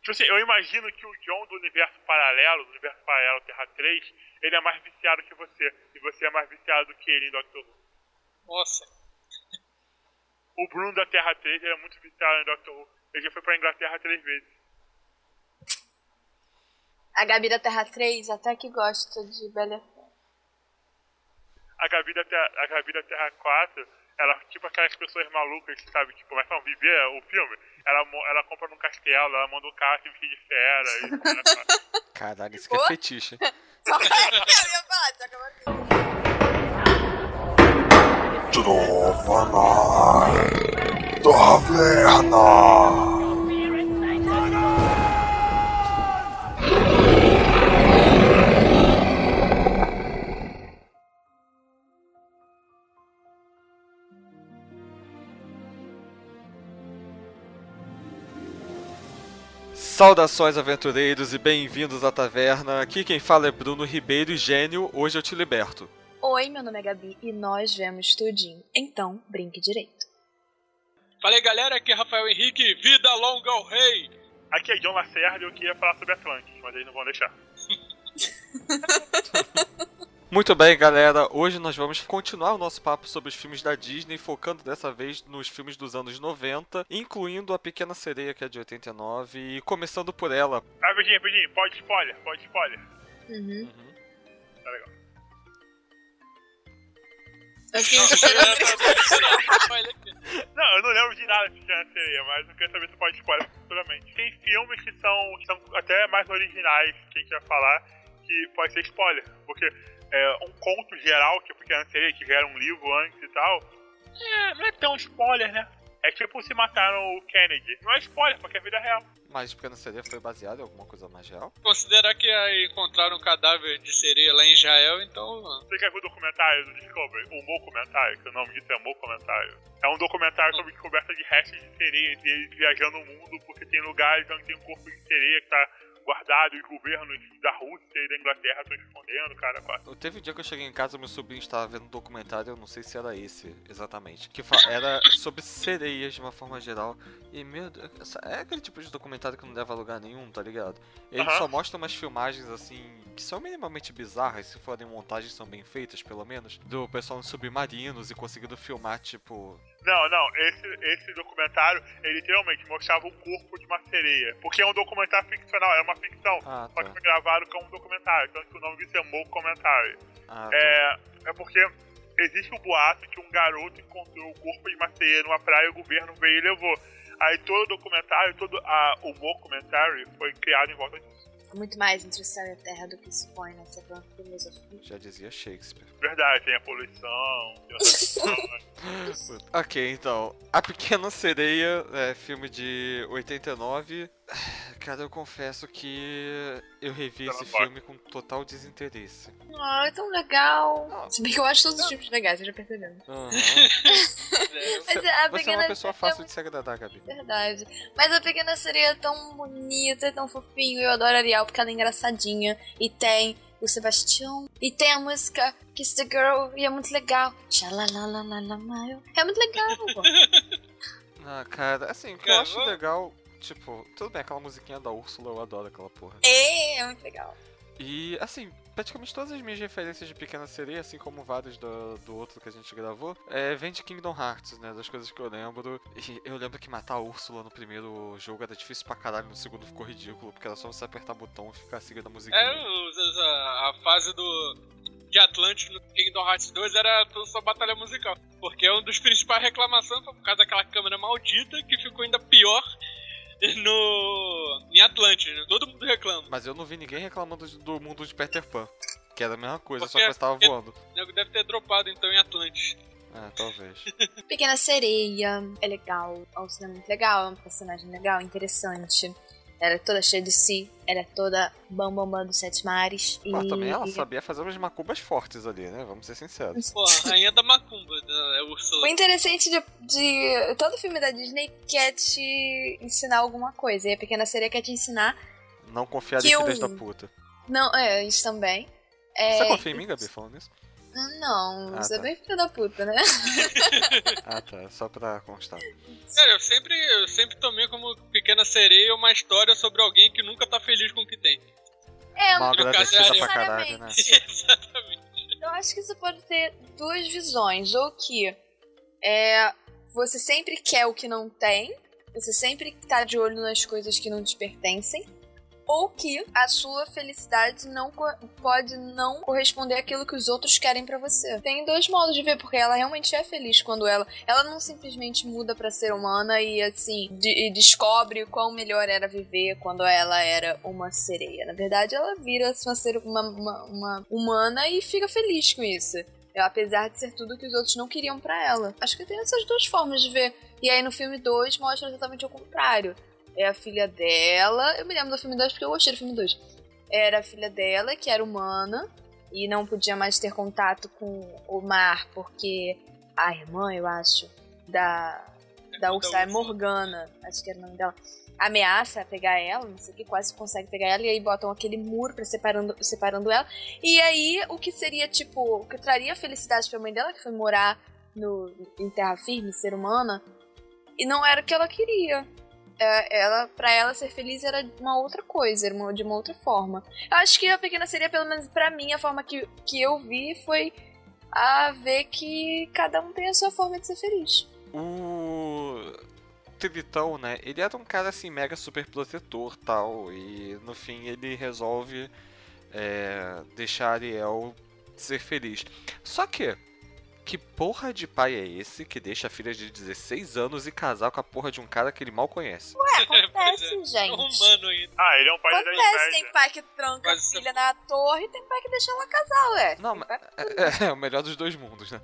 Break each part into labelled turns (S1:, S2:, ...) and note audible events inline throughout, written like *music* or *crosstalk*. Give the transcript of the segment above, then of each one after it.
S1: Tipo assim, eu imagino que o John do universo paralelo, do universo paralelo Terra 3, ele é mais viciado que você. E você é mais viciado do que ele em Doctor Who.
S2: Nossa.
S1: O Bruno da Terra 3 ele é muito viciado em Doctor Who. Ele já foi pra Inglaterra três vezes.
S3: A Gabi da Terra 3 até que gosta de Bela
S1: A Gabi da Terra, a Gabi da Terra 4, ela tipo aquelas pessoas malucas que sabe, que começam a viver o filme. Ela, mo- ela compra num castelo, ela manda um carro de vestido de fera. E, né,
S4: Caralho, isso que é
S3: Boa.
S4: fetiche. hein?
S3: Só que eu ia falar, só que eu vou-
S5: Trovana Taverna
S4: Saudações, aventureiros, e bem-vindos à taverna. Aqui quem fala é Bruno Ribeiro e Gênio, hoje eu te liberto.
S3: Oi, meu nome é Gabi e nós vemos tudinho. Então, brinque direito.
S2: Falei galera, aqui é Rafael Henrique, vida longa ao rei!
S1: aqui é John Lacerda e eu queria falar sobre Atlantis, mas eles não vão deixar.
S4: Muito bem, galera, hoje nós vamos continuar o nosso papo sobre os filmes da Disney, focando dessa vez nos filmes dos anos 90, incluindo A Pequena Sereia, que é de 89, e começando por ela.
S1: Ah, Virginia, Virginia, pode spoiler, pode spoiler.
S3: Uhum.
S1: Tá legal.
S3: Eu
S2: Não,
S3: fiquei-
S2: não,
S1: *laughs* Não, eu não lembro de nada de Pequena Sereia, mas eu quero saber se pode spoiler futuramente. Tem filmes que são, que são até mais originais que a gente vai falar, que pode ser spoiler. Porque é, um conto geral, que é Pequena Sereia, que já era um livro antes e tal, é, não é tão spoiler, né? É tipo se mataram o Kennedy. Não é spoiler, porque é vida real.
S4: Mas A Pequena Sereia foi baseada em alguma coisa mais real?
S2: Considerar que aí encontraram um cadáver de sereia lá em Israel, então.
S1: Você quer ver o documentário do Discovery? O Mo Comentário, que o nome disso é Mo Comentário. É um documentário sobre descoberta de restos de sereias e eles viajando o mundo porque tem lugares onde tem um corpo de sereia que tá guardado e os governos da Rússia e da Inglaterra estão escondendo, cara. quase.
S4: Eu teve um dia que eu cheguei em casa, meu sobrinho estava vendo um documentário, eu não sei se era esse exatamente, que fa- era sobre sereias de uma forma geral. E meu Deus, essa- é aquele tipo de documentário que não leva a lugar nenhum, tá ligado? Ele
S1: Aham.
S4: só mostra umas filmagens assim, que são minimamente bizarras, se forem montagens são bem feitas, pelo menos, do pessoal nos submarinos e conseguindo filmar, tipo.
S1: Não, não, esse, esse documentário, ele literalmente mostrava o corpo de uma sereia. Porque é um documentário ficcional, é uma ficção.
S4: Ah,
S1: Só que
S4: tá.
S1: foi gravado como um documentário, tanto que o nome disso é Mo Comentário.
S4: Ah, tá.
S1: É, é porque existe o boato que um garoto encontrou o corpo de uma sereia numa praia e o governo veio e levou. Aí todo o documentário, todo a, o documentário foi criado em volta disso.
S3: Muito mais entre o céu e a terra do que se põe nessa grande *laughs* filosofia.
S4: Já dizia Shakespeare.
S1: Verdade, tem a poluição, tem outras coisas.
S4: Ok, então. A Pequena Sereia, é, filme de 89. Cara, eu confesso que eu revi
S1: Ela
S4: esse
S1: vai.
S4: filme com total desinteresse.
S3: Ah, é tão legal.
S4: Não.
S3: Se bem que eu acho todos os tipos legais, você já percebeu.
S4: Aham.
S2: é,
S3: Mas a
S4: Você é uma
S3: pequena
S4: pessoa
S3: sereia
S4: fácil
S3: é
S4: de se agradar, Gabi.
S3: muito verdade. Mas a pequena sereia é tão bonita, é tão fofinho. Eu adoro a Ariel porque ela é engraçadinha. E tem o Sebastião. E tem a música Kiss the Girl. E é muito legal. Xalalalalalamaiu. É muito legal. pô.
S4: Ah, cara, assim, o que eu
S2: Cara,
S4: acho
S2: vamos-
S4: legal, tipo, tudo bem, aquela musiquinha da Úrsula, eu adoro aquela porra.
S3: é, é muito legal.
S4: E, assim, praticamente todas as minhas referências de Pequena Sereia, assim como várias do, do outro que a gente gravou, é, vem de Kingdom Hearts, né? Das coisas que eu lembro. E eu lembro que matar a Úrsula no primeiro jogo era difícil pra caralho, no segundo ficou ridículo, porque era só você apertar botão e ficar seguindo a musiquinha.
S2: é, os- os- a, a fase do. De Atlântico no Kingdom Hearts 2 era tudo só batalha musical. Porque é um dos principais reclamações foi por causa daquela câmera maldita que ficou ainda pior no. em Atlântico, né? Todo mundo reclama.
S4: Mas eu não vi ninguém reclamando de- do mundo de Peter Pan, que era a mesma coisa, só
S2: Porque-
S4: que você tava voando.
S2: O nego deve ter dropado então em Atlântico.
S4: É, talvez.
S3: Pequena sereia é legal. É um cinema muito legal. É um personagem legal, interessante. Ela é toda cheia de si. Ela é toda bambambam dos sete mares.
S4: Pô,
S3: e...
S4: também é ela
S3: e-
S4: sabia fazer umas macumbas fortes ali, né? Vamos ser sinceros.
S2: Pô, a rainha da Macumba, né? É Úrsula.
S3: O interessante de, de todo filme da Disney quer te ensinar alguma coisa. E a Pequena Sereia quer te ensinar.
S4: Não confiar
S3: Que
S4: em filhas
S3: eu-
S4: da puta.
S3: Não, é, isso também. É,
S4: Você confia em mim, Gabi, falando isso?
S3: Não,
S4: Ah,
S3: você
S4: tá.
S3: é bem filho da puta, né?
S4: Ah, tá. Só pra constar.
S2: Cara, É, eu sempre, eu sempre tomei como pequena sereia uma história sobre alguém que nunca tá feliz com o que tem. *laughs*
S3: É, não
S4: Mal
S2: Nunca
S4: agradecida
S2: sério.
S4: pra caralho, né?
S2: Exatamente.
S3: *laughs* Eu acho que você pode ter duas visões. Ou que é, você sempre quer o que não tem, você sempre tá de olho nas coisas que não te pertencem. Ou que a sua felicidade não co- pode não corresponder àquilo que os outros querem pra você. Tem dois modos de ver, porque ela realmente é feliz quando ela. Ela não simplesmente muda pra ser humana e assim de- e descobre quão melhor era viver quando ela era uma sereia. Na verdade, ela vira uma, ser, uma, uma, uma humana e fica feliz com isso. Apesar de ser tudo que os outros não queriam pra ela. Acho que tem essas duas formas de ver. E aí no filme 2 mostra exatamente o contrário. É a filha dela. Eu me lembro do filme 2 porque eu gostei do filme 2. Era a filha dela, que era humana, e não podia mais ter contato com o mar, porque a irmã, eu acho, da. Da Ursula, Morgana, acho que era o nome dela, ameaça a pegar ela, não sei o que, quase consegue pegar ela, e aí botam aquele muro pra separando, separando ela. E aí, o que seria, tipo, o que traria felicidade pra mãe dela, que foi morar no, em terra firme, ser humana, e não era o que ela queria. É, Ela, para ela ser feliz era uma outra coisa, era uma- de uma outra forma. Eu acho que a pequena seria, pelo menos pra mim, a forma que, que eu vi foi a ver que cada um tem a sua forma de
S1: *laughs*
S3: ser feliz.
S4: o Tritão, né? Ele era um cara assim, mega super protetor tal. E no fim ele resolve é, deixar Ariel ser feliz. Só que, que porra de pai é esse que deixa a filha de 16 anos e casar com a porra de um cara que ele mal conhece?
S3: Ué, acontece,
S2: *laughs* É um
S3: gente.
S2: humano ainda.
S1: Ah, ele é um pai da
S3: Acontece, tem
S1: inveja. é
S3: pai que tranca
S2: Mas
S3: a filha na torre e tem pai que deixa ela casar, ué.
S4: Não,
S3: Tem
S4: mas-
S3: pai-
S4: É, é o melhor dos dois mundos, né?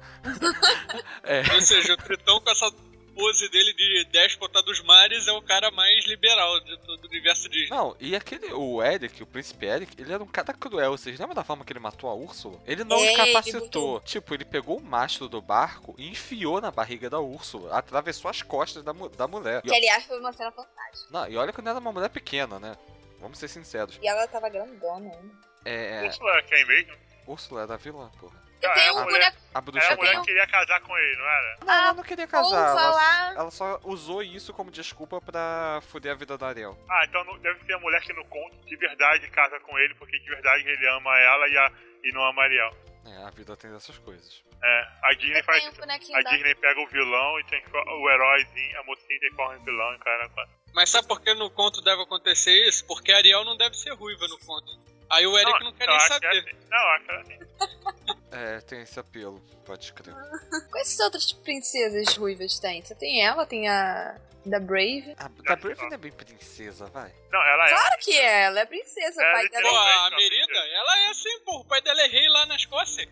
S4: é.
S2: Ou seja, o Tritão com essa pose dele de déspota dos mares é o cara mais liberal de todo o universo Disney.
S4: Não, e aquele, o Eric, o príncipe Eric, ele era um cara cruel. Vocês lembram da forma que ele matou a Úrsula? Ele não
S3: É, ele
S4: incapacitou.
S3: botou-
S4: Tipo, ele pegou o mastro do barco e enfiou na barriga da Úrsula. Atravessou as costas da, mu- da mulher.
S3: Que,
S4: E,
S3: aliás, foi uma cena fantástica.
S4: não, e olha que não era uma mulher pequena, né? Vamos ser sinceros.
S3: E ela tava grandona ainda.
S4: É. é,
S1: Ursula, quem mesmo?
S4: Úrsula era a vilã, porra.
S3: Eu
S1: Ah, é
S3: tenho
S1: a
S3: um
S1: mulher.
S3: boneco.
S4: A
S1: Era
S4: bruxa
S1: a mulher
S3: um
S4: branca.
S1: que queria casar com ele, não era?
S4: Não, ela não queria casar.
S3: ousa
S4: Ela,
S3: lá.
S4: ela só usou isso como desculpa pra fuder a vida da Ariel.
S1: Ah, então não- deve ser a mulher que no conto de verdade casa com ele, porque de verdade ele ama ela e, a- e não ama a Ariel.
S4: É, a vida tem dessas coisas.
S1: É, a Disney
S3: Eu
S1: faz
S3: tenho um
S1: isso.
S3: bonequinho
S1: A
S3: da.
S1: Disney pega o vilão e tem o heróizinho, a mocinha tem forma de vilão e cara. cara.
S2: Mas sabe por que no conto deve acontecer isso? Porque a Ariel não deve ser ruiva no conto. Aí o Eric não, quer
S1: eu
S2: nem
S1: acho que é
S2: saber.
S1: assim. Não, eu acho que é assim.
S4: É, tem esse apelo, pode crer.
S3: Ah. Quais outras princesas ruivas tem? Você tem ela, tem a. Da Brave.
S4: A, da Brave não é bem princesa, vai.
S1: Não, ela é.
S3: Claro que é, ela é princesa,
S1: É,
S3: o pai dela.
S2: Pô,
S1: literal.
S3: é-
S2: a
S1: Também,
S2: Merida,
S1: também.
S2: ela é assim, pô. O pai dela é rei lá na Escócia.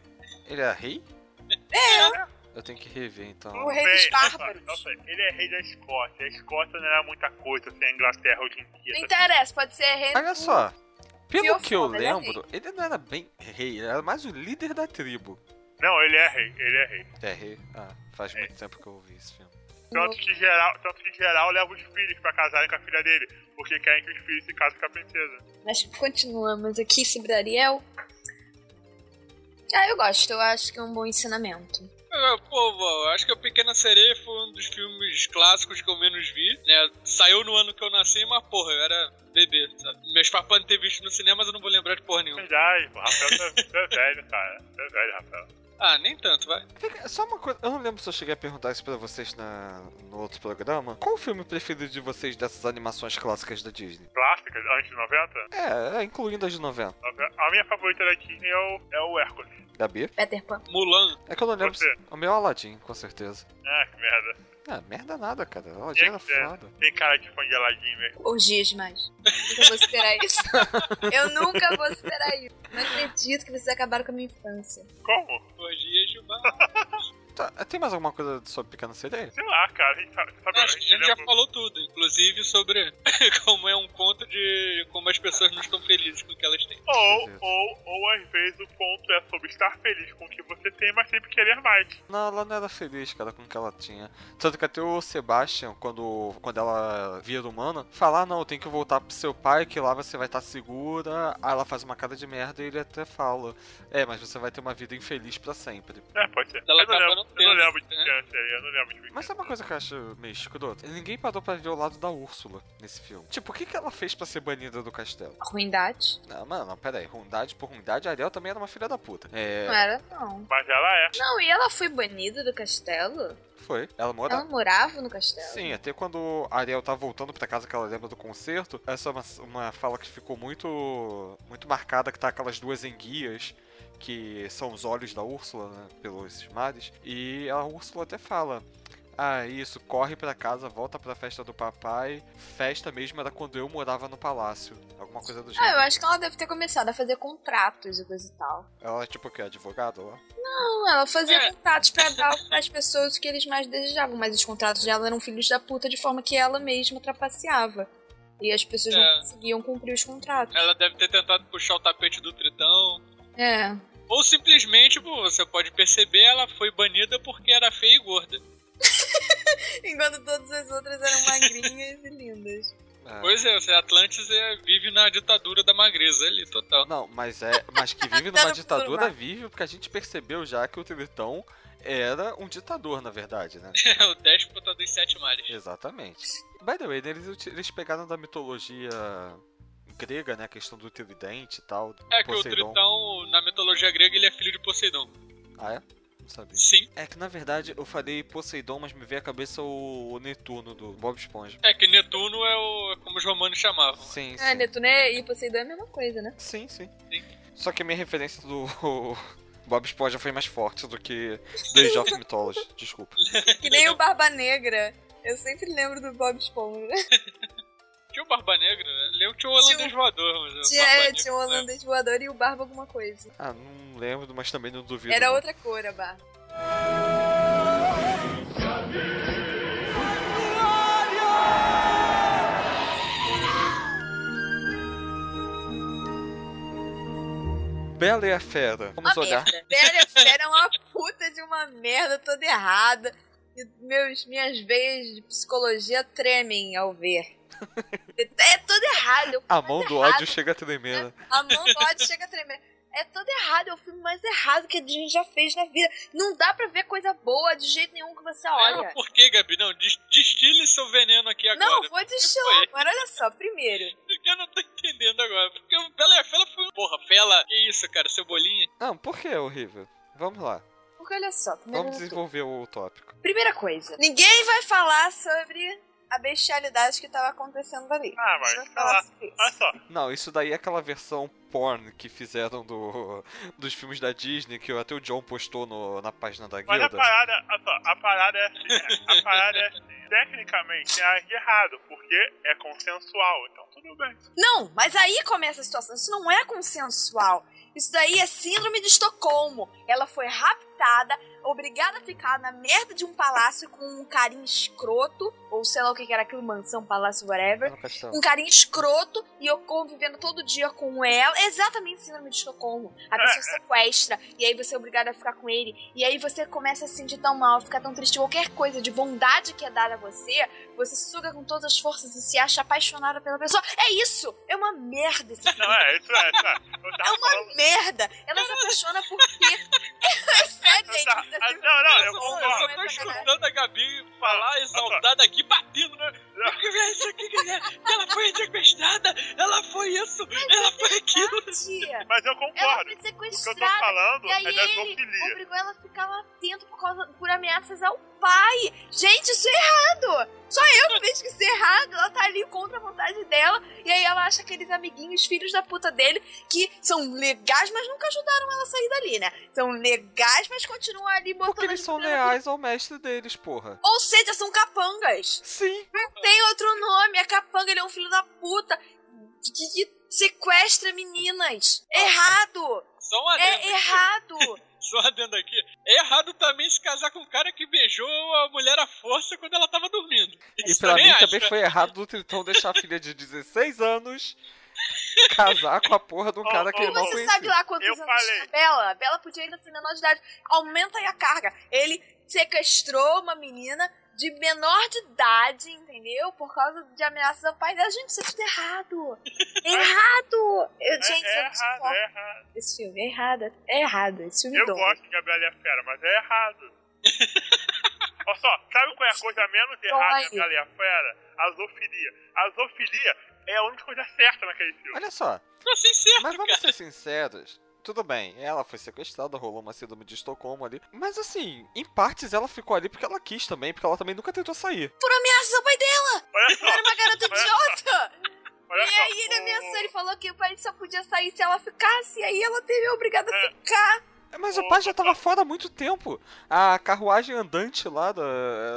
S4: Ele é rei?
S3: É,
S4: Eu tenho que rever então.
S3: o rei dos
S1: Bem,
S3: bárbaros.
S1: nossa, nossa, ele é rei da Escócia. A Escócia não era muita coisa sem a Inglaterra hoje em dia.
S3: Não interessa, pode ser rei.
S4: Olha só. Pelo
S3: Fiofó,
S4: que eu
S3: ele é
S4: lembro, ele não era bem rei, ele era mais o líder da tribo.
S1: Não, ele é rei, ele é rei.
S4: É rei? Ah, faz
S1: É.
S4: muito tempo que eu ouvi esse filme.
S1: Tanto que geral, tanto que geral leva os filhos pra casarem com a filha dele, porque querem que os filhos se casem com a princesa.
S3: Mas continuamos aqui sobre Ariel. Ah, eu gosto, eu acho que é um bom ensinamento.
S2: Eu, Ah, Pô, vô, acho que a Pequena Sereia foi um dos filmes clássicos que eu menos vi, né? Saiu no ano que eu nasci, mas porra, eu era bebê, sabe? Meus papas não ter visto no cinema, mas eu não vou lembrar de porra nenhuma.
S1: É Verdade, pô, Rafael, tu é- tu é velho, cara. Tu é velho, Rafael.
S2: Ah, nem tanto, vai.
S4: Fica- Só uma coisa, eu não lembro se eu cheguei a perguntar isso pra vocês na, no outro programa. Qual o filme preferido de vocês dessas animações clássicas da Disney?
S1: Clássicas, antes de 90?
S4: É, é, incluindo as de 90.
S1: Noventa. A minha favorita da Disney é o, é o Hércules.
S4: Gabi?
S3: Peter Pan.
S2: Mulan.
S4: É que eu não lembro. se-
S1: Você?
S4: O meu é Aladdin, com certeza.
S1: Ah, que merda.
S4: Ah, merda nada, cara. Aladdin era
S1: É, é.
S4: foda.
S1: Tem cara de fã de Aladdin mesmo.
S3: Orgias mais. Nunca vou esperar
S4: *laughs*
S3: isso. eu nunca vou esperar isso. Não acredito que vocês acabaram com a minha infância.
S1: Como?
S2: Orgias de bar.
S4: Tá, tem mais alguma coisa sobre Pequena Sereia?
S1: Sei lá, cara, a gente né? sabe. sabe-
S2: Acho que a gente já
S1: lembra-
S2: falou tudo, inclusive sobre *laughs* como é um conto de como as pessoas não estão felizes com o que elas têm.
S1: Ou, ou, ou às vezes o ponto é sobre estar feliz com o que você tem, mas sempre querer mais.
S4: Não, ela não era feliz, cara, com o que ela tinha. Tanto que até o Sebastian, quando, quando ela vira humana, fala: "Ah, não, tem que voltar pro seu pai, que lá você vai estar segura. Aí ela faz uma cara de merda e ele até fala: É, mas você vai ter uma vida infeliz pra sempre.
S1: É, pode ser.
S2: Ela
S1: eu, não
S2: acaba
S1: lembro,
S2: não
S1: eu não
S2: tendo,
S1: lembro de
S2: né?
S1: criança aí, eu não lembro de é.
S4: Mas sabe uma coisa que eu acho meio escrota? Ninguém parou pra ver o lado da Úrsula nesse filme. Tipo, o que, que ela fez pra ser banida do castelo?
S3: Ruindade?
S4: Não, mano, pera aí. Ruindade por ruindade, a Ariel também era uma filha da puta.
S3: Não
S4: É.
S3: era, não.
S1: Mas ela é.
S3: Não, e ela foi banida do castelo?
S4: Foi. Ela
S3: Ela
S4: mora.
S3: morava no castelo?
S4: Sim, até quando a Ariel tá voltando pra casa que ela lembra do concerto, essa é uma, uma fala que ficou muito muito marcada, que tá aquelas duas enguias que são os olhos da Úrsula, né, pelos mares, e a Úrsula até fala: "Ah, isso, corre pra casa, volta pra festa do papai. Festa mesmo era quando eu morava no palácio." Alguma coisa do
S3: Ah, eu
S4: gênero.
S3: acho que ela deve ter começado a fazer contratos e coisa e tal.
S4: Ela é tipo o quê? Advogada lá?
S3: Não, ela fazia
S2: É. *laughs*
S3: contratos pra dar às pessoas o que eles mais desejavam, mas os contratos dela eram filhos da puta de forma que ela mesma trapaceava. E as pessoas
S2: É.
S3: não conseguiam cumprir os contratos.
S2: Ela deve ter tentado puxar o tapete do Tritão.
S3: É.
S2: Ou simplesmente, pô, você pode perceber, ela foi banida porque era feia e gorda.
S3: Enquanto todas as outras eram magrinhas e lindas.
S4: É.
S2: Pois é, você Atlantis é, vive na ditadura da magreza ali, total. *laughs*
S4: Não, mas é, mas que vive
S3: *laughs* Tá
S4: numa
S3: no
S4: ditadura
S3: Bruno.
S4: vive, porque a gente percebeu já que o Tritão era um ditador, na verdade, né?
S2: É o déspota dos sete mares.
S4: Exatamente. By the way, né, eles, uti- eles pegaram da mitologia grega, né? A questão do tridente e tal. do
S2: É que o
S4: Poseidon.
S2: Tritão, na mitologia grega, ele é filho de Poseidon.
S4: Ah, é? Não sabia.
S2: Sim,
S4: É que na verdade eu falei Poseidon, mas me veio à cabeça o, o Netuno do Bob Esponja.
S2: é que Netuno é o, é como os romanos chamavam.
S4: Sim,
S3: É,
S4: sim.
S3: Netuno e Poseidon é a mesma coisa, né?
S4: Sim, sim.
S2: Sim.
S4: Só que a minha referência do *laughs* Bob Esponja foi mais forte do que Days of Mythology. Desculpa.
S3: Que nem o Barba Negra. Eu sempre lembro do Bob Esponja.
S2: Tinha o Barba Negra, né? Lembro que tinha o holandês voador, mas *laughs* é o Barba
S3: Tinha, é,
S2: Negra, né?
S3: tinha o holandês voador e o Barba alguma coisa.
S4: Ah, não lembro, mas também não duvido.
S3: Era
S4: não.
S3: outra cor a barba.
S4: Bela e a Fera. Vamos
S3: uma
S4: olhar.
S3: merda. Bela Fera é uma puta de uma merda toda errada. E meus, minhas veias de psicologia tremem ao ver. É tudo errado. eu fui
S4: A
S3: mais
S4: mão do
S3: errado. É.
S4: ódio chega a tremer, né?
S3: A mão do ódio chega a tremer. É tudo errado. É o filme mais errado que a gente já fez na vida. Não dá pra ver coisa boa de jeito nenhum que você
S2: Ah,
S3: olha.
S2: por que, Gabi? Não, des- destile seu veneno aqui agora.
S3: Não, vou destilar. Agora olha só. Primeiro,
S2: Eu não tô *laughs* entendendo agora. Porque o Bela e a Fela foi. um- Porra, Fela, que isso, cara? Cebolinha?
S4: Não, por que é horrível? Vamos lá.
S3: porque olha só. Primeiro
S4: Vamos
S3: de tudo.
S4: desenvolver o tópico.
S3: Primeira coisa. Ninguém vai falar sobre a bestialidade que tava acontecendo ali.
S1: Ah, mas
S3: Ninguém vai
S1: sei lá.
S3: falar sobre isso.
S1: Olha só,
S4: Não, isso daí é aquela versão porn que fizeram do, dos filmes da Disney, que até o John postou no- na página da
S1: mas a
S4: guilda.
S1: parada, olha só, a parada é assim, né? a parada é assim. Tecnicamente é de errado, porque é consensual, então tudo bem.
S3: Não, mas aí começa a situação. Isso não é consensual. Isso daí é síndrome de Estocolmo. Ela foi raptada, obrigada a ficar na merda de um palácio com um carinho escroto, ou sei lá o que que era aquilo, mansão, palácio, whatever.
S4: Não, Castelo.
S3: Um carinho escroto e eu convivendo todo dia com ela. É Exatamente síndrome de Estocolmo. A
S1: *laughs*
S3: pessoa sequestra e aí você é obrigada a ficar com ele. E aí você começa a se sentir tão mal, ficar tão triste. Qualquer coisa de bondade que é dada a você, você suga com todas as forças e se acha apaixonada pela pessoa. É isso! É uma merda esse filme.
S1: Não, é, isso é, isso é. Eu
S3: É
S1: tava falando.
S3: uma merda! Ela se apaixona por quê?
S1: *laughs*
S3: *laughs* É sério, gente.
S1: Tá,
S3: isso é
S1: ah,
S3: filme-
S1: não, não, eu
S3: isso
S1: concordo.
S2: Eu só
S3: é filme,
S2: tô
S3: é sacanagem.
S2: escutando a Gabi falar exaltada aqui, batendo, né? O que é isso? O que é? Ela foi sequestrada, ela foi isso, ela foi aquilo.
S3: Tia,
S1: Mas eu
S3: Ela
S1: concordo.
S3: foi
S1: O que eu
S3: sequestrada.
S1: tô falando
S3: E aí
S1: é da
S3: ele
S1: zoofilia.
S3: obrigou ela a ficar lá dentro por, causa, por ameaças ao pai. Gente, isso é errado! Só eu que vejo que isso é errado. Ela tá ali contra a vontade dela. E aí ela acha aqueles amiguinhos, filhos da puta dele, que são legais, mas nunca ajudaram ela a sair dali, né? São legais, mas continuam ali botando...
S4: Porque eles
S3: as
S4: são
S3: filhas da
S4: leais ao mestre deles, porra.
S3: puta. Ou seja, são capangas.
S4: Sim.
S3: Não tem outro nome. É capanga, ele é um filho da puta. Que, que sequestra meninas. Errado!
S2: Só um adendo.
S3: É errado!
S2: Só um adendo aqui. É errado também se casar com um cara que beijou a mulher à força quando ela tava dormindo.
S4: E pra mim também
S3: né?
S4: foi errado do Tritão deixar a filha de 16 anos casar com a porra de um
S1: Oh,
S4: cara que
S1: oh,
S4: ele
S3: E
S4: não
S1: Irmão,
S3: você
S4: conhecia.
S3: sabe lá quantos
S1: Eu
S3: anos
S1: falei.
S3: a Bela? A Bela podia ainda ser menor de idade. Aumenta aí a carga. Ele sequestrou uma menina de menor de idade, entendeu? Por causa de ameaças ao pai dela. Gente, isso é
S1: *laughs*
S3: tudo errado. É errado! Eu, gente,
S1: é, é
S3: eu
S1: errado,
S3: discordo
S1: é errado.
S3: desse filme. É errado. É errado. Esse filme
S1: Eu
S3: dói.
S1: gosto de A Bela e a Fera, mas é
S3: *laughs*
S1: errado. Olha só, sabe qual é a coisa menos errada da
S3: Dói.
S1: Bela e a Fera? A zoofilia. A zoofilia é a única coisa certa naquele filme.
S4: Olha só,
S2: Tô sem certo,
S4: mas vamos
S2: cara.
S4: ser sinceros. Tudo bem, ela foi sequestrada, rolou uma síndrome de Estocolmo ali. Mas assim, em partes ela ficou ali porque ela quis também, porque ela também nunca tentou sair.
S3: Por ameaças ao pai dela.
S1: Olha só,
S3: Era uma garota idiota.
S1: *laughs* olha
S3: *laughs* E
S1: só.
S3: aí ele
S1: o-
S3: ameaçou. Ele falou que o pai só podia sair se ela ficasse. E aí ela teve obrigada
S1: É.
S3: a ficar.
S4: Mas o pai já tava fora há muito tempo. A carruagem andante lá da-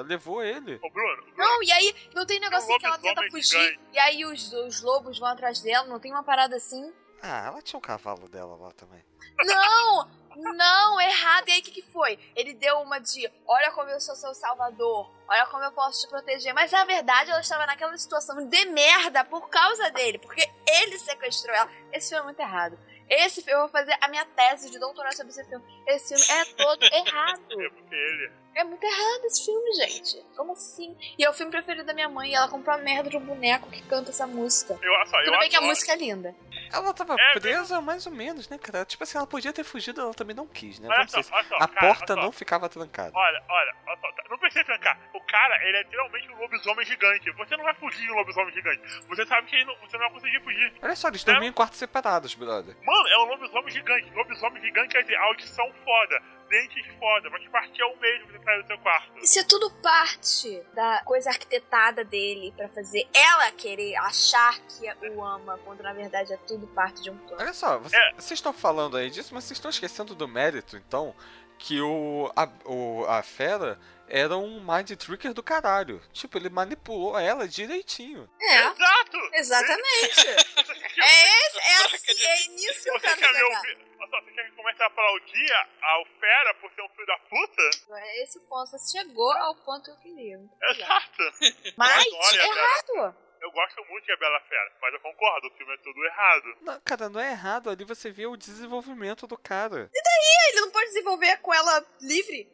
S4: levou ele.
S1: O Bruno, o Bruno,
S3: Não, e aí não tem negocinho que ela tenta
S1: lobisomem
S3: fugir,
S1: gigante.
S3: e aí os, os lobos vão atrás dela, não tem uma parada assim?
S4: Ah, ela tinha um cavalo dela lá também.
S3: Não! Não, errado. E aí o que, que foi? Ele deu uma de: olha como eu sou seu salvador, olha como eu posso te proteger. Mas na verdade ela estava naquela situação de merda por causa dele, porque ele sequestrou ela. Esse filme é muito errado. Esse filme, eu vou fazer a minha tese de doutorado sobre esse filme. Esse filme é *laughs* todo errado.
S1: é porque ele.
S3: É muito errado esse filme, gente. Como assim? E é o filme preferido da minha mãe e ela comprou a merda de um boneco que canta essa música.
S1: Eu, olha só, eu
S3: Tudo bem que a
S1: adoro.
S3: música é linda.
S4: Ela tava
S1: É,
S4: presa mais ou menos, né, cara? Tipo assim, ela podia ter fugido, ela também não quis, né?
S1: Olha
S4: Vamos
S1: só,
S4: ser...
S1: olha só.
S4: A
S1: cara,
S4: porta
S1: olha só.
S4: não ficava trancada.
S1: Olha, olha, olha só, tá- não precisa trancar. O cara, ele é literalmente um lobisomem gigante. Você não vai fugir de um lobisomem gigante. Você sabe que ele não, você não vai conseguir fugir.
S4: Olha só, eles
S1: Não.
S4: dormiam em quartos separados, brother.
S1: Mano, é um lobisomem gigante. Lobisomem gigante quer dizer audição foda, dentes foda, mas partir é o mesmo que você sai do seu quarto.
S3: Isso é tudo parte da coisa arquitetada dele pra fazer ela querer achar que é o ama, quando na verdade é tudo parte de um plano.
S4: Olha só, você-
S1: É.
S4: vocês estão falando aí disso, mas vocês estão esquecendo do mérito, então, que o a, o- a fera era um mind tricker do caralho. Tipo, ele manipulou ela direitinho.
S3: É,
S1: Exato!
S3: exatamente.
S1: *laughs* Você quer-
S3: É, esse, é, assim, é nisso que eu
S1: Você
S3: quero
S1: quer ver
S3: chegar.
S1: o. Olha só, você quer começar a aplaudir ao Fera por ser um filho da puta?
S3: É esse o ponto. Você chegou ao ponto que eu queria.
S1: É Exato!
S3: Mas,
S1: olha,
S3: errado.
S1: Eu gosto muito de A Bela Fera, mas eu concordo, o filme é tudo errado.
S4: Não, cara, não é errado, ali você vê o desenvolvimento do cara.
S3: Ele não pode desenvolver com ela livre?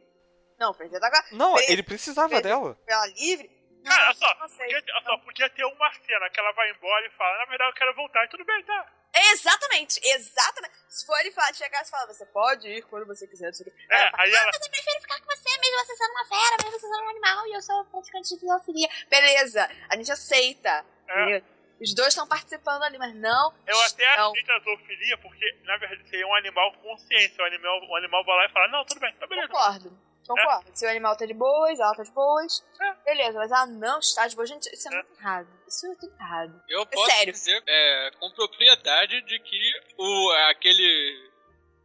S3: Não, perdeu agora.
S4: Não,
S3: Fez-
S4: ele precisava
S3: fez-
S4: dela.
S3: ela livre? Não,
S1: Cara, olha só,
S3: não sei.
S1: podia, ter- olha só, podia ter uma cena que ela vai embora e fala, na verdade eu quero voltar, e tudo bem, tá?
S3: Exatamente, exatamente. Se for ele falar, chegar e falar, você pode ir quando você quiser, não sei o quê.
S1: É,
S3: Ela fala,
S1: aí ela-
S3: mas eu prefiro ficar com você, mesmo você sendo uma fera, mesmo você sendo um animal, e eu sou praticante de zoofilia. Beleza, a gente aceita.
S1: É.
S3: entendeu? Os dois estão participando ali, mas não.
S1: Eu até
S3: não.
S1: aceito a zoofilia, porque, na verdade, seria um animal consciente. O animal, o animal vai lá e fala, não, tudo bem, tá beleza.
S3: Concordo.
S1: É.
S3: Concordo. Se o animal tá de boas, ela tá de boas. Beleza, mas ela não está de boas. Gente, isso é,
S1: É.
S3: muito errado. Isso é tudo errado.
S2: Eu posso
S3: Sério.
S2: dizer é, com propriedade de que o, aquele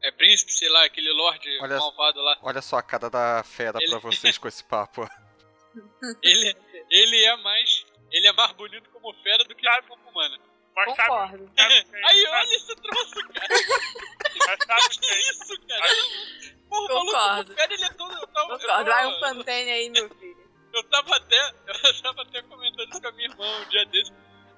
S2: é, príncipe, sei lá, aquele lorde
S4: Olha-
S2: malvado lá,
S4: Olha só a cara da fera
S2: Ele-
S4: pra vocês com esse papo.
S2: ele, ele é mais. Ele é mais bonito como fera do que
S1: Sabe-
S2: como humana.
S1: Mas sabe,
S3: Concordo.
S1: sabe quem-
S2: *laughs* Aí olha esse troço,
S1: mas sabe
S2: que
S1: quem-
S2: isso, cara? Porra, o maluco
S3: Concordo.
S2: como fera, ele é todo. Eu tava,
S3: Concordo. Vai um
S2: eu, tava,
S3: pantene aí, meu filho.
S2: eu tava até. *laughs* Eu tava até comentando isso com a minha irmã um dia desse.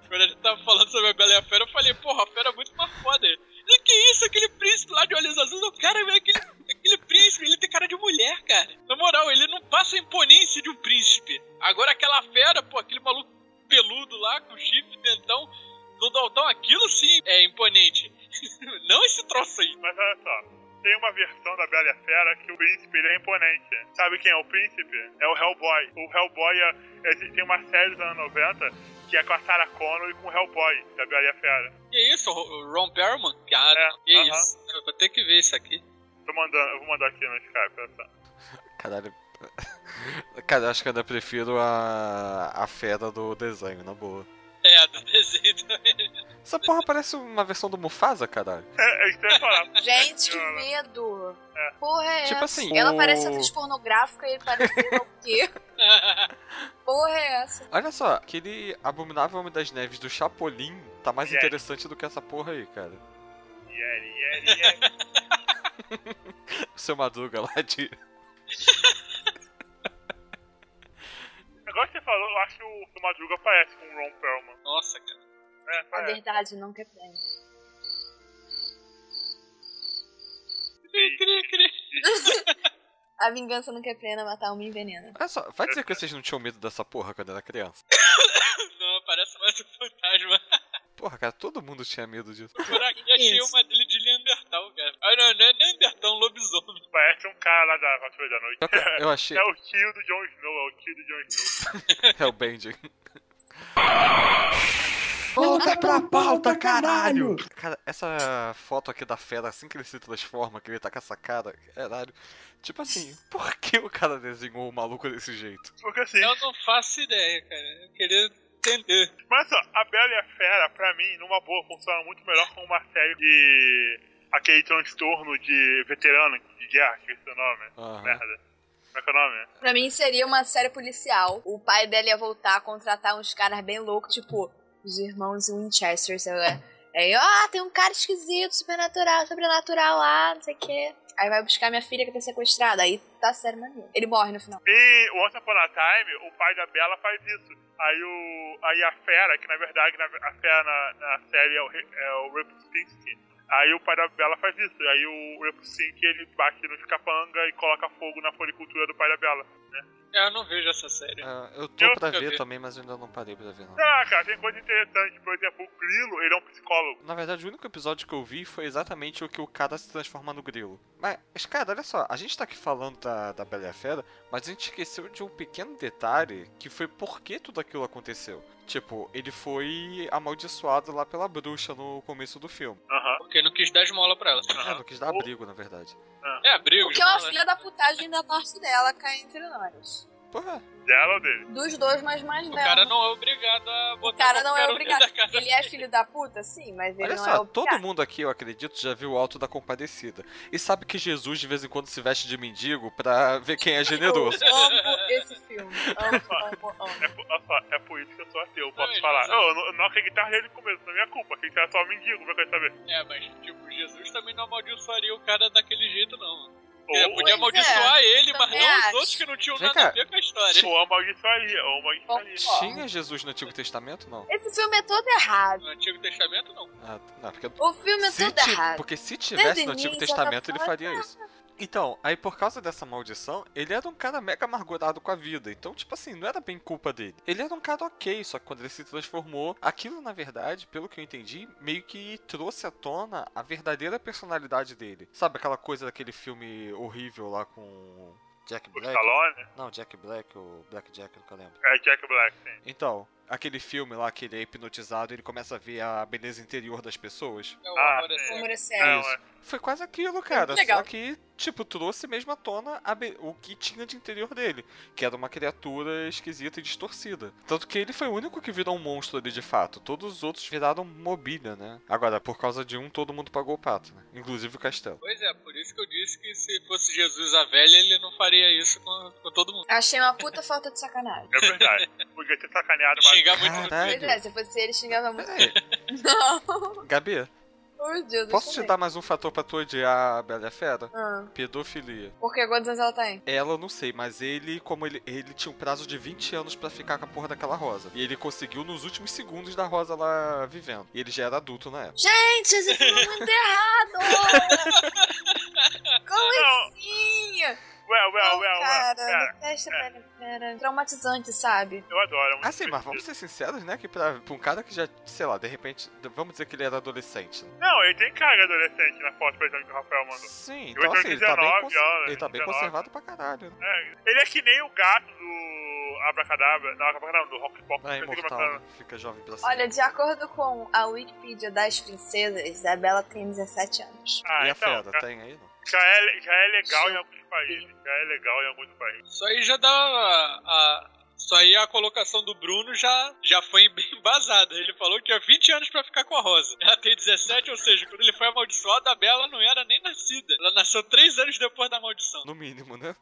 S2: Quando a gente tava falando sobre a Bela e a Fera, eu falei, porra, a Fera é muito mais foda. E que isso, aquele príncipe lá de olhos azuis, o cara, velho, aquele, aquele príncipe, ele tem cara de mulher, cara. Na moral, ele não passa a imponência de um príncipe. Agora aquela fera, pô, aquele maluco peludo lá, com chifre, dentão, todo altão, aquilo sim é imponente. *laughs* não esse troço aí.
S1: Mas olha só. Tem uma versão da Bela e a Fera que o príncipe ele é imponente. Sabe quem é o príncipe? É o Hellboy. O Hellboy é, é- tem uma série dos anos 90 que é com a Sarah Connor e com o Hellboy da Bela e a Fera.
S2: Que isso, o Ron Perlman? Cara,
S1: É,
S2: que
S1: aham.
S2: isso. Eu vou ter que ver isso aqui.
S1: Tô mandando, eu vou mandar aqui no Skype. olha só. *laughs*
S4: Caralho. Cara, eu acho que eu ainda prefiro a, a fera do desenho, na boa.
S2: É, do *laughs* desenho também.
S4: Essa porra parece uma versão do Mufasa, caralho.
S1: É, é isso que eu ia falar.
S3: *laughs* Gente, que
S1: Senhora.
S3: medo!
S1: É.
S3: Porra, é essa?
S4: Tipo assim,
S3: Ela
S4: o-
S3: parece atriz pornográfica e ele parece sei lá o quê? *laughs* Porra, é essa?
S4: Olha só, aquele abominável Homem das Neves do Chapolin tá mais
S1: Yes.
S4: interessante do que essa porra aí, cara.
S1: Yeah, yeah, yeah.
S4: O seu Madruga lá de.
S1: Agora que você falou, eu acho que o, que o Madruga parece com o Ron Perlman.
S2: *laughs* Nossa, cara.
S1: É,
S3: A
S1: parece.
S3: verdade nunca é plena.
S2: Cri, cri, cri.
S3: A vingança nunca é plena, matar uma envenena.
S4: Olha só, vai dizer que vocês não tinham medo dessa porra quando era criança.
S2: Não, parece mais um fantasma.
S4: Porra, cara, todo mundo tinha medo disso.
S2: Por aqui achei
S3: Isso.
S2: uma dele de Neandertal, cara. Ah, não, não é Neandertal, é um lobisomem.
S1: Parece um cara lá da Patrulha da Noite.
S4: Eu
S1: *laughs*
S4: achei.
S1: É o tio do Jon Snow, é o tio do Jon Snow.
S4: Hellbending.
S5: Volta pra pauta, caralho!
S4: Cara, essa foto aqui da fera, assim que ele se transforma, que ele tá com essa cara, caralho. Tipo assim, por que o cara desenhou o maluco desse jeito?
S1: Porque assim,
S2: Eu não faço ideia, cara. Eu queria entender.
S1: mas ó, a Bela e a Fera, pra mim, numa boa, funciona muito melhor como uma série de. aquele transtorno de veterano de guerra, que é o nome.
S4: Aham.
S1: Merda. Como é que é o nome?
S3: Pra mim seria uma série policial. O pai dela ia voltar a contratar uns caras bem loucos, tipo os irmãos Winchester, sei lá. Aí, ó, tem um cara esquisito, supernatural, sobrenatural lá, não sei o quê. Aí vai buscar minha filha que tá sequestrada. Aí tá sério, maneiro. Ele morre no final.
S1: E o Once Upon a Time, o pai da Bela faz isso. Aí o. Aí a fera, que na verdade na- a fera na, na série é o, Re- é o Repulsinski. Aí o pai da Bela faz isso. Aí o Repulsinski ele bate nos capanga e coloca fogo na floricultura do pai da Bela.
S2: Eu não vejo essa série.
S4: Ah, eu
S1: Eu
S4: tô pra
S2: quero
S4: ver
S2: ver.
S4: também, mas eu ainda não parei pra ver, não.
S1: Sei lá, cara, tem coisa interessante. Por exemplo, o Grilo, ele é um psicólogo.
S4: Na verdade, o único episódio que eu vi foi exatamente o que o cara se transforma no grilo. Mas, cara, olha só, a gente tá aqui falando da, da Bela e a Fera, mas a gente esqueceu de um pequeno detalhe que foi por que tudo aquilo aconteceu. Tipo, ele foi amaldiçoado lá pela bruxa no começo do filme.
S1: Aham.
S2: Porque não quis dar esmola pra ela.
S4: Ah, não quis dar abrigo, na verdade.
S2: É abrigo,
S3: O que é uma
S2: esmola.
S3: filha da putagem da parte dela cai entre nós.
S4: Porra,
S1: Dela ou dele?
S3: Dos dois, mas mais
S2: O
S3: dela.
S2: cara não é obrigado a
S3: O
S2: botar
S3: cara não
S2: qualquer
S3: é
S2: um
S3: obrigado.
S2: dentro da casa
S3: Ele é filho da puta, sim, mas ele
S4: olha
S3: não
S4: só,
S3: é obrigado.
S4: todo mundo aqui, eu acredito, já viu o Alto da Compadecida. E sabe que Jesus de vez em quando se veste de mendigo pra ver quem é generoso.
S3: Eu amo esse filme. Amo, amo, amo.
S1: É, por- olha só, é por isso que eu sou ateu, posso
S2: Não, ele
S1: falar.
S2: não sabe.
S1: Não, eu não- eu não acreditava nele no começo, não é minha culpa. Aquele cara só mendigo, como é que eu ia saber?
S2: É, mas, tipo, Jesus também não amaldiçoaria o cara daquele jeito, não. É,
S1: Ou,
S2: podia
S3: Pois
S2: amaldiçoar ele, mas
S3: também
S2: não os
S3: acho.
S2: outros que não tinham
S4: Vem
S2: nada
S4: cá.
S2: a ver com a história.
S1: é, ou amaldiçoaria, ou é amaldiçoaria.
S3: Ó.
S4: Tinha Jesus no Antigo Testamento, não?
S3: Esse filme é todo errado.
S2: No Antigo Testamento, não.
S4: Ah, não, porque
S3: O filme é
S4: Se
S3: todo
S4: ti-
S3: errado.
S4: Porque se
S3: Desde
S4: tivesse
S3: o
S4: no Antigo
S3: início, ela tá
S4: Testamento, ele
S3: fora.
S4: faria isso. Então, aí por causa dessa maldição, ele era um cara mega amargurado com a vida. Então, tipo assim, não era bem culpa dele. Ele era um cara ok, só que quando ele se transformou, aquilo, na verdade, pelo que eu entendi, meio que trouxe à tona a verdadeira personalidade dele. Sabe aquela coisa daquele filme horrível lá com. o Jack
S1: O
S4: Black?
S1: Stallone?
S4: Não, Jack Black, o Black Jack, nunca lembro.
S1: É Jack Black, sim.
S4: Então, aquele filme lá que ele é hipnotizado, ele começa a ver a beleza interior das pessoas.
S2: É o
S1: Ah,
S2: amor é cego.
S3: Número é
S1: Não,
S3: sério.
S1: é.
S4: Foi quase aquilo, cara.
S3: muito legal.
S4: Só que, tipo, trouxe mesmo à tona a be- o que tinha de interior dele. Que era uma criatura esquisita e distorcida. Tanto que ele foi o único que virou um monstro ali de fato. Todos os outros viraram mobília, né? Agora, por causa de um, todo mundo pagou o pato, né? Inclusive o castelo.
S2: Pois é, por isso que eu disse que se fosse Jesus a velha, ele não faria isso com, com todo mundo.
S3: Achei uma puta falta de sacanagem.
S1: É
S2: *laughs*
S1: verdade. Podia ter sacaneado, mas.
S2: Xingar muito no
S4: Caralho.
S3: Pois é, se fosse ele, xingava muito.
S4: Peraí,
S3: *laughs* Não.
S4: Gabi,
S3: Oh, Deus,
S4: posso
S3: deixa
S4: te
S3: eu
S4: dar mais um fator pra tu odiar a Bela e a Fera?
S3: ver. Ah,
S4: Pedofilia.
S3: porque quantos anos ela tem?
S4: Ela, eu não sei, mas ele, como ele, ele tinha um prazo de 20 anos pra ficar com a porra daquela rosa. E ele conseguiu nos últimos segundos da rosa lá vivendo. E ele já era adulto na época.
S3: Gente, esse filme é *laughs* muito errado! Como
S1: Não.
S3: assim?
S1: Well, well, well,
S3: Não,
S1: well.
S3: cara,
S1: Cara,
S3: detesta Bela e Fera. Traumatizante, sabe?
S1: eu adoro. é muito
S4: Ah, sim, mas vamos
S1: divertido.
S4: ser sinceros, né? Que pra, pra um cara que já, sei lá, de repente, d- vamos dizer que ele era adolescente. né?
S1: Não, ele tem cara de adolescente na foto, por exemplo, que o Rafael mandou.
S4: Sim,
S1: Eu
S4: então assim, ele tá bem,
S1: 19
S4: cons-
S1: anos,
S4: ele tá bem
S1: 19.
S4: conservado pra caralho. Né?
S1: É, ele é que nem o gato do Abracadabra. Não, Abracadabra, não, do Rock Pop.
S4: É
S1: Eu sei como
S4: imortal,
S1: que é
S4: né? fica jovem pra sempre.
S3: Olha, de acordo com a Wikipedia das princesas, Isabela tem 17 anos.
S1: que fala. Ah,
S4: e a
S1: então,
S4: é fera,
S1: já-
S4: tem aí, não?
S1: já é, já é legal em alguns países. Já é legal em alguns países.
S2: Isso aí já dá. A, a- isso aí a colocação do Bruno já, já foi *laughs* bem embasada. Ele falou que tinha 20 anos pra ficar com a Rosa. Ela tem 17, ou seja, quando ele foi amaldiçoado, a Bela não era nem nascida. Ela nasceu 3 anos depois da maldição. *laughs*
S4: No mínimo, né?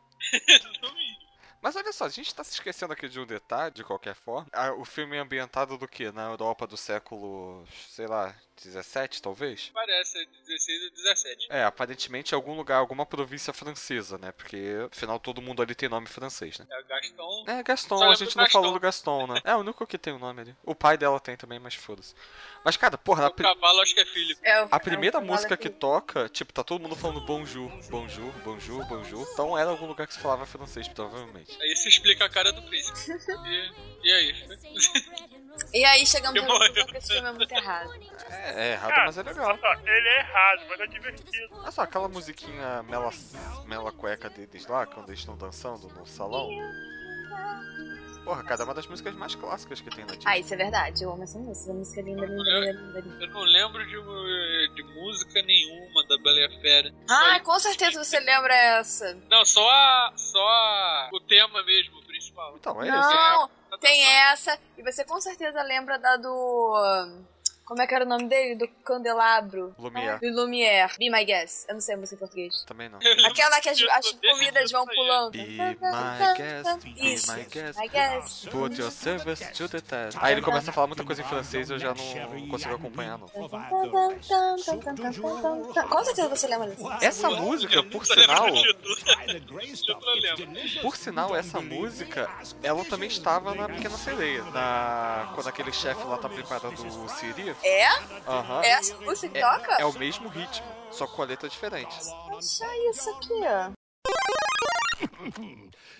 S2: No mínimo.
S4: Mas olha só, a gente tá se esquecendo aqui de um detalhe, de qualquer forma. Ah, o filme é ambientado do que? Na Europa do século, sei lá, 17 talvez?
S2: Parece 16 ou 17.
S4: É, aparentemente algum lugar, alguma província francesa, né? Porque afinal todo mundo ali tem nome francês, né?
S2: É o Gaston.
S4: É, Gaston,
S2: Só
S4: a
S2: lembro
S4: gente
S2: do
S4: não
S2: Gaston.
S4: falou do Gaston, né? É o único que tem o nome ali. O pai dela tem também, mas foda-se. Mas, cara, porra, na,
S2: O
S4: pri-
S2: cavalo acho que é Philip.
S3: É o-
S4: a
S3: é o
S4: primeira
S3: cavalo
S4: música que
S3: aqui.
S4: toca, tipo, tá todo mundo falando bonjour, bonjour, bonjour, bonjour. Então era algum lugar que se falava francês, provavelmente.
S2: Aí isso explica a cara do Príncipe. E, e aí?
S3: E aí chegamos à
S2: Demorou.
S3: conclusão que esse filme é muito errado.
S4: É, é errado,
S1: Cara,
S4: mas é legal.
S1: Olha só, ele é errado, mas é divertido.
S4: Olha só, aquela musiquinha mela, mela cueca deles lá, quando eles estão dançando no salão. Porra, cara, é uma das músicas mais clássicas que tem na Disney.
S3: Ah, isso é verdade. Eu amo essa música. Essa música é linda, linda, linda, linda, linda.
S2: Eu não lembro de, mu- de música nenhuma da Bela e a Fera.
S3: Ah, com certeza você lembra essa.
S2: Não, só a, só a, o tema mesmo, o principal.
S4: Então, é isso.
S3: Não, tem é, essa. E você com certeza lembra da do. Como é que era o nome dele? Do Candelabro.
S4: Lumière.
S3: Do Lumière. Be My Guest. Eu não sei a música em português.
S4: Também não.
S2: *laughs* Eu é. lembro
S3: Aquela que as,
S2: disso,
S3: as
S2: desse
S3: comidas
S2: dia
S3: vão
S2: saía.
S3: pulando.
S4: Be my guest, be
S3: Isso.
S4: my guest.
S3: My guest.
S4: Put your service to the test. Aí ele começa a falar muita coisa em francês e eu já não consigo acompanhar, não.
S3: Com certeza você lembra dessa.
S4: Essa música, por
S2: Só lembro
S4: sinal,
S2: do título.
S4: por sinal, essa música, ela também estava na Pequena Sereia. Na... Quando aquele chefe lá tá preparando o Siri,
S3: É?
S4: aham,
S3: É essa música que toca?
S4: é, é o mesmo ritmo, só com a letra diferente.
S3: Deixa isso aqui, ó.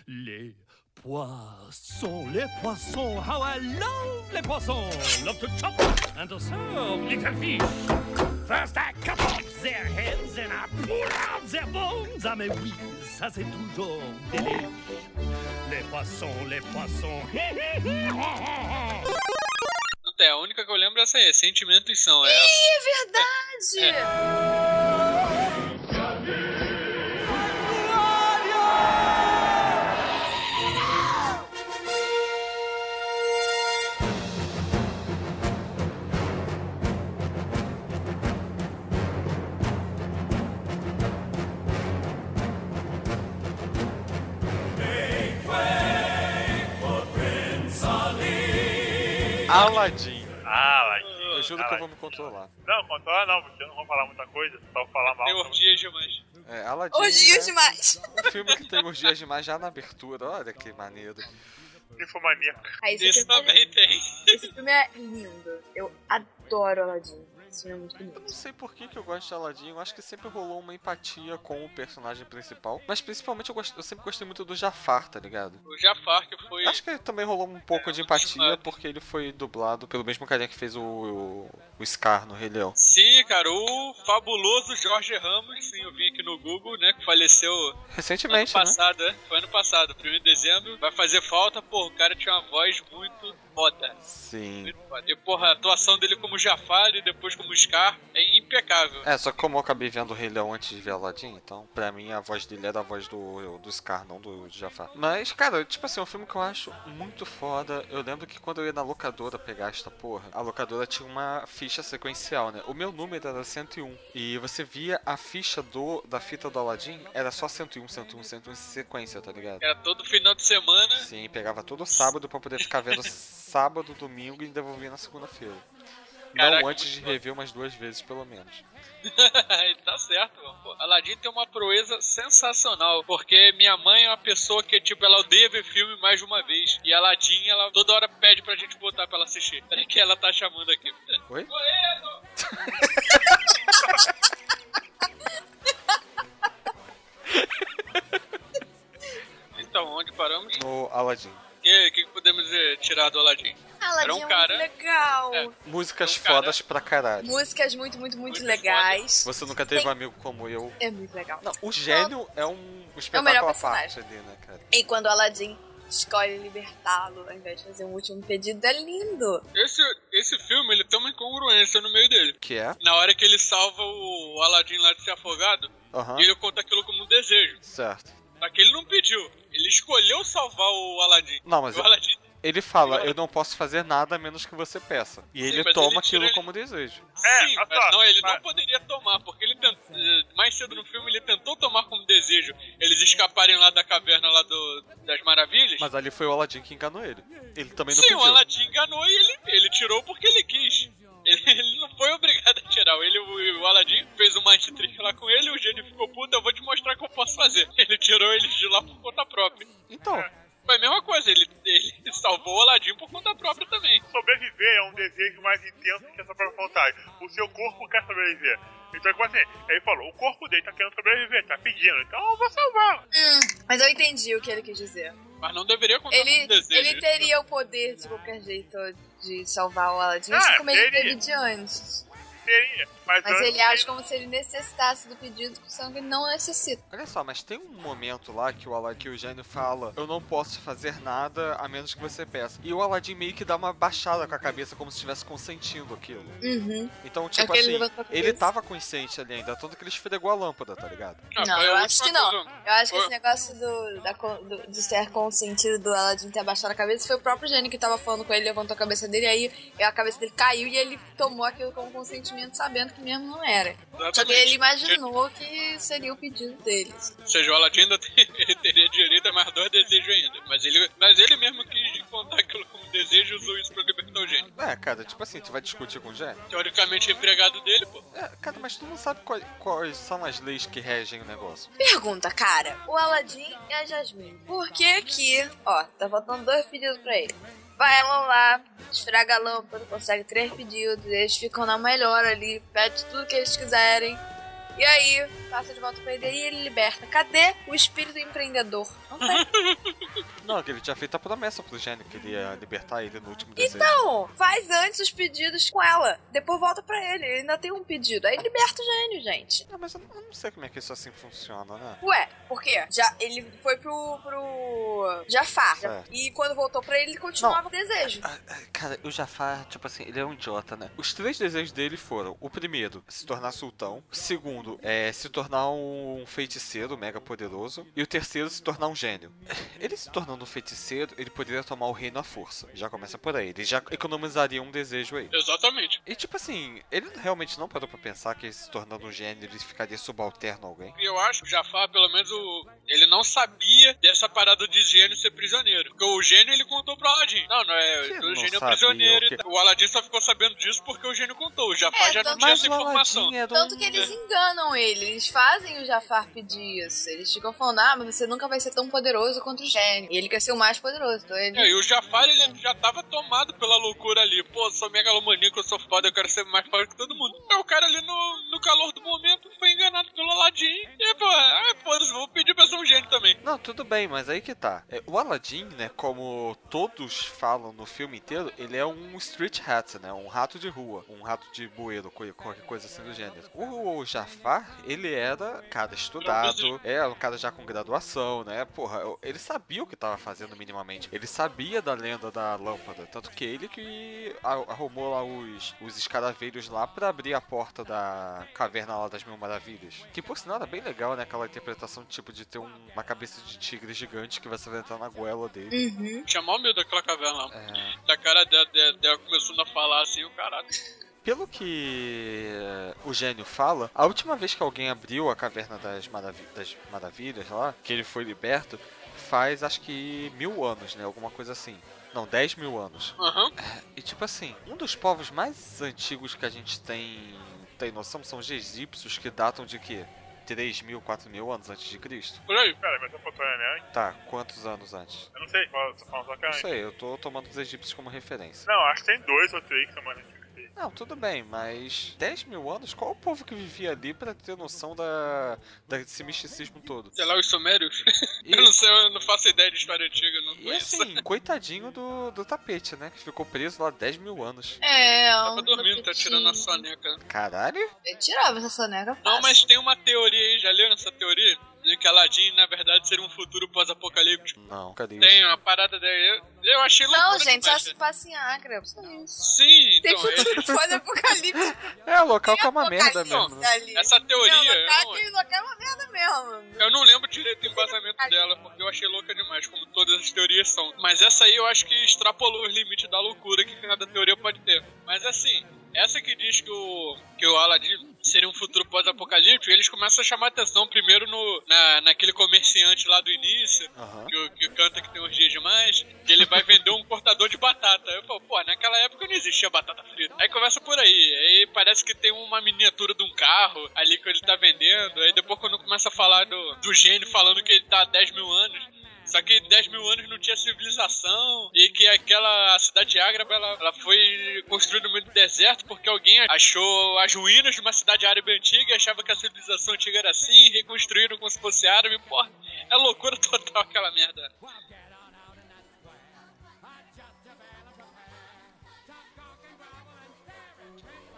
S6: Les poissons, les poissons, how I love les poissons! Love to chop and to serve little fish. First I cut off their heads and I pull out their bones. Ah mais oui, ça c'est toujours délire. Les poissons, les poissons.
S2: Não tem, a única que eu lembro é essa aí, Sentimentos São. É,
S3: Ih, é verdade!
S4: Aladdin.
S1: Ah, lá.
S4: Eu juro que eu vou me controlar.
S1: Não, controla não, porque eu não vou falar muita coisa, só falar mal.
S2: tem orgias demais.
S4: É, Aladdin.
S3: Hoje é
S4: né?
S3: demais!
S4: Um filme que tem orgias demais já na abertura, olha que maneiro.
S1: Ninfomaníaca.
S3: Aí você
S2: Esse
S3: tem
S2: também tem.
S3: Esse filme é lindo. Eu adoro Aladdin. Esse filme é muito
S4: Eu
S3: lindo.
S4: não sei por que, que eu gosto de Aladdin, eu acho que sempre rolou uma empatia com o personagem principal, mas principalmente eu, gosto- eu sempre gostei muito do Jafar, tá ligado?
S2: O Jafar, que foi.
S4: Eu Acho que também rolou um pouco de empatia
S2: claro.
S4: porque ele foi dublado pelo mesmo carinha que fez o, o, o Scar no Rei Leão.
S2: Sim, cara, o fabuloso Jorge Ramos, sim, eu vim aqui no Google, né, que faleceu ano
S4: Recentemente, né?
S2: passado, né? Foi ano passado, 1 de dezembro. Vai fazer falta, pô, o cara tinha uma voz muito foda.
S4: Sim.
S2: Muito foda. E, porra, a atuação dele como Jafar e depois como Scar é impecável.
S4: É, só que como eu acabei vendo o Rei Leão antes de ver Aladdin, então pra mim a voz dele era a voz do, do Scar, não do Jafar. Mas, cara, tipo assim, é um filme que eu acho muito foda. Eu lembro que quando eu ia na locadora pegar esta porra, a locadora tinha uma ficha sequencial, né? O meu número era 101. E você via a ficha do da fita do Aladdin, era só 101, 101, 101 sequência, tá ligado?
S2: Era É todo final de semana. *laughs*
S4: Sim, pegava todo sábado pra poder ficar vendo sábado, domingo e devolver na segunda-feira.
S2: Caraca,
S4: Não antes de rever umas duas vezes, pelo menos.
S2: E tá certo, mano. Pô, Aladdin tem uma proeza sensacional, porque minha mãe é uma pessoa que, tipo, ela odeia ver filme mais de uma vez. E Aladdin, ela toda hora pede pra gente botar pra ela assistir. *laughs* Peraí que ela tá chamando aqui. *laughs*
S4: Oi?
S2: Bueno! Então, onde paramos?
S4: No Aladdin.
S2: O que, que podemos eh, tirar do Aladdin? Era um
S3: Aladdin
S2: cara-
S3: é muito legal.
S2: É.
S4: Músicas
S2: Então, cara-
S4: fodas pra caralho.
S3: Músicas muito, muito, muito
S2: Muito
S3: legais.
S4: Você nunca teve um amigo como eu.
S3: É muito legal.
S4: Não, o gênio é um
S3: melhor
S4: espetáculo à parte
S3: personagem.
S4: ali, né, cara?
S3: E quando Aladdin escolhe libertá-lo ao invés de fazer um último pedido, é lindo.
S2: Esse, esse filme, ele tem uma incongruência no meio dele.
S4: Que é?
S2: Na hora que ele salva o Aladdin lá de ser afogado,
S4: Aham.
S2: ele conta aquilo como um desejo.
S4: Certo.
S2: Só que ele não pediu. Ele escolheu salvar o Aladdin.
S4: Não, mas
S2: o Aladdin,
S4: ele fala, eu não posso fazer nada a menos que você peça. E ele
S2: mas
S4: toma
S2: ele tira
S4: aquilo
S2: ele-
S4: como desejo.
S1: É,
S2: sim,
S1: olha
S2: mas
S1: só,
S2: não, ele
S1: mas-
S2: não poderia tomar, porque ele tent- eh, mais cedo no filme ele tentou tomar como desejo eles escaparem lá da caverna lá do, das maravilhas.
S4: Mas ali foi o Aladdin que enganou ele. Ele também não
S2: Sim, o
S4: pediu.
S2: Aladdin enganou e ele, ele tirou porque ele quis. Ele, ele não foi obrigado a tirar. Ele, o, o Aladdin fez uma mind trick lá com ele, o gênio ficou puto, eu vou te mostrar o que eu posso fazer. Ele tirou eles de lá por conta própria.
S4: Então,
S2: É. Foi a mesma coisa, ele, ele salvou o Aladdin por conta própria também.
S1: Sobreviver é um desejo mais intenso que a sua própria vontade. O seu corpo quer sobreviver. Então é como assim, ele falou, o corpo dele tá querendo sobreviver, tá pedindo, então eu vou salvar.
S3: Hum, mas eu entendi o que ele quis dizer.
S2: Mas não deveria contar
S3: Ele,
S2: como desejo.
S3: ele teria o poder de qualquer jeito de salvar o Aladdin,
S1: Ah,
S3: assim como ele
S1: teria. Então,
S3: teve de antes.
S1: Seria, mas,
S3: Mas
S1: antes
S3: ele age como se ele necessitasse do pedido, sendo que ele não necessita.
S4: olha só, mas tem um momento lá que o, Ala- que o gênio fala: Eu não posso fazer nada a menos que você peça. E o Aladdin meio que dá uma baixada com a cabeça, como se estivesse consentindo aquilo.
S3: Uhum.
S4: Então, tipo
S3: que ele
S4: assim,
S3: levantou a cabeça.
S4: ele tava consciente ali ainda, tanto que ele esfregou a lâmpada, tá ligado?
S2: Ah,
S3: Não,
S2: foi a
S3: eu acho
S2: última
S3: que não.
S2: coisa-
S3: Eu acho que
S2: Foi-
S3: esse negócio do, da co- do- de ser consentido do Aladdin ter abaixado a cabeça foi o próprio gênio que tava falando com ele, levantou a cabeça dele, aí a cabeça dele caiu e ele tomou aquilo como consentimento, sabendo que mesmo não era. Só que
S2: Exatamente.
S3: ele imaginou que seria o pedido deles.
S2: Ou seja, o Aladdin ainda *laughs* tem- ele teria direito a mais dois desejos ainda. Mas ele, mas ele mesmo quis contar aquilo como desejo e usou isso pra libertar o gênio.
S4: É, cara, tipo assim, tu vai discutir com o gênio?
S2: Teoricamente é empregado dele, pô.
S4: É, cara, mas tu não sabe qual- quais são as leis que regem o negócio.
S3: Pergunta, cara. O Aladdin e a Jasmine. Por que que... Ó, tá faltando dois pedidos pra ele. Vai ela lá, esfrega a lâmpada, consegue três pedidos, eles ficam na melhor ali, pede tudo que eles quiserem. E aí, passa de volta pra ele e ele liberta. Cadê o espírito empreendedor? Não tem.
S4: Não, que ele tinha feito a promessa pro gênio que ele ia libertar ele no último desejo.
S3: Então, faz antes os pedidos com ela, depois volta pra ele, ele ainda tem um pedido. Aí liberta o gênio, gente.
S4: Ah, mas eu não eu não sei como é que isso assim funciona, né?
S3: Ué, por quê? Já, ele foi pro, pro Jafar.
S4: Certo.
S3: E quando voltou pra ele, ele continuava o desejo.
S4: Ah, Cara, o Jafar, tipo assim, ele é um idiota, né? Os três desejos dele foram: o primeiro, se tornar sultão. O segundo, é se tornar um feiticeiro mega poderoso. E o terceiro, se tornar um gênio. *laughs* Ele se tornando um feiticeiro, ele poderia tomar o reino à força. Já começa por aí. Ele já economizaria um desejo aí.
S2: Exatamente.
S4: E tipo assim, ele realmente não parou pra pensar que se tornando um gênio ele ficaria subalterno a alguém.
S2: E eu acho que o Jafar, pelo menos, o- ele não sabia dessa parada de gênio ser prisioneiro. Porque o gênio ele contou pro Aladdin. Não, não é.
S4: Que
S2: o
S4: não
S2: gênio é
S4: sabia
S2: prisioneiro.
S4: o
S2: e
S4: quê?
S2: tal. O Aladdin só ficou sabendo disso porque o gênio contou. O Jafar
S3: É,
S2: já não
S3: tanto-
S2: tinha
S4: Mas
S2: essa
S4: o
S2: informação.
S4: então Aladdin era um...
S3: Tanto que eles enganam ele, eles fazem o Jafar pedir isso. Eles ficam falando, ah, mas você nunca vai ser tão poderoso quanto o gênio. E ele quer ser o mais poderoso. Então ele.
S2: É, e o Jafar ele já tava tomado pela loucura ali. Pô, eu sou megalomaníaco, eu sou foda, eu quero ser mais foda que todo mundo. Aí o cara ali no, no calor do momento foi enganado pelo Aladdin. E pô, ah, pô, vou pedir pra ser um gênio também.
S4: Não, tudo bem, mas aí que tá. É, O Aladdin, né, como todos falam no filme inteiro, ele é um street rat, né? Um rato de rua, um rato de bueiro, co- qualquer coisa assim do gênero. O Jafar, ele era um cara estudado, é um cara já com graduação, né? Porra, eu- ele sabia o que tava fazendo minimamente. Ele sabia da lenda da lâmpada, tanto que ele que a- arrumou lá os, os escaravelhos lá pra abrir a porta da caverna lá das Mil Maravilhas. Que por sinal era bem legal, né? Aquela interpretação tipo de ter um- uma cabeça de tigre gigante que vai se aventar na goela dele.
S3: Uhum.
S2: Tinha mal medo daquela caverna. lá.
S4: É,
S2: Da cara dela, dela, dela começando a falar assim, o caralho.
S4: Pelo que eh, o gênio fala, a última vez que alguém abriu a Caverna das, Maravi- das Maravilhas lá, que ele foi liberto, faz acho que mil anos, né? Alguma coisa assim. Não, dez mil anos.
S2: Aham.
S4: E tipo assim, um dos povos mais antigos que a gente tem, tem noção são os egípcios, que datam de quê? 3 mil, 4 mil anos antes de Cristo?
S2: Por aí.
S1: Pera, mas eu tô falando, né?
S4: Tá, quantos anos antes?
S1: Eu não sei, eu tô falando só que é
S4: Não
S1: antes.
S4: sei, eu tô tomando os egípcios como referência.
S1: Não, acho que tem dois ou três que são mais antigos.
S4: Não, tudo bem, mas 10 mil anos, qual o povo que vivia ali pra ter noção da, da- desse misticismo todo?
S2: Sei lá, os sumérios. *laughs*
S4: E,
S2: Eu não sei, eu não faço ideia de história antiga, eu não
S4: e
S2: conheço.
S4: assim, coitadinho do, do tapete, né? Que ficou preso lá 10 mil anos.
S3: É,
S2: Tava dormindo, tá tirando a soneca.
S4: Caralho?
S3: Eu tirava essa soneca.
S2: Não,
S3: fácil.
S2: mas tem uma teoria aí, já leram essa teoria? De que Aladdin, na verdade, seria um futuro pós-apocalíptico.
S4: Não, cadê isso?
S2: Tem uma parada daí. Eu, eu achei loucura.
S3: Não, gente, só
S2: demais,
S3: se
S2: né?
S3: passa em Acre. Só isso.
S2: Sim, *laughs*
S3: Tem
S2: então. é-
S3: *laughs* futuro pós-apocalipse.
S4: *laughs* É, o local que é
S3: tem
S4: uma
S2: um
S4: merda
S3: apocalipse
S4: mesmo. né?
S3: ali.
S2: Essa teoria, é
S3: Não, tá
S2: eu,
S3: não,
S2: não,
S3: Acre não quer uma merda mesmo.
S2: eu não lembro direito o embasamento dela, porque eu achei louca demais, como todas as teorias são. Mas essa aí eu acho que extrapolou os limites da loucura que cada teoria pode ter. Mas assim, essa que diz que o, que o Aladdin seria um futuro pós-apocalíptico, eles começam a chamar atenção primeiro no, na, naquele comerciante lá do início,
S4: Aham.
S2: que, o- que canta que tem uns dias demais, que ele vai vender um cortador de batata. Eu falo, pô, naquela época não existia batata frita. Aí começa por aí, aí parece que tem uma miniatura de um carro ali que ele tá vendendo, aí depois quando começa a falar do, do gênio falando que ele tá há 10 mil anos. Só que 10 mil anos não tinha civilização e que aquela cidade de Ágraba ela, ela foi construída no meio do deserto porque alguém achou as ruínas de uma cidade árabe antiga e achava que a civilização antiga era assim e reconstruíram como se fosse árabe. Porra, é loucura total aquela merda.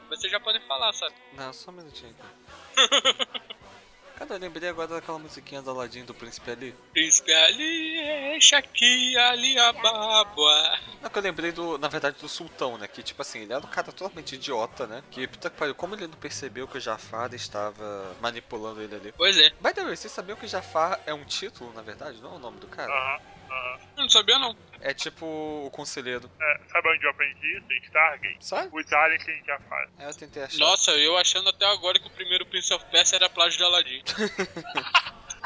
S2: Vocês já podem falar, sabe?
S4: Não, só um minutinho aqui.
S2: *laughs*
S4: Cara, eu lembrei agora daquela musiquinha do Aladdin do príncipe ali.
S2: Príncipe Ali, é Shaqui, Ali, Ababua.
S4: Não, que eu lembrei do, na verdade, do Sultão, né? Que tipo assim, ele era um cara totalmente idiota, né? Que puta que pariu, como ele não percebeu que o Jafar estava manipulando ele ali.
S2: Pois é,
S4: By the way, vocês sabiam que Jafar é um título, na verdade, não é o nome do cara?
S1: Aham, aham.
S2: não sabia não.
S4: É tipo o conselheiro.
S1: É, sabe onde eu aprendi isso? Em Stargate.
S4: Sabe?
S1: Os aliens que a gente já faz.
S4: É, eu tentei achar.
S2: Nossa, eu achando até agora que o primeiro Prince of Persia era plágio de Aladdin.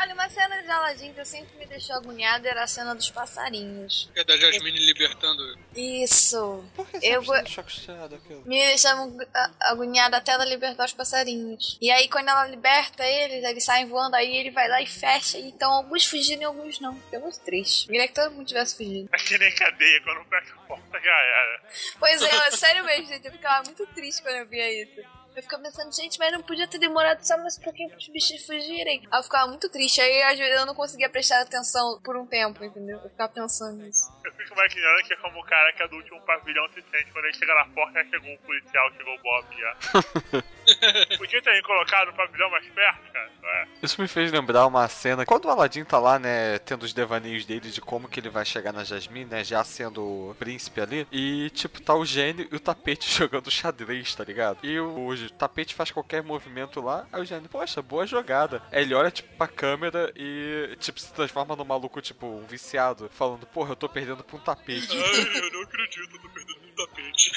S3: Olha, uma cena de Aladdin que eu sempre me deixou agoniada era a cena dos passarinhos.
S2: Que *laughs* é da Jasmine libertando.
S3: Isso.
S4: Por que
S3: Eu
S4: você
S3: vou-
S4: eu... chacoalhado aquilo?
S3: Me deixavam a- agoniada até ela libertar os passarinhos. E aí, quando ela liberta eles, eles saem voando, aí ele vai lá e fecha. Então, alguns fugiram e alguns não. Fiquei muito triste. Queria que todo mundo tivesse fugido.
S1: É que nem cadeia, quando fecha a porta já era.
S3: Pois é, é sério mesmo, gente. Eu ficava muito triste quando eu via isso. Eu ficava pensando, gente, mas não podia ter demorado só mais um pouquinho para os bichos fugirem. Aí eu ficava muito triste. Aí, às vezes, eu não conseguia prestar atenção por um tempo, entendeu? Eu ficava pensando nisso.
S1: Eu fico imaginando que é como o cara que é do último pavilhão se sente quando ele chega na porta, já chegou um policial, chegou o Bob
S2: *laughs*
S1: já. Podia ter colocado o pavilhão mais perto, cara. É.
S4: Isso me fez lembrar uma cena. Quando o Aladdin tá lá, né, tendo os devaneios dele de como que ele vai chegar na Jasmine, né, já sendo o príncipe ali. E, tipo, tá o gênio e o tapete *laughs* jogando xadrez, tá ligado? E o, o tapete faz qualquer movimento lá, aí o gênio, poxa, boa jogada. Aí ele olha, tipo, pra câmera e, tipo, se transforma num maluco, tipo, um viciado, falando, porra, eu tô perdendo pra um tapete.
S2: Ai, eu não acredito, eu tô perdendo um tapete.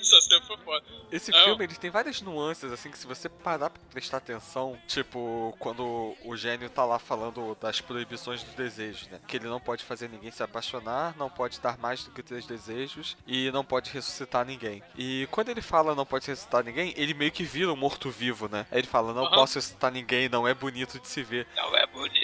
S2: Isso até foi foda.
S4: Esse
S2: Não.
S4: filme ele tem várias nuances, assim, que se você parar pra prestar atenção, tipo, quando o gênio tá lá falando das proibições dos desejos, né? Que ele não pode fazer ninguém se apaixonar, não pode dar mais do que três desejos e não pode ressuscitar ninguém. E quando ele fala não pode ressuscitar ninguém, ele meio que vira um morto-vivo, né? Aí ele fala, não
S2: Aham.
S4: posso ressuscitar ninguém, não é bonito de se ver.
S2: Não é bonito.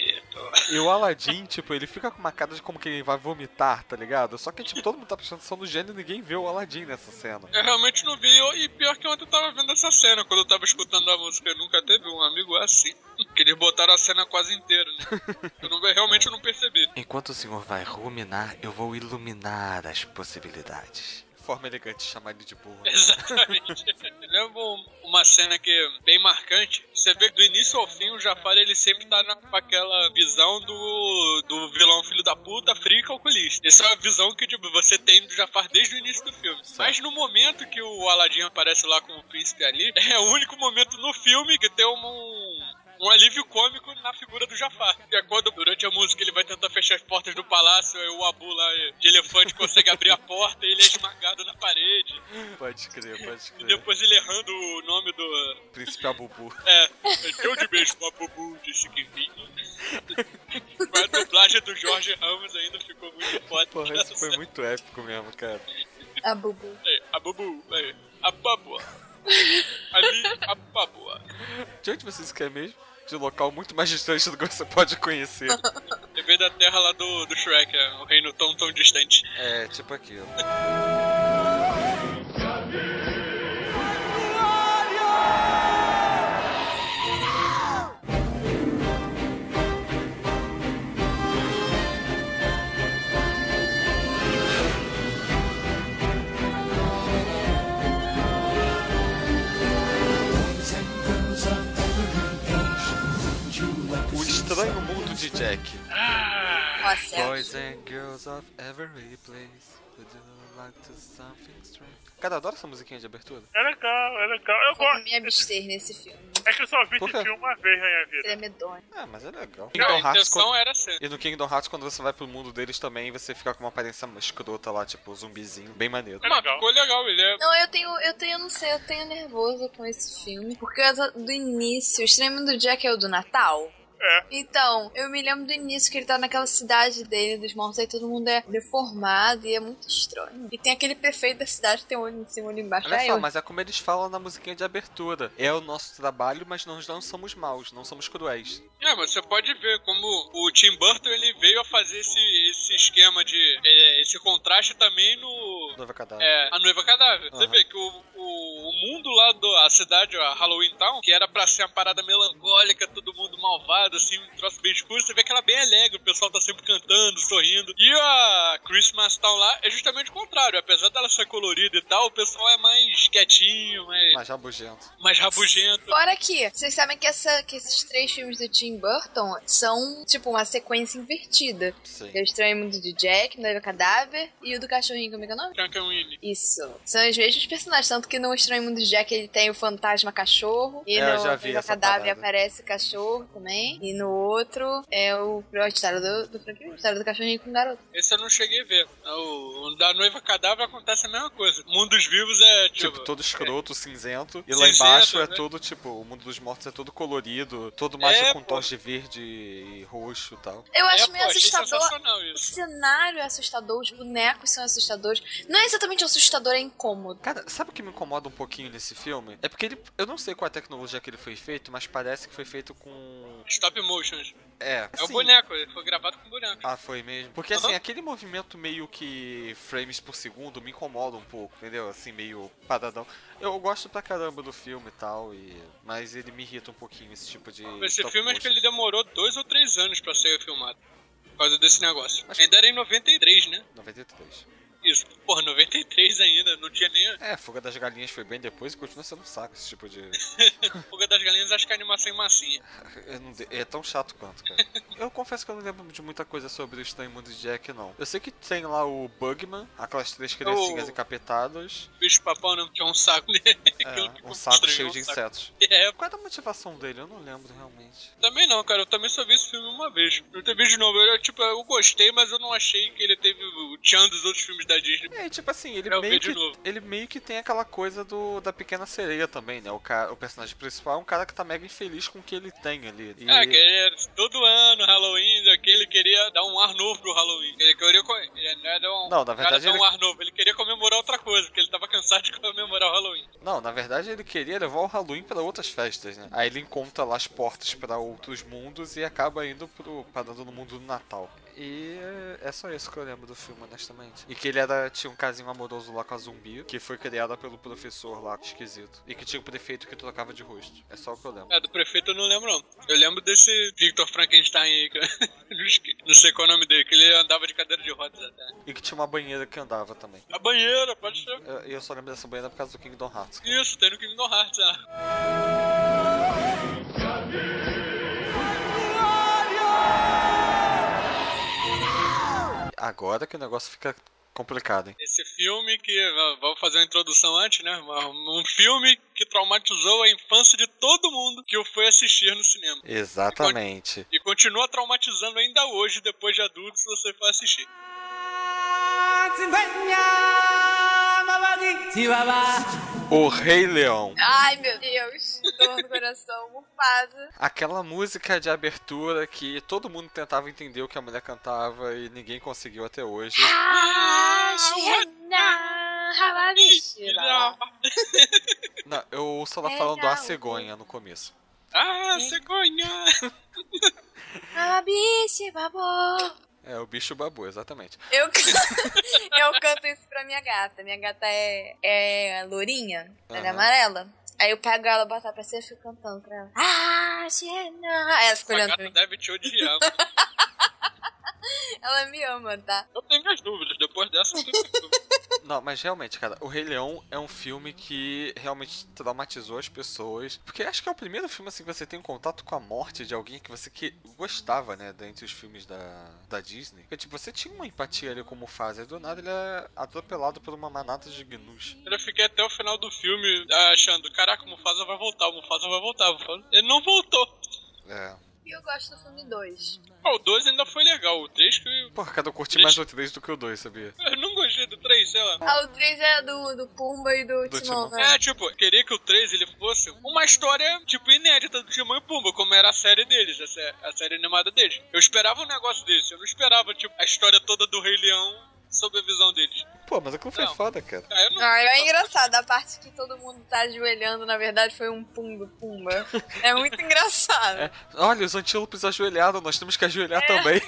S4: E o Aladdin, *laughs* tipo, ele fica com uma cara de como que ele vai vomitar, tá ligado? Só que, tipo, todo mundo tá prestando atenção no gênio e ninguém vê o Aladdin nessa cena.
S2: Eu realmente não vi, eu- e pior que ontem eu tava vendo essa cena, quando eu tava escutando a música, eu nunca teve um amigo assim. *laughs* Que eles botaram a cena quase inteira, *laughs* né? Eu não, realmente eu não percebi.
S4: Enquanto o senhor vai ruminar, eu vou iluminar as possibilidades. Forma elegante de chamar ele de burro.
S2: *laughs* Exatamente. Lembra um- uma cena que é bem marcante? Você vê que do início ao fim o Jafar ele sempre tá na, com aquela visão do, do vilão filho da puta, frio e calculista. Essa é uma visão que tipo, você tem do Jafar desde o início do filme. Mas no momento que o Aladdin aparece lá como príncipe ali, *laughs* é o único momento no filme que tem um. Um alívio cômico na figura do Jafar. Que é quando, durante a música, ele vai tentar fechar as portas do palácio, aí o Abu lá de elefante consegue abrir a porta e ele é esmagado na parede.
S4: Pode crer, pode
S2: E
S4: crer.
S2: depois ele errando o nome do.
S4: Príncipe Abubu.
S2: É, é eu de beijo pra Bubu, disse que vim. *laughs* Mas a dublagem do Jorge Ramos ainda ficou muito foda.
S4: Porra, isso foi muito épico mesmo, cara.
S3: A Bubu.
S2: É, A Bubu, é, a Babua. Ali, a Babua.
S4: De onde vocês querem mesmo? De local muito mais distante do que você pode conhecer.
S2: Ele veio da terra lá do, do Shrek, é, um reino tão, tão distante.
S4: É, tipo aquilo. O Estranho Mundo de Jack.
S3: Ó, Celso.
S4: é. and girls of every place. like to something strange. Cara, eu adoro essa musiquinha de abertura.
S1: É legal, é legal. Eu
S3: Vou me
S1: gosto.
S3: abster nesse filme.
S1: É que eu só vi
S4: Por
S1: esse
S4: quê?
S1: filme uma vez na minha vida.
S3: Seria medonho.
S4: Ah, mas é legal.
S2: Não, a
S4: Kingdom Hearts,
S2: intenção é-
S4: quando...
S2: era ser.
S4: E no Kingdom Hearts, quando você vai pro mundo deles também, você fica com uma aparência escrota lá, tipo zumbizinho, bem maneiro.
S1: É
S2: Mas
S1: legal.
S2: ficou legal, ele é.
S3: Não, eu tenho, eu tenho, não sei, eu tenho nervoso com esse filme. Porque eu tô- do início, o extremo do Jack é o do Natal.
S1: É.
S3: Então, eu me lembro do início que ele tá naquela cidade dele, dos mortos, aí todo mundo é deformado e é muito estranho. E tem aquele prefeito da cidade que tem um olho em cima e um olho embaixo.
S4: Olha
S3: Aí
S4: só,
S3: eu-
S4: mas é como eles falam na musiquinha de abertura. É o nosso trabalho, mas nós não somos maus, não somos cruéis.
S2: É, mas você pode ver como o Tim Burton ele veio a fazer esse, esse esquema de. é, esse contraste também no.
S4: Noiva Cadáver.
S2: É, a noiva cadáver. Você
S4: Aham.
S2: vê que o, o, o mundo lá do. A cidade, a Halloween Town, que era pra ser uma parada melancólica, todo mundo malvado, assim, um troço bem escuro, você vê que ela é bem alegre, o pessoal tá sempre cantando, sorrindo. E a Christmas Town lá é justamente o contrário. Apesar dela ser colorida e tal, o pessoal é mais quietinho, mais,
S4: Mas é rabugento.
S2: mais rabugento.
S3: Fora que, vocês sabem que, essa, que esses três filmes do Tim Burton são, tipo, uma sequência invertida.
S4: Sim.
S3: Que é o Estranho Mundo de Jack, Noiva Cadáver e o do Cachorrinho, como é que é o nome?
S2: Frankenweenie.
S3: Isso. São os mesmos personagens, tanto que no Estranho Mundo de Jack ele tem o fantasma cachorro. E
S4: É,
S3: no
S4: eu já vi
S3: Noiva
S4: essa
S3: Cadáver
S4: parada.
S3: aparece cachorro também. E no outro é o a história do, do Frank, a história do cachorrinho com o garoto.
S2: Esse eu não cheguei a ver. O, o da noiva cadáver acontece a mesma coisa. O mundo dos vivos é tipo.
S4: Tipo, todo escroto, cinzento. E lá
S2: Cinzento,
S4: embaixo é
S2: né?
S4: todo, tipo, o mundo dos mortos é todo colorido, todo mágico
S2: É,
S4: com
S2: pô.
S4: tons de verde e roxo e tal.
S3: Eu acho
S2: é,
S3: meio
S2: pô, achei
S3: assustador.
S2: sensacional
S3: O
S2: isso.
S3: cenário é assustador, os bonecos são assustadores. Não é exatamente assustador, é incômodo.
S4: Cara, sabe o que me incomoda um pouquinho nesse filme? É porque ele. Eu não sei qual a tecnologia que ele foi feito, mas parece que foi feito com.
S2: Stop motions.
S4: É.
S2: É o
S4: assim,
S2: boneco, ele foi gravado com boneco.
S4: Ah, foi mesmo. Porque
S2: Aham.
S4: assim, aquele movimento meio que frames por segundo me incomoda um pouco, entendeu? Assim, meio padadão. Eu gosto pra caramba do filme e tal, e... mas ele me irrita um pouquinho esse tipo de.
S2: Esse
S4: stop
S2: filme acho que
S4: motion.
S2: ele demorou dois ou três anos pra ser filmado. Por causa desse negócio.
S4: Acho-
S2: Ainda era em 93, né?
S4: 93.
S2: Isso. Porra, 93 ainda. Não tinha nem.
S4: É, Fuga das Galinhas foi bem depois e continua sendo um saco esse tipo de.
S2: Fuga das Galinhas, acho que a animação é massinha.
S4: Eu não de- É tão chato quanto, cara. eu confesso que eu não lembro de muita coisa sobre o Estranho Mundo de Jack, não. Eu sei que tem lá o Bugman, aquelas três criancinhas
S2: O-
S4: encapetadas,
S2: Bicho papão não, que é um saco. *laughs* né? Aquilo que
S4: é, um saco
S2: estranho,
S4: cheio
S2: um
S4: de
S2: saco.
S4: insetos.
S2: *laughs* É,
S4: Qual era a motivação dele? Eu não lembro realmente.
S2: Também não, cara. Eu também só vi esse filme uma vez. Não teve de novo. Eu, tipo, eu gostei, mas eu não achei que ele teve o tchan dos outros filmes da Disney.
S4: É, e tipo assim, ele
S2: Eu vi
S4: meio
S2: de
S4: que
S2: novo.
S4: ele meio que tem aquela coisa do da pequena sereia também, né? O cara, o personagem principal é um cara que tá mega infeliz com o que ele tem ali. E-
S2: É, que ele, todo ano, Halloween, aquele queria dar um ar novo pro Halloween. Ele queria co- ele não era um,
S4: Não, na
S2: cara
S4: verdade
S2: dar
S4: ele-
S2: um ar novo. Ele queria comemorar outra coisa, porque ele tava cansado de comemorar o Halloween.
S4: Não, na verdade ele queria levar o Halloween pra outras festas, né? Aí ele encontra lá as portas pra outros mundos e acaba indo pro parando no mundo do Natal. E é- é só isso que eu lembro do filme, honestamente. E que ele era tinha um casinho amoroso lá com a zumbi, que foi criada pelo professor lá, esquisito. E que tinha um prefeito que trocava de rosto. É só o que eu lembro.
S2: É, do prefeito eu não lembro, não. Eu lembro desse Victor Frankenstein aí, que eu *laughs* não esque- não sei qual é o nome dele, que ele andava de cadeira de rodas até.
S4: E que tinha uma banheira que andava também.
S2: A banheira, pode ser.
S4: Eu, eu só lembro dessa banheira por causa do Kingdom Hearts.
S2: Isso, tem no Kingdom Hearts, ah.
S4: Agora que o negócio fica complicado, hein?
S2: Esse filme que. Vamos fazer uma introdução antes, né? Um filme que traumatizou a infância de todo mundo que o foi assistir no cinema.
S4: Exatamente.
S2: E continua traumatizando ainda hoje, depois de adulto, se você for assistir.
S4: O Rei Leão.
S3: Ai, meu Deus. Dor no coração, mufada.
S4: Aquela música de abertura que todo mundo tentava entender o que a mulher cantava e ninguém conseguiu até hoje.
S3: Ah, Mentira.
S4: Não, eu ouço ela
S3: É,
S4: falando
S3: não.
S4: a cegonha no começo.
S2: Ah, cegonha!
S3: Ah, bicho, babô.
S4: É o bicho babu, exatamente.
S3: Eu, *laughs* can- eu canto isso pra minha gata. Minha gata é, é lourinha, ela é
S4: Aham.
S3: amarela. Aí eu pego ela, boto ela pra cima e fico cantando pra ela. Ah, Xena! Aí ela fica
S2: A
S3: olhando pra
S2: gata
S3: mim.
S2: deve te odiar.
S3: Ela me ama, tá?
S2: Eu tenho minhas dúvidas, depois dessa eu tenho minhas dúvidas.
S4: Não, mas realmente, cara, O Rei Leão é um filme que realmente traumatizou as pessoas. Porque acho que é o primeiro filme assim que você tem um contato com a morte de alguém que você que gostava, né? Dentre os filmes da, da Disney. Porque, tipo, você tinha uma empatia ali como faz, aí do nada ele é atropelado por uma manada de gnus.
S2: Eu fiquei até o final do filme ah, achando, caraca, o Mufasa vai voltar, o Mufasa vai voltar. o Mufasa- Ele não voltou.
S4: É.
S3: E eu gosto do filme 2.
S2: Ah, o 2 ainda foi legal, o 3 que...
S4: Porra, cara, eu curti mais o 3 do que o 2, sabia?
S2: Eu não gostei do 3, sei lá.
S3: Ah, o 3 é do, do Pumba e do,
S4: Do
S3: Timão,
S4: Timão.
S3: né?
S2: É, tipo, queria que o 3 ele fosse uma história, tipo, inédita do Timão e Pumba, como era a série deles, a, sé- a série animada deles. Eu esperava um negócio desse, eu não esperava, tipo, a história toda do Rei Leão sob a visão deles.
S4: Pô, mas aquilo foi
S2: Não.
S4: foda, cara.
S2: Ah, eu não...
S3: Ah, é engraçado. A parte que todo mundo tá ajoelhando, na verdade, foi um pumba, pumba. É muito engraçado.
S4: É, olha, os antílopes ajoelharam, nós temos que ajoelhar também.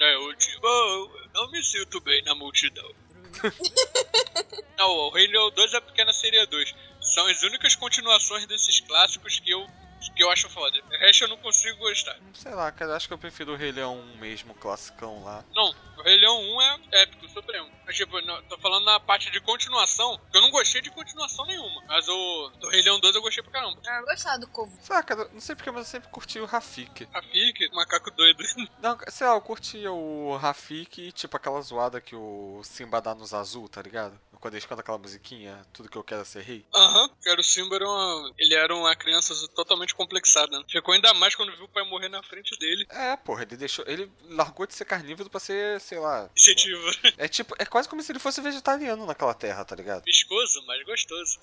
S2: É, eu, tipo, eu não me sinto bem na
S3: *laughs*
S2: multidão. não, o Rei Leão 2 e a Pequena Seria 2 são as únicas continuações desses clássicos que eu, que eu acho foda. O resto eu não consigo gostar.
S4: Sei lá, cara, acho que eu prefiro o Rei Leão mesmo, classicão lá.
S2: Não, o Rei Leão 1 é épico, supremo. Mas, tipo, não, tô falando na parte de continuação, que eu não gostei de continuação nenhuma. Mas o do Rei Leão 2 eu gostei pra caramba.
S3: Ah, eu gostava do Kovu.
S4: Sei lá, cara, não sei porque, mas eu sempre curti o Rafik.
S2: Rafik, macaco doido.
S4: Não, sei lá, eu curtia o Rafik e tipo aquela zoada que o Simba dá nos azul, tá ligado? Quando eles cantam aquela musiquinha, tudo que eu quero é ser rei.
S2: Aham, que era o Simba, era uma, ele era uma criança totalmente complexada. né? Ficou ainda mais quando viu o pai morrer na frente dele.
S4: É, porra, ele deixou. Ele largou de ser carnívoro pra ser, sei lá.
S2: Incentiva.
S4: É tipo, é quase como se ele fosse vegetariano naquela terra, tá ligado?
S2: Viscoso, mas gostoso.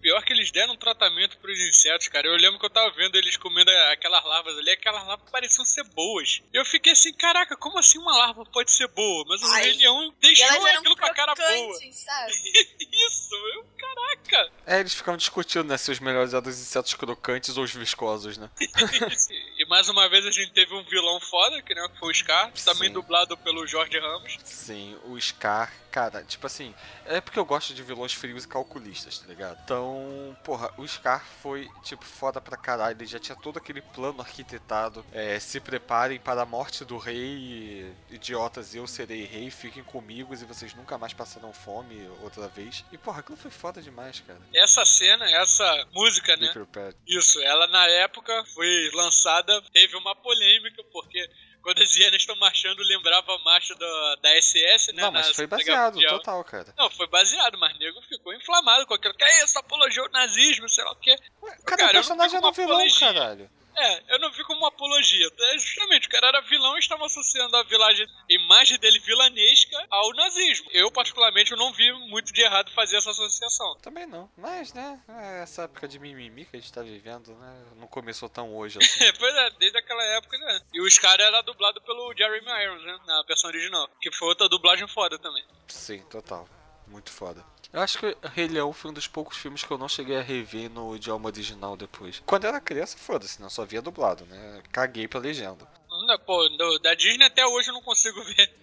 S2: Pior que eles deram um tratamento pros insetos, cara. Eu lembro que eu tava vendo eles comendo aquelas larvas ali, aquelas larvas pareciam ser boas. Eu fiquei assim, caraca, como assim uma larva pode ser boa? Mas o
S3: Ai.
S2: Rei Leão
S3: E
S2: deixou
S3: elas eram
S2: é aquilo com a cara boa.
S3: crocantes, sabe?
S2: Isso, eu, caraca.
S4: É, eles ficavam discutindo, né, se os melhores eram os insetos crocantes ou os
S2: *laughs*
S4: viscosos, né?
S2: e mais uma vez a gente teve um vilão foda, que né, foi o Scar, também
S4: Sim.
S2: dublado pelo Jorge Ramos.
S4: Sim, o Scar, cara, tipo assim, é porque eu gosto de vilões frios e calculistas, tá ligado? Então, porra, o Scar foi, tipo, foda pra caralho. Ele já tinha todo aquele plano arquitetado. É, se preparem para a morte do rei, idiotas, eu serei rei, fiquem comigo e vocês nunca mais passarão fome outra vez. E, porra, aquilo foi foda demais, cara.
S2: Essa cena, essa música, né?
S4: Be prepared.
S2: Isso, ela na época foi lançada, teve uma polêmica, porque quando as hienas estão marchando, lembrava a marcha da, da SS, né?
S4: Não,
S2: na
S4: mas foi
S2: Segunda
S4: baseado,
S2: Guerra Mundial.
S4: total, cara.
S2: Não, foi baseado, mas nego ficou inflamado com aquilo. Que é isso, apologia ao nazismo, sei lá o quê.
S4: Ué,
S2: Cara,
S4: cadê
S2: eu
S4: o
S2: não
S4: personagem
S2: fico com
S4: do vilão,
S2: apologia.
S4: caralho?
S2: É, eu não vi como uma apologia. É justamente, o cara era vilão e estava associando a vilagem, a imagem dele vilanesca ao nazismo. Eu, particularmente, eu não vi muito de errado fazer essa associação.
S4: Também não. Mas, né, é essa época de mimimi que a gente tá vivendo, né, não começou tão hoje assim.
S2: pois *laughs* é, desde aquela época, né? E os caras era dublado pelo Jeremy Irons, né? Na versão original. Que foi outra dublagem foda também.
S4: Sim, total. Muito foda. Eu acho que Rei Leão foi um dos poucos filmes que eu não cheguei a rever no idioma original depois. Quando eu era criança, foda-se, não só via dublado, né? Caguei pra legenda.
S2: Não, pô, do- da Disney até hoje eu não consigo *laughs* ver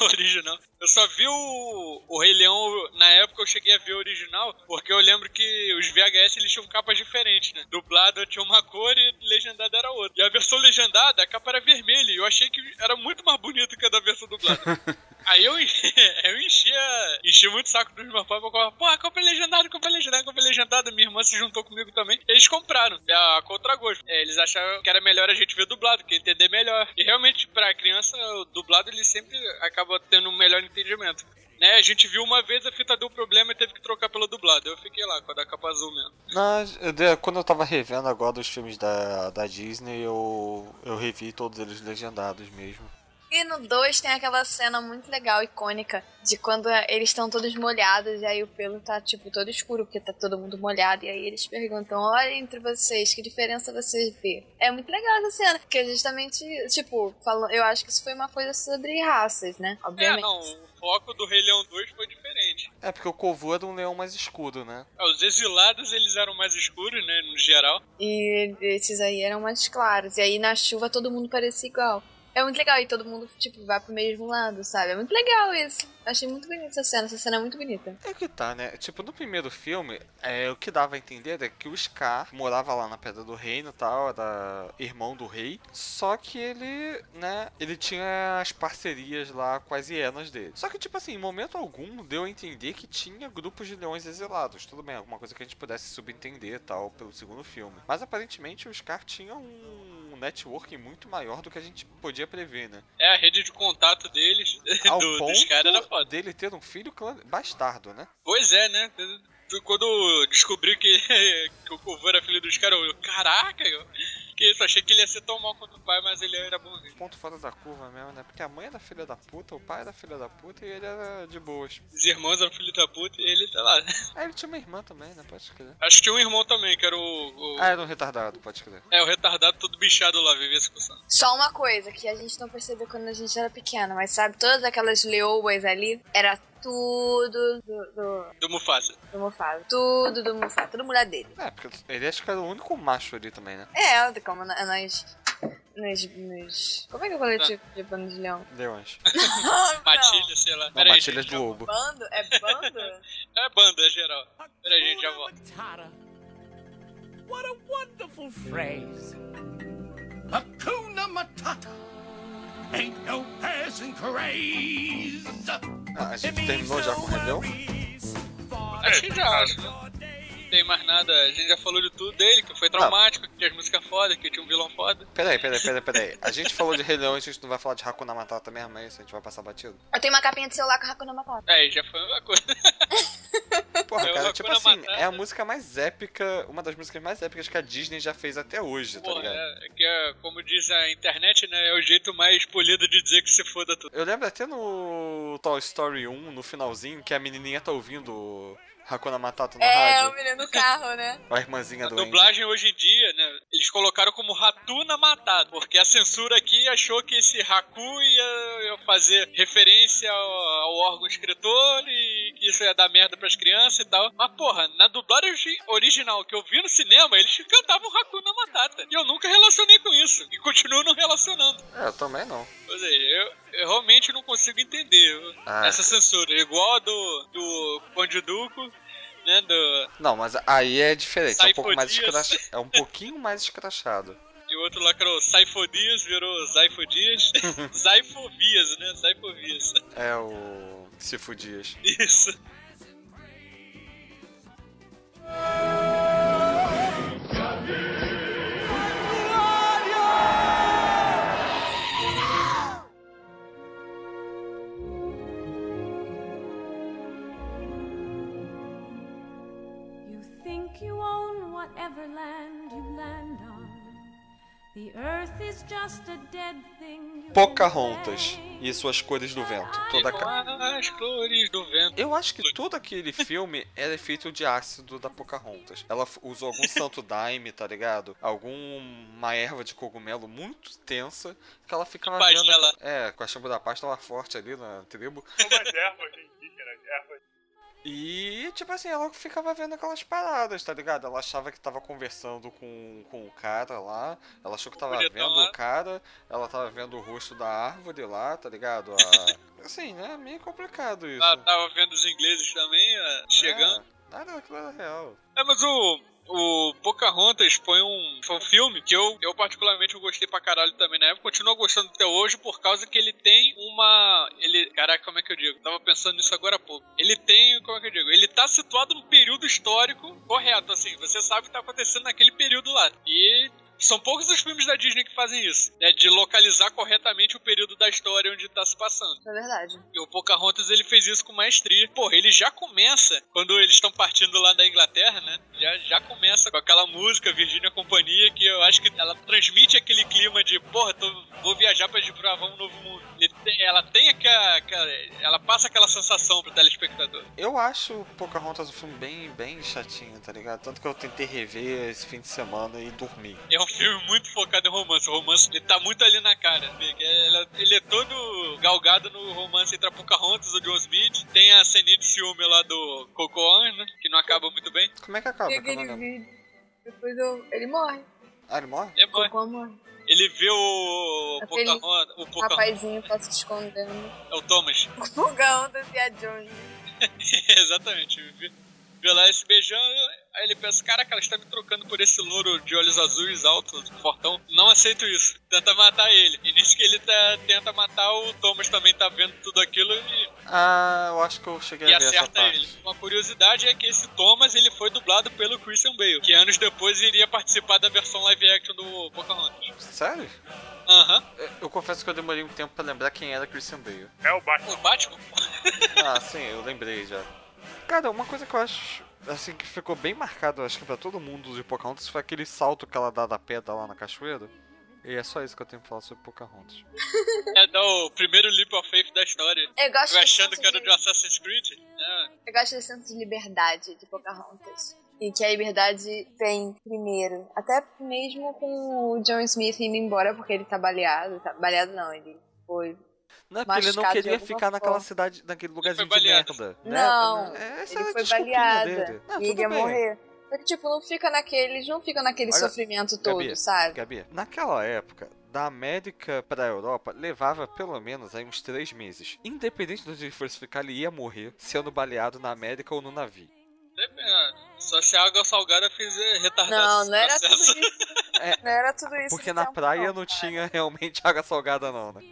S2: o original. Eu só vi o, o Rei Leão, na época eu cheguei a ver o original, porque eu lembro que os VHS eles tinham capas diferentes, né? Dublado tinha uma cor e legendado era outra. E a versão legendada, a capa era vermelha, e eu achei que era muito mais bonito que a da versão dublada. Aí eu, en- *laughs* eu enchia, enchia muito o saco dos meus pais, eu falava, porra, comprei legendário, comprei legendário, comprei legendário. Minha irmã se juntou comigo também. Eles compraram, a contragosto. É, Eles acharam que era melhor a gente ver dublado, que ia entender melhor. E realmente, pra criança, o dublado ele sempre acaba tendo um melhor entendimento. Né, a gente viu uma vez a fita deu problema e teve que trocar pela dublada. Eu fiquei lá com a da capa azul mesmo.
S4: Mas, eu dei- quando eu tava revendo agora os filmes da, da Disney, eu, eu revi todos eles legendados mesmo.
S3: E no 2 tem aquela cena muito legal, icônica, de quando é, eles estão todos molhados e aí o pelo tá, tipo, todo escuro, porque tá todo mundo molhado. E aí eles perguntam: olha entre vocês, que diferença vocês vê? É muito legal essa cena, porque é justamente, tipo, falam, eu acho que isso foi uma coisa sobre raças, né?
S2: É,
S3: Obviamente.
S2: não, o foco do Rei Leão 2 foi diferente.
S4: É porque o Kovu era um leão mais escuro, né?
S2: Ah, Os exilados eles eram mais escuros, né, no geral.
S3: E esses aí eram mais claros. E aí na chuva todo mundo parecia igual. É muito legal e todo mundo, tipo, vai pro mesmo lado, sabe? É muito legal isso. Eu achei muito bonita essa cena. Essa cena é muito bonita.
S4: É que tá, né? Tipo, no primeiro filme, é, o que dava a entender é que o Scar morava lá na Pedra do Reino e tal, era irmão do rei. Só que ele, né, ele tinha as parcerias lá com as hienas dele. Só que, tipo assim, em momento algum deu a entender que tinha grupos de leões exilados. Tudo bem, alguma coisa que a gente pudesse subentender e tal, pelo segundo filme. Mas aparentemente o Scar tinha um networking muito maior do que a gente podia prever, né?
S2: É, a rede de contato deles, *laughs*
S4: Ao
S2: do,
S4: ponto
S2: dos caras, era foda.
S4: dele ter um filho clan... bastardo, né?
S2: Pois é, né? Quando eu descobri que, *laughs* que o Kovu era filho dos caras, eu, caraca, eu, que isso, achei que ele ia ser tão mal quanto o pai, mas ele era né?" bonzinho.
S4: ponto fora da curva mesmo, né? Porque a mãe era filha da puta, o pai era filha da puta e ele era de boas.
S2: Os irmãos eram filho da puta e ele, sei lá. *laughs*
S4: Ah, ele tinha uma irmã também, né? Pode crer.
S2: Acho que um irmão também, que era o. o-
S4: Ah, era um retardado, pode crer.
S2: é, o retardado todo bichado lá, vivia se coçando.
S3: Só uma coisa que a gente não percebeu quando a gente era pequena, mas sabe, todas aquelas leoas ali era tudo do, do,
S2: Do Mufasa.
S3: do Mufasa. Tudo do Mufasa, tudo mulher dele.
S4: É, porque ele acho que era o único macho ali também, né?
S3: É, como na- nós. Nos, nos. Como é que é o coletivo de bando de leão?
S4: Leões.
S3: Ah, Não.
S2: Matilha, sei lá.
S4: Não,
S2: Peraí,
S4: Matilha
S2: gente,
S4: do
S2: já-
S4: é Lobo.
S3: Bando? É bando?
S2: É banda, é geral. Peraí, gente, já volto.
S6: Matata. What a wonderful phrase. Hakuna Matata. Ain't no passing craze.
S4: Ah, a gente terminou já com o Rei Leão?
S7: É,
S2: Acho que já, acho que não tem mais nada. A gente já falou de tudo dele, que foi traumático, que tinha as músicas foda, que tinha um vilão foda.
S4: Peraí, peraí, peraí, peraí. A gente falou de Rei Leão, a gente não vai falar de Hakuna Matata mesmo, é isso? A gente vai passar batido?
S3: *laughs* Eu tenho uma capinha de celular com Hakuna Matata.
S2: É, já foi uma coisa.
S4: Porra,
S2: É,
S4: cara,
S2: Hakuna
S4: tipo assim,
S2: Matata.
S4: é a música mais épica, uma das músicas mais épicas que a Disney já fez até hoje, tá
S2: Porra,
S4: ligado?
S2: é, é que é, como diz a internet, né? É o jeito mais polido de dizer que se foda tudo.
S4: Eu lembro até no Toy Story 1, no finalzinho, que a menininha tá ouvindo Hakuna Matata no
S3: É, o
S4: rádio.
S3: menino do carro, né?
S4: A irmãzinha
S2: A
S4: do Andy.
S2: dublagem hoje em dia, né? Eles colocaram como Ratuna Matata, porque a censura aqui achou que esse Raku ia, ia fazer referência ao, ao órgão escritor e que isso ia dar merda pras crianças e tal. Mas, porra, na dublagem original que eu vi no cinema, eles cantavam Ratuna Matata. E eu nunca relacionei com isso. E continuo não relacionando.
S4: É, eu também não.
S2: Ou seja, eu, eu realmente não consigo entender
S4: Ah.
S2: essa censura. Igual a do, do Conde Duco, né? Do,
S4: Não, mas aí é diferente, é um pouco mais
S2: Saifodias.
S4: escrachado. É um pouquinho mais escrachado.
S2: E o outro lá que era o Saifodias, virou
S4: *laughs*
S2: Zaifodias. Zaifovias, né? Zaifovias.
S4: É o. Se fudias.
S2: Isso.
S8: You think you own whatever land you land on. The earth is just a dead thing. you Oh,
S4: Pocahontas
S8: can
S4: e suas cores do vento.
S2: E
S4: Toda a
S2: com
S4: cara.
S2: as cores do vento.
S4: Eu acho que todo aquele filme era feito de ácido da Pocahontas. Ela f- usou algum santo daime, tá ligado? Alguma erva de cogumelo muito tensa que ela ficava
S2: Paz
S4: vendo.
S2: dela.
S4: É, com a chama da paz tava forte ali na tribo.
S1: Umas ervas indígenas, ervas.
S4: E, tipo assim, ela ficava vendo aquelas paradas, tá ligado? Ela achava que tava conversando com, com o cara lá, ela achou que tava
S2: bonitão
S4: vendo
S2: lá.
S4: o cara, ela tava vendo o rosto da árvore lá, tá ligado? A- *laughs* Assim, né? Meio complicado isso.
S2: Ah, tava vendo os ingleses também ah, chegando.
S4: É, nada daquilo era real.
S2: É, mas o, o Pocahontas foi um, foi um filme que eu, eu particularmente eu gostei pra caralho também na época. Continuo gostando até hoje por causa que ele tem uma... Ele, caraca, como é que eu digo? Tava pensando nisso agora há pouco. Ele tem, como é que eu digo? Ele tá situado no período histórico correto, assim. Você sabe o que tá acontecendo naquele período lá. E... São poucos os filmes da Disney que fazem isso, né? De localizar corretamente o período da história onde tá se passando.
S3: É verdade.
S2: E o Pocahontas ele fez isso com maestria. Porra, ele já começa, quando eles estão partindo lá da Inglaterra, né? Já, já começa com aquela música Virginia Companhia, que eu acho que ela transmite aquele clima de, porra, tô- vou viajar pra desbravar um novo mundo. Ele tem- ela tem aquela, aquela- Ela passa aquela sensação pro telespectador.
S4: Eu acho Pocahontas um filme bem, bem chatinho, tá ligado? Tanto que eu tentei rever esse fim de semana e dormi.
S2: É um filme muito focado em romance. O romance ele tá muito ali na cara. né? Ela- Ele é todo galgado no romance entre a Pocahontas e o John Smith. Tem a ceninha de ciúme lá do Cocoan, né? Que não acaba muito bem.
S4: Como é que acaba?
S3: E
S4: Que eu não
S3: aquele
S4: lembro.
S3: vídeo. Depois eu... ele morre.
S4: Ah, ele morre?
S2: É bom.
S3: Cocô morre.
S2: Ele vê o. o
S3: Aquele
S2: Pocahontas. O Pocahontas.
S3: Rapazinho tá se escondendo.
S2: É o Thomas. *laughs*
S3: O *laughs* fogão do Tia Jones.
S2: Exatamente. Vê, vê lá esse beijando, aí ele pensa, caraca, ela está me trocando por esse louro de olhos azuis, alto, fortão. Não aceito isso. Tenta matar ele. E nisso que ele tá, tenta matar, o Thomas também tá vendo tudo aquilo e,
S4: Ah, eu acho que eu cheguei
S2: e
S4: a ver essa
S2: acerta
S4: parte.
S2: ele. Uma curiosidade é que esse Thomas, ele foi dublado pelo Christian Bale, que anos depois iria participar da versão live action do Pocahontas.
S4: Sério?
S2: Aham.
S4: Eu- Eu confesso que eu demorei um tempo pra lembrar quem era Christian Bale.
S1: É o Batman.
S2: O Batman?
S4: *laughs* Ah, sim, eu lembrei já. Cara, uma coisa que eu acho, assim, que ficou bem marcado, acho que pra todo mundo de Pocahontas, foi aquele salto que ela dá da pedra lá na cachoeira. E é só isso que eu tenho pra falar sobre Pocahontas.
S2: é dá o primeiro leap of faith da história.
S3: Eu gosto
S2: Eu achando
S3: desse
S2: que era
S3: senso
S2: de Assassin's Creed? É.
S3: de- Eu gosto desse senso de liberdade de Pocahontas. E que a liberdade vem primeiro. Até mesmo com o John Smith indo embora porque ele tá baleado. Tá, baleado não, ele foi.
S4: Não, é porque ele não
S3: Machucado de
S4: queria
S3: alguma
S4: ficar naquela
S3: forma.
S4: cidade, naquele lugarzinho de
S2: baleado.
S4: merda. Né?
S3: Não,
S4: É, essa era
S3: ele
S4: a
S3: foi
S4: desculpinha
S3: baleado.
S4: dele. Não,
S3: e
S4: tudo
S3: ele ia
S4: bem.
S3: morrer. Só que, tipo, não fica naquele. Eles não ficam naquele
S4: Olha,
S3: sofrimento todo,
S4: Gabi,
S3: sabe?
S4: Gabi, naquela época, da América pra Europa, levava pelo menos aí uns três meses. Independente de onde ele fosse ficar, ele ia morrer sendo baleado na América ou no navio.
S2: Depende. é. Só se a água salgada fizer retardar
S3: Não,
S2: esse
S3: não era assim. tudo
S2: processo.
S3: *laughs* isso.
S4: *laughs* É,
S3: Não era tudo isso. é um
S4: Porque
S3: de
S4: na
S3: tempo,
S4: praia
S3: não.
S4: não tinha *laughs* realmente água salgada, não, né?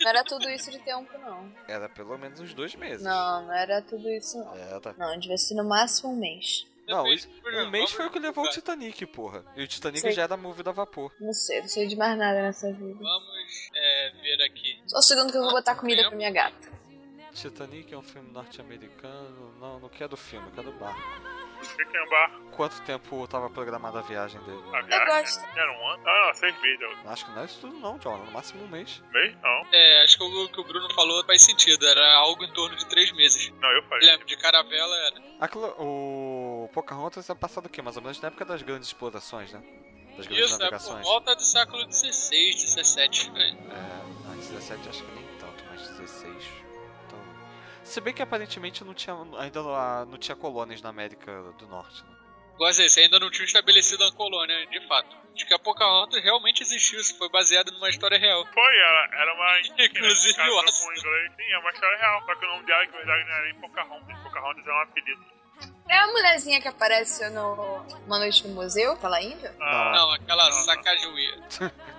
S3: Não era tudo isso de tempo,
S4: *laughs*
S3: não.
S4: Era pelo menos uns dois meses.
S3: Não, não era tudo isso, não.
S4: Era.
S3: Não, devia ser no máximo um mês.
S4: Não,
S2: Depende,
S4: isso,
S2: por exemplo,
S4: um mês
S2: vamos
S4: foi o que levou o
S2: julgar.
S4: Titanic, porra. E o Titanic
S3: Sei.
S4: já era movido a vapor.
S3: Não sei, não sei de mais nada nessa vida.
S2: *laughs* Vamos é, ver aqui.
S3: Só um segundo que eu vou botar comida pra minha gata.
S4: Titanic é um filme norte-americano. Não, não quero do filme, quero do barco.
S1: O que que é um barco?
S4: Quanto tempo tava programada a viagem dele?
S1: A viagem?
S3: gosto.
S1: Era um ano? Ah, não, seis meses. eu-
S4: Acho que não é isso tudo, não, John. No máximo um mês.
S1: Mês? Não.
S2: É, acho que o que o Bruno falou faz sentido. Era algo em torno de três meses.
S1: Não, eu falei.
S2: Lembro, de caravela era.
S4: Aquilo, o Pocahontas é passado o quê? Mais ou menos na época das grandes explorações, né? Das grandes
S2: Isso, é por
S4: navegações.
S2: volta do século XVI, XVII. né?
S4: É, antes 17 acho que nem tanto, mas 16. Então... Se bem que aparentemente não tinha, ainda não, ah, não tinha colônias na América do Norte. Né?
S2: *laughs* Quase isso, ainda não tinha estabelecido a colônia, de fato. De que a Pocahontas realmente existiu, isso foi baseado numa história real.
S1: Foi, ela era
S2: *laughs*
S1: uma indígena
S2: Inclusive,
S1: que casou
S2: eu acho.
S1: com um inglês. Sim, é uma história real. Só que o nome dela, que na verdade, não era nem Pocahontas. Pocahontas é um apelido.
S3: É a mulherzinha que aparece no Uma Noite no Museu, tá aquela índia?
S1: Ah,
S2: Não, aquela
S1: Não, não.
S2: sacajuí.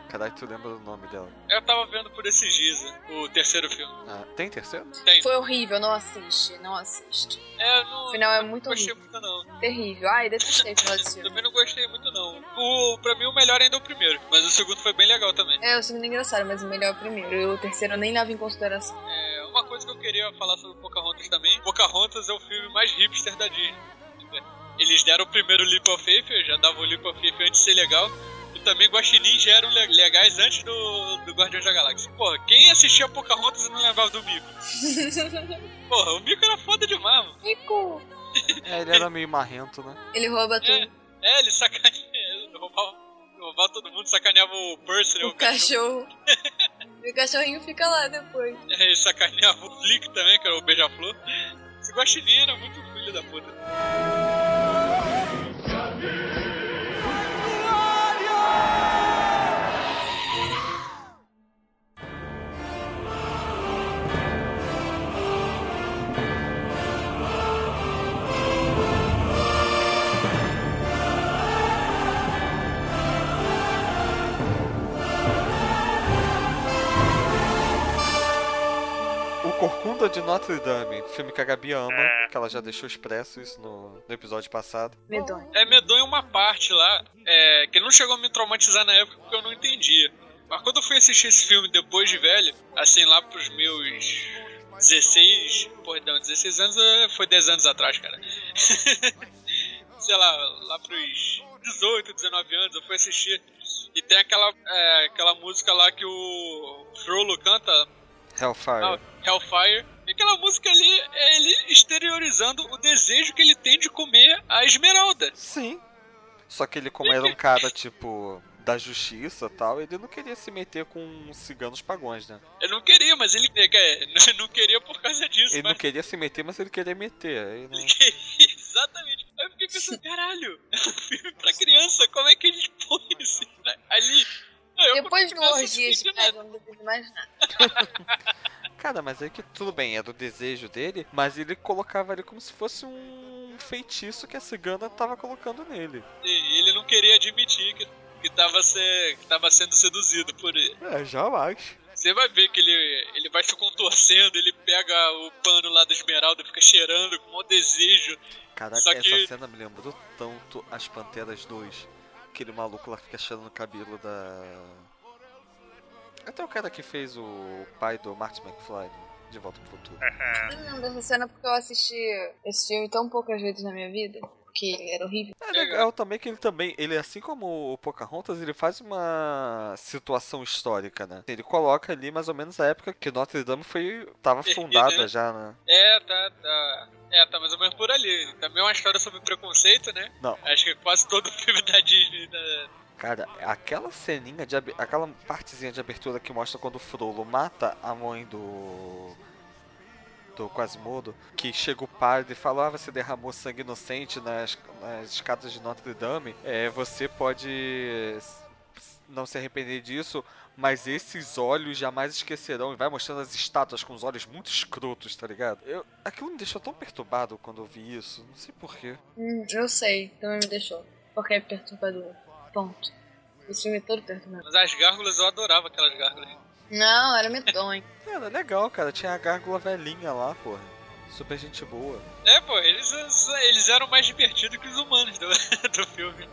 S4: Caralho, tu lembra do nome dela?
S2: Eu tava vendo por esses dias o terceiro filme.
S4: Ah, tem terceiro?
S2: Tem.
S3: Foi horrível, não assiste, não assiste.
S2: É, não,
S3: O final é
S2: não
S3: muito
S2: gostei
S3: horrível.
S2: muito, não.
S3: Terrível. Ai, detestei o final desse filme.
S2: Também não gostei muito, não. O, pra mim, o melhor ainda é o primeiro, mas o segundo foi bem legal também.
S3: É, o segundo é engraçado, mas o melhor é o primeiro. E o terceiro eu nem levo em consideração. *laughs*
S2: É, uma coisa que eu queria falar sobre Pocahontas também: Pocahontas é o filme mais hipster da Disney. Eles deram o primeiro Leap of Faith, eu já dava o Leap of Faith antes de ser legal. E também Guaxinins já eram le- legais antes do, do Guardiões da Galáxia. Porra, quem assistia Pocahontas e não lembrava do Mico? Porra, o Mico era foda demais, mano.
S3: Rico!
S4: É, ele era meio marrento, né?
S3: Ele rouba
S2: É,
S3: tudo.
S2: é ele *laughs* sacaneava, roubava, roubava todo mundo, sacaneava o Percy, né, *laughs*
S3: O cachorro. e o cachorrinho fica lá depois.
S2: É, e sacaneava o Flick também, que era o beija-flor. Esse guaxinim era muito filho da puta.
S4: O Corcunda de Notre Dame, filme que a Gabi ama,
S1: É.
S4: que ela já deixou expresso isso no, no episódio passado.
S3: Medonho.
S2: É medonho uma parte lá, é, que não chegou a me traumatizar na época porque eu não entendia. Mas quando eu fui assistir esse filme depois de velho, assim lá pros meus 16, perdão, 16 anos, é, foi 10 anos atrás, cara. *laughs* Sei lá, lá pros 18, 19 anos, eu fui assistir. E tem aquela, é, aquela música lá que o Frollo canta,
S4: Hellfire.
S2: Ah, Hellfire. E aquela música ali é ele exteriorizando o desejo que ele tem de comer a esmeralda.
S4: Sim. Só que ele, como era um cara, tipo, da justiça e tal, ele não queria se meter com uns ciganos pagões, né?
S2: Ele não queria, mas ele é, *laughs* não- não queria por causa disso.
S4: Ele não
S2: mas
S4: queria se meter, mas ele queria meter. Aí, né?
S2: queria, *laughs* exatamente. Aí eu fiquei *laughs* pensando, né?" caralho, é um filme pra criança, como é que eles põem isso pra- ali? Ah, eu
S3: Depois né?" do
S2: porque criança
S3: orgia de
S2: não
S3: pé,
S2: entende
S3: não duvido mais nada.
S4: Cara, mas é que tudo bem, era o desejo dele, mas ele colocava ali como se fosse um feitiço que a cigana tava colocando nele.
S2: nada. E ele não queria admitir que, que, tava, se- que tava sendo seduzido por ele.
S4: É, jamais.
S2: Você vai ver que ele, ele vai se contorcendo, ele pega o pano lá da esmeralda e fica cheirando com o desejo.
S4: Caraca,
S2: Só que-
S4: essa cena me lembrou tanto as Panteras 2. Aquele maluco lá que fica cheirando o cabelo da. Até o cara que fez o pai do Martin McFly no de Volta pro Futuro.
S2: É,
S3: Eu não lembro dessa cena é porque eu assisti esse filme tão poucas vezes na minha vida. Que ele era horrível.
S4: É legal também que ele também, ele assim como o Pocahontas, ele faz uma situação histórica, né? Ele coloca ali mais ou menos a época que Notre Dame foi
S2: *laughs*
S4: tava
S2: Uhum.
S4: fundada já, né?
S2: É, tá, tá. É, tá mais ou menos por ali. Também é uma história sobre preconceito, né?
S4: Não.
S2: Acho que quase todo *laughs* filme da Disney. né?
S4: Cara, aquela ceninha de ab- aquela partezinha de abertura que mostra quando o Frollo mata a mãe do do Quasimodo, que chega o padre e fala: "Ah, você derramou sangue inocente nas, nas escadas de Notre Dame. É, você pode s- s- não se arrepender disso, mas esses olhos jamais esquecerão." E vai mostrando as estátuas com os olhos muito escrotos, tá ligado? Eu, aquilo me deixou tão perturbado quando eu vi isso, não sei porquê.
S3: Hum, eu sei, também me deixou. Porque é perturbador. Ponto. Esse filme é todo perturbador.
S2: Mas as gárgulas, eu adorava aquelas gárgulas.
S3: Não, era medonho.
S4: Era legal, cara. Tinha a gárgula velhinha lá, porra. Super gente boa.
S2: É, pô, eles, eles eram mais divertidos que os humanos do, *laughs* do filme.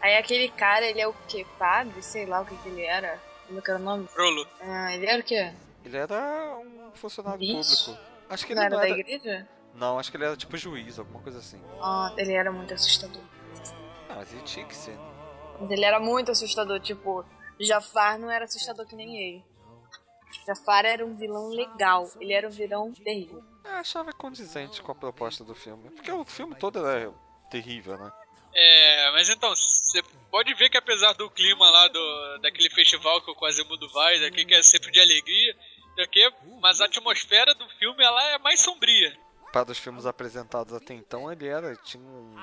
S3: Aí aquele cara, ele é o quê? Padre? Sei lá o que, que ele era. Como é que era o nome?
S2: Frollo.
S3: Ah, ele era o quê?
S4: Ele era um funcionário
S3: Bicho.
S4: público. Acho que
S3: Não era
S4: ele não
S3: da
S4: era.
S3: igreja?
S4: Não, acho que ele era tipo juiz, alguma coisa assim.
S3: Ah, ele era muito assustador.
S4: Ah, mas ele tinha que ser. né?
S3: Mas ele era muito assustador, tipo, Jafar não era assustador que nem ele. Jafar era um vilão legal, ele era um vilão terrível.
S4: Eu achava condizente com a proposta do filme. Porque o filme todo era terrível, né?
S2: É, mas então, você pode ver que apesar do clima lá do, daquele festival que o Quasimodo vai, daqui que é sempre de alegria, daqui, mas a atmosfera do filme ela é mais sombria.
S4: Para os filmes apresentados até então, ele era. tinha um.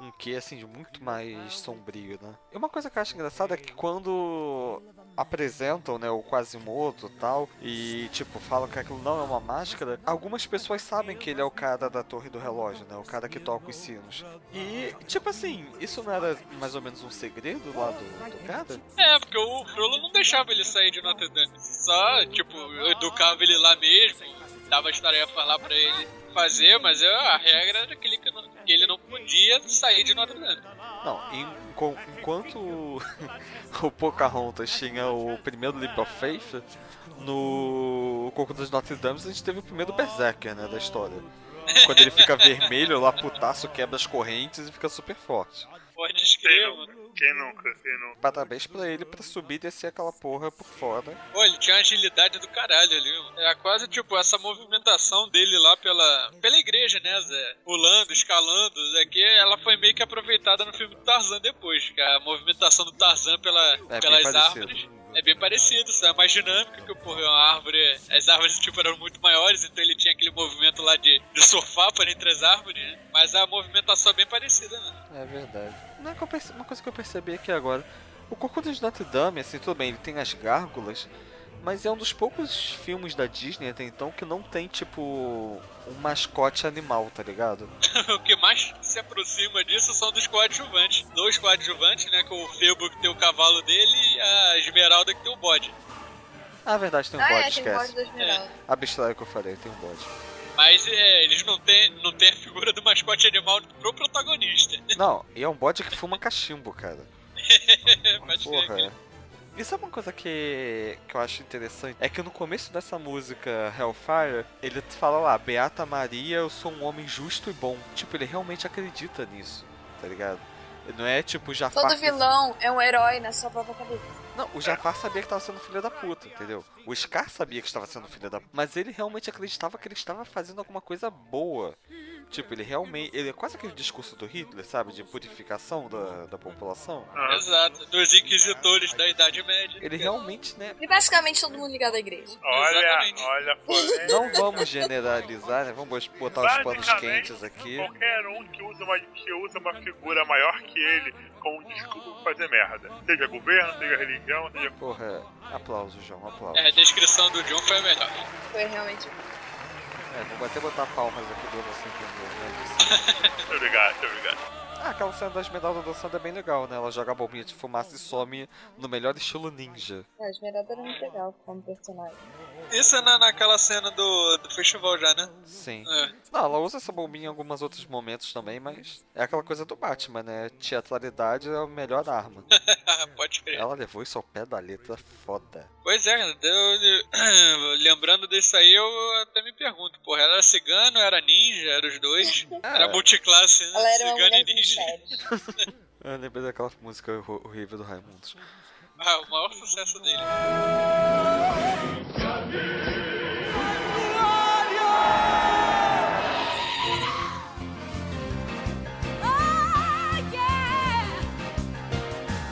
S4: um quê assim de muito mais sombrio, né? E uma coisa que eu acho engraçada é que quando apresentam, né, o Quasimodo e tal, e tipo, falam que aquilo não é uma máscara, algumas pessoas sabem que ele é o cara da torre do relógio, né? O cara que toca os sinos. E, tipo assim, isso não era mais ou menos um segredo lá do, do cara?
S2: É, porque o Frollo não deixava ele sair de Notre Dame, só, tipo, eu educava ele lá mesmo, dava as tarefas lá pra ele fazer, mas eu- a regra era aquele que, não- que ele não podia sair de Notre Dame.
S4: Não, em- com- enquanto *laughs* o- o Pocahontas tinha o primeiro Leap of Faith, no Coco das Notre Dame a gente teve o primeiro Berserker, né, da história. Quando ele fica vermelho, lá putaço, quebra as correntes e fica super forte.
S2: Pode
S1: Quem
S2: escrever, mano.
S1: nunca? Quem nunca? Quem nunca?
S4: Parabéns pra ele pra subir e descer aquela porra por fora.
S2: Pô, ele tinha uma agilidade do caralho ali. mano. Era quase tipo essa movimentação dele lá pela, pela igreja, né, Zé? Pulando, escalando. É que ela foi meio que aproveitada no filme do Tarzan depois. Que a movimentação do Tarzan pela,
S4: É bem
S2: pelas
S4: parecido.
S2: árvores é bem parecido, só é mais dinâmico que porra, é uma árvore. As árvores *laughs* tipo, eram muito maiores, então ele tinha aquele movimento lá de, de surfar por entre as árvores, né? Mas a movimentação é bem parecida, né?
S4: É verdade. Não é que eu perce- Uma coisa que eu percebi aqui agora. O Cocô de Notre Dame, assim, tudo bem, ele tem as gárgulas, mas é um dos poucos filmes da Disney até então que não tem, tipo, um mascote animal, tá ligado?
S2: É o que mais se aproxima disso são dos coadjuvantes. Dois coadjuvantes, né? Com o Febo que tem o cavalo dele e a Esmeralda que tem o bode.
S4: Ah, verdade, tem um
S3: ah,
S4: bode,
S3: é, tem
S4: esquece.
S3: voz da Esmeralda.
S4: A besteira que eu falei, tem um bode.
S2: Mas é, eles não têm não tem a figura do mascote animal pro protagonista. *laughs*
S4: Não, e é um bode que fuma cachimbo, cara.
S2: Mas tem
S4: Porra.
S2: aquele-
S4: Isso é uma coisa que, que eu acho interessante. É que no começo dessa música, Hellfire, ele fala lá, Beata Maria, eu sou um homem justo e bom. Tipo, ele realmente acredita nisso, tá ligado? Não é tipo o Jafar.
S3: Todo
S4: que-
S3: vilão é um herói na sua própria cabeça.
S4: Não, o Jafar sabia que estava sendo filho da puta, entendeu? O Scar sabia que estava sendo filho da puta. Mas ele realmente acreditava que ele estava fazendo alguma coisa boa. Tipo, ele realmente. Ele é quase aquele discurso do Hitler, sabe? De purificação da, da população.
S1: Ah,
S2: Exato, dos inquisitores da Idade Média.
S4: Ele realmente, né?
S3: E basicamente todo mundo ligado à igreja.
S1: olha,
S2: Exatamente.
S1: *laughs* olha, polêmica.
S4: Não vamos generalizar, né? Vamos botar os panos
S1: Basicamente,
S4: quentes aqui.
S1: Qualquer um que usa, uma, que usa uma figura maior que ele com desculpa pra fazer merda. Seja governo, seja religião, seja.
S4: Porra, aplauso, João, aplauso.
S2: É, a descrição do John foi a melhor.
S3: Foi realmente.
S4: É, vou até botar palmas aqui do você entender, né?
S1: Muito obrigado, muito obrigado.
S4: Ah, aquela cena das medalhas dançando é bem legal, né? Ela joga a bombinha de fumaça e some no melhor estilo ninja.
S3: A Esmeralda era muito legal como personagem.
S2: Isso é na, naquela cena do, do festival já, né?
S4: Sim.
S2: É.
S4: Não, ela usa essa bombinha em alguns outros momentos também, mas é aquela coisa do Batman, né? Teatralidade é a melhor arma.
S2: *laughs* Pode crer.
S4: Ela levou isso ao pé da letra foda.
S2: Pois é, eu- *clears throat* lembrando disso aí, eu até me pergunto, porra, ela era cigano, era ninja, era os dois? Era multiclasse, né?
S3: Ah. Ela era uma
S2: cigano
S3: mulher
S2: e
S3: de
S2: ninja.
S3: mistérios.
S4: Eu lembrei daquela música horr- horrível do Raimundos.
S2: *laughs* Ah, o maior sucesso dele.
S8: Oh, yeah.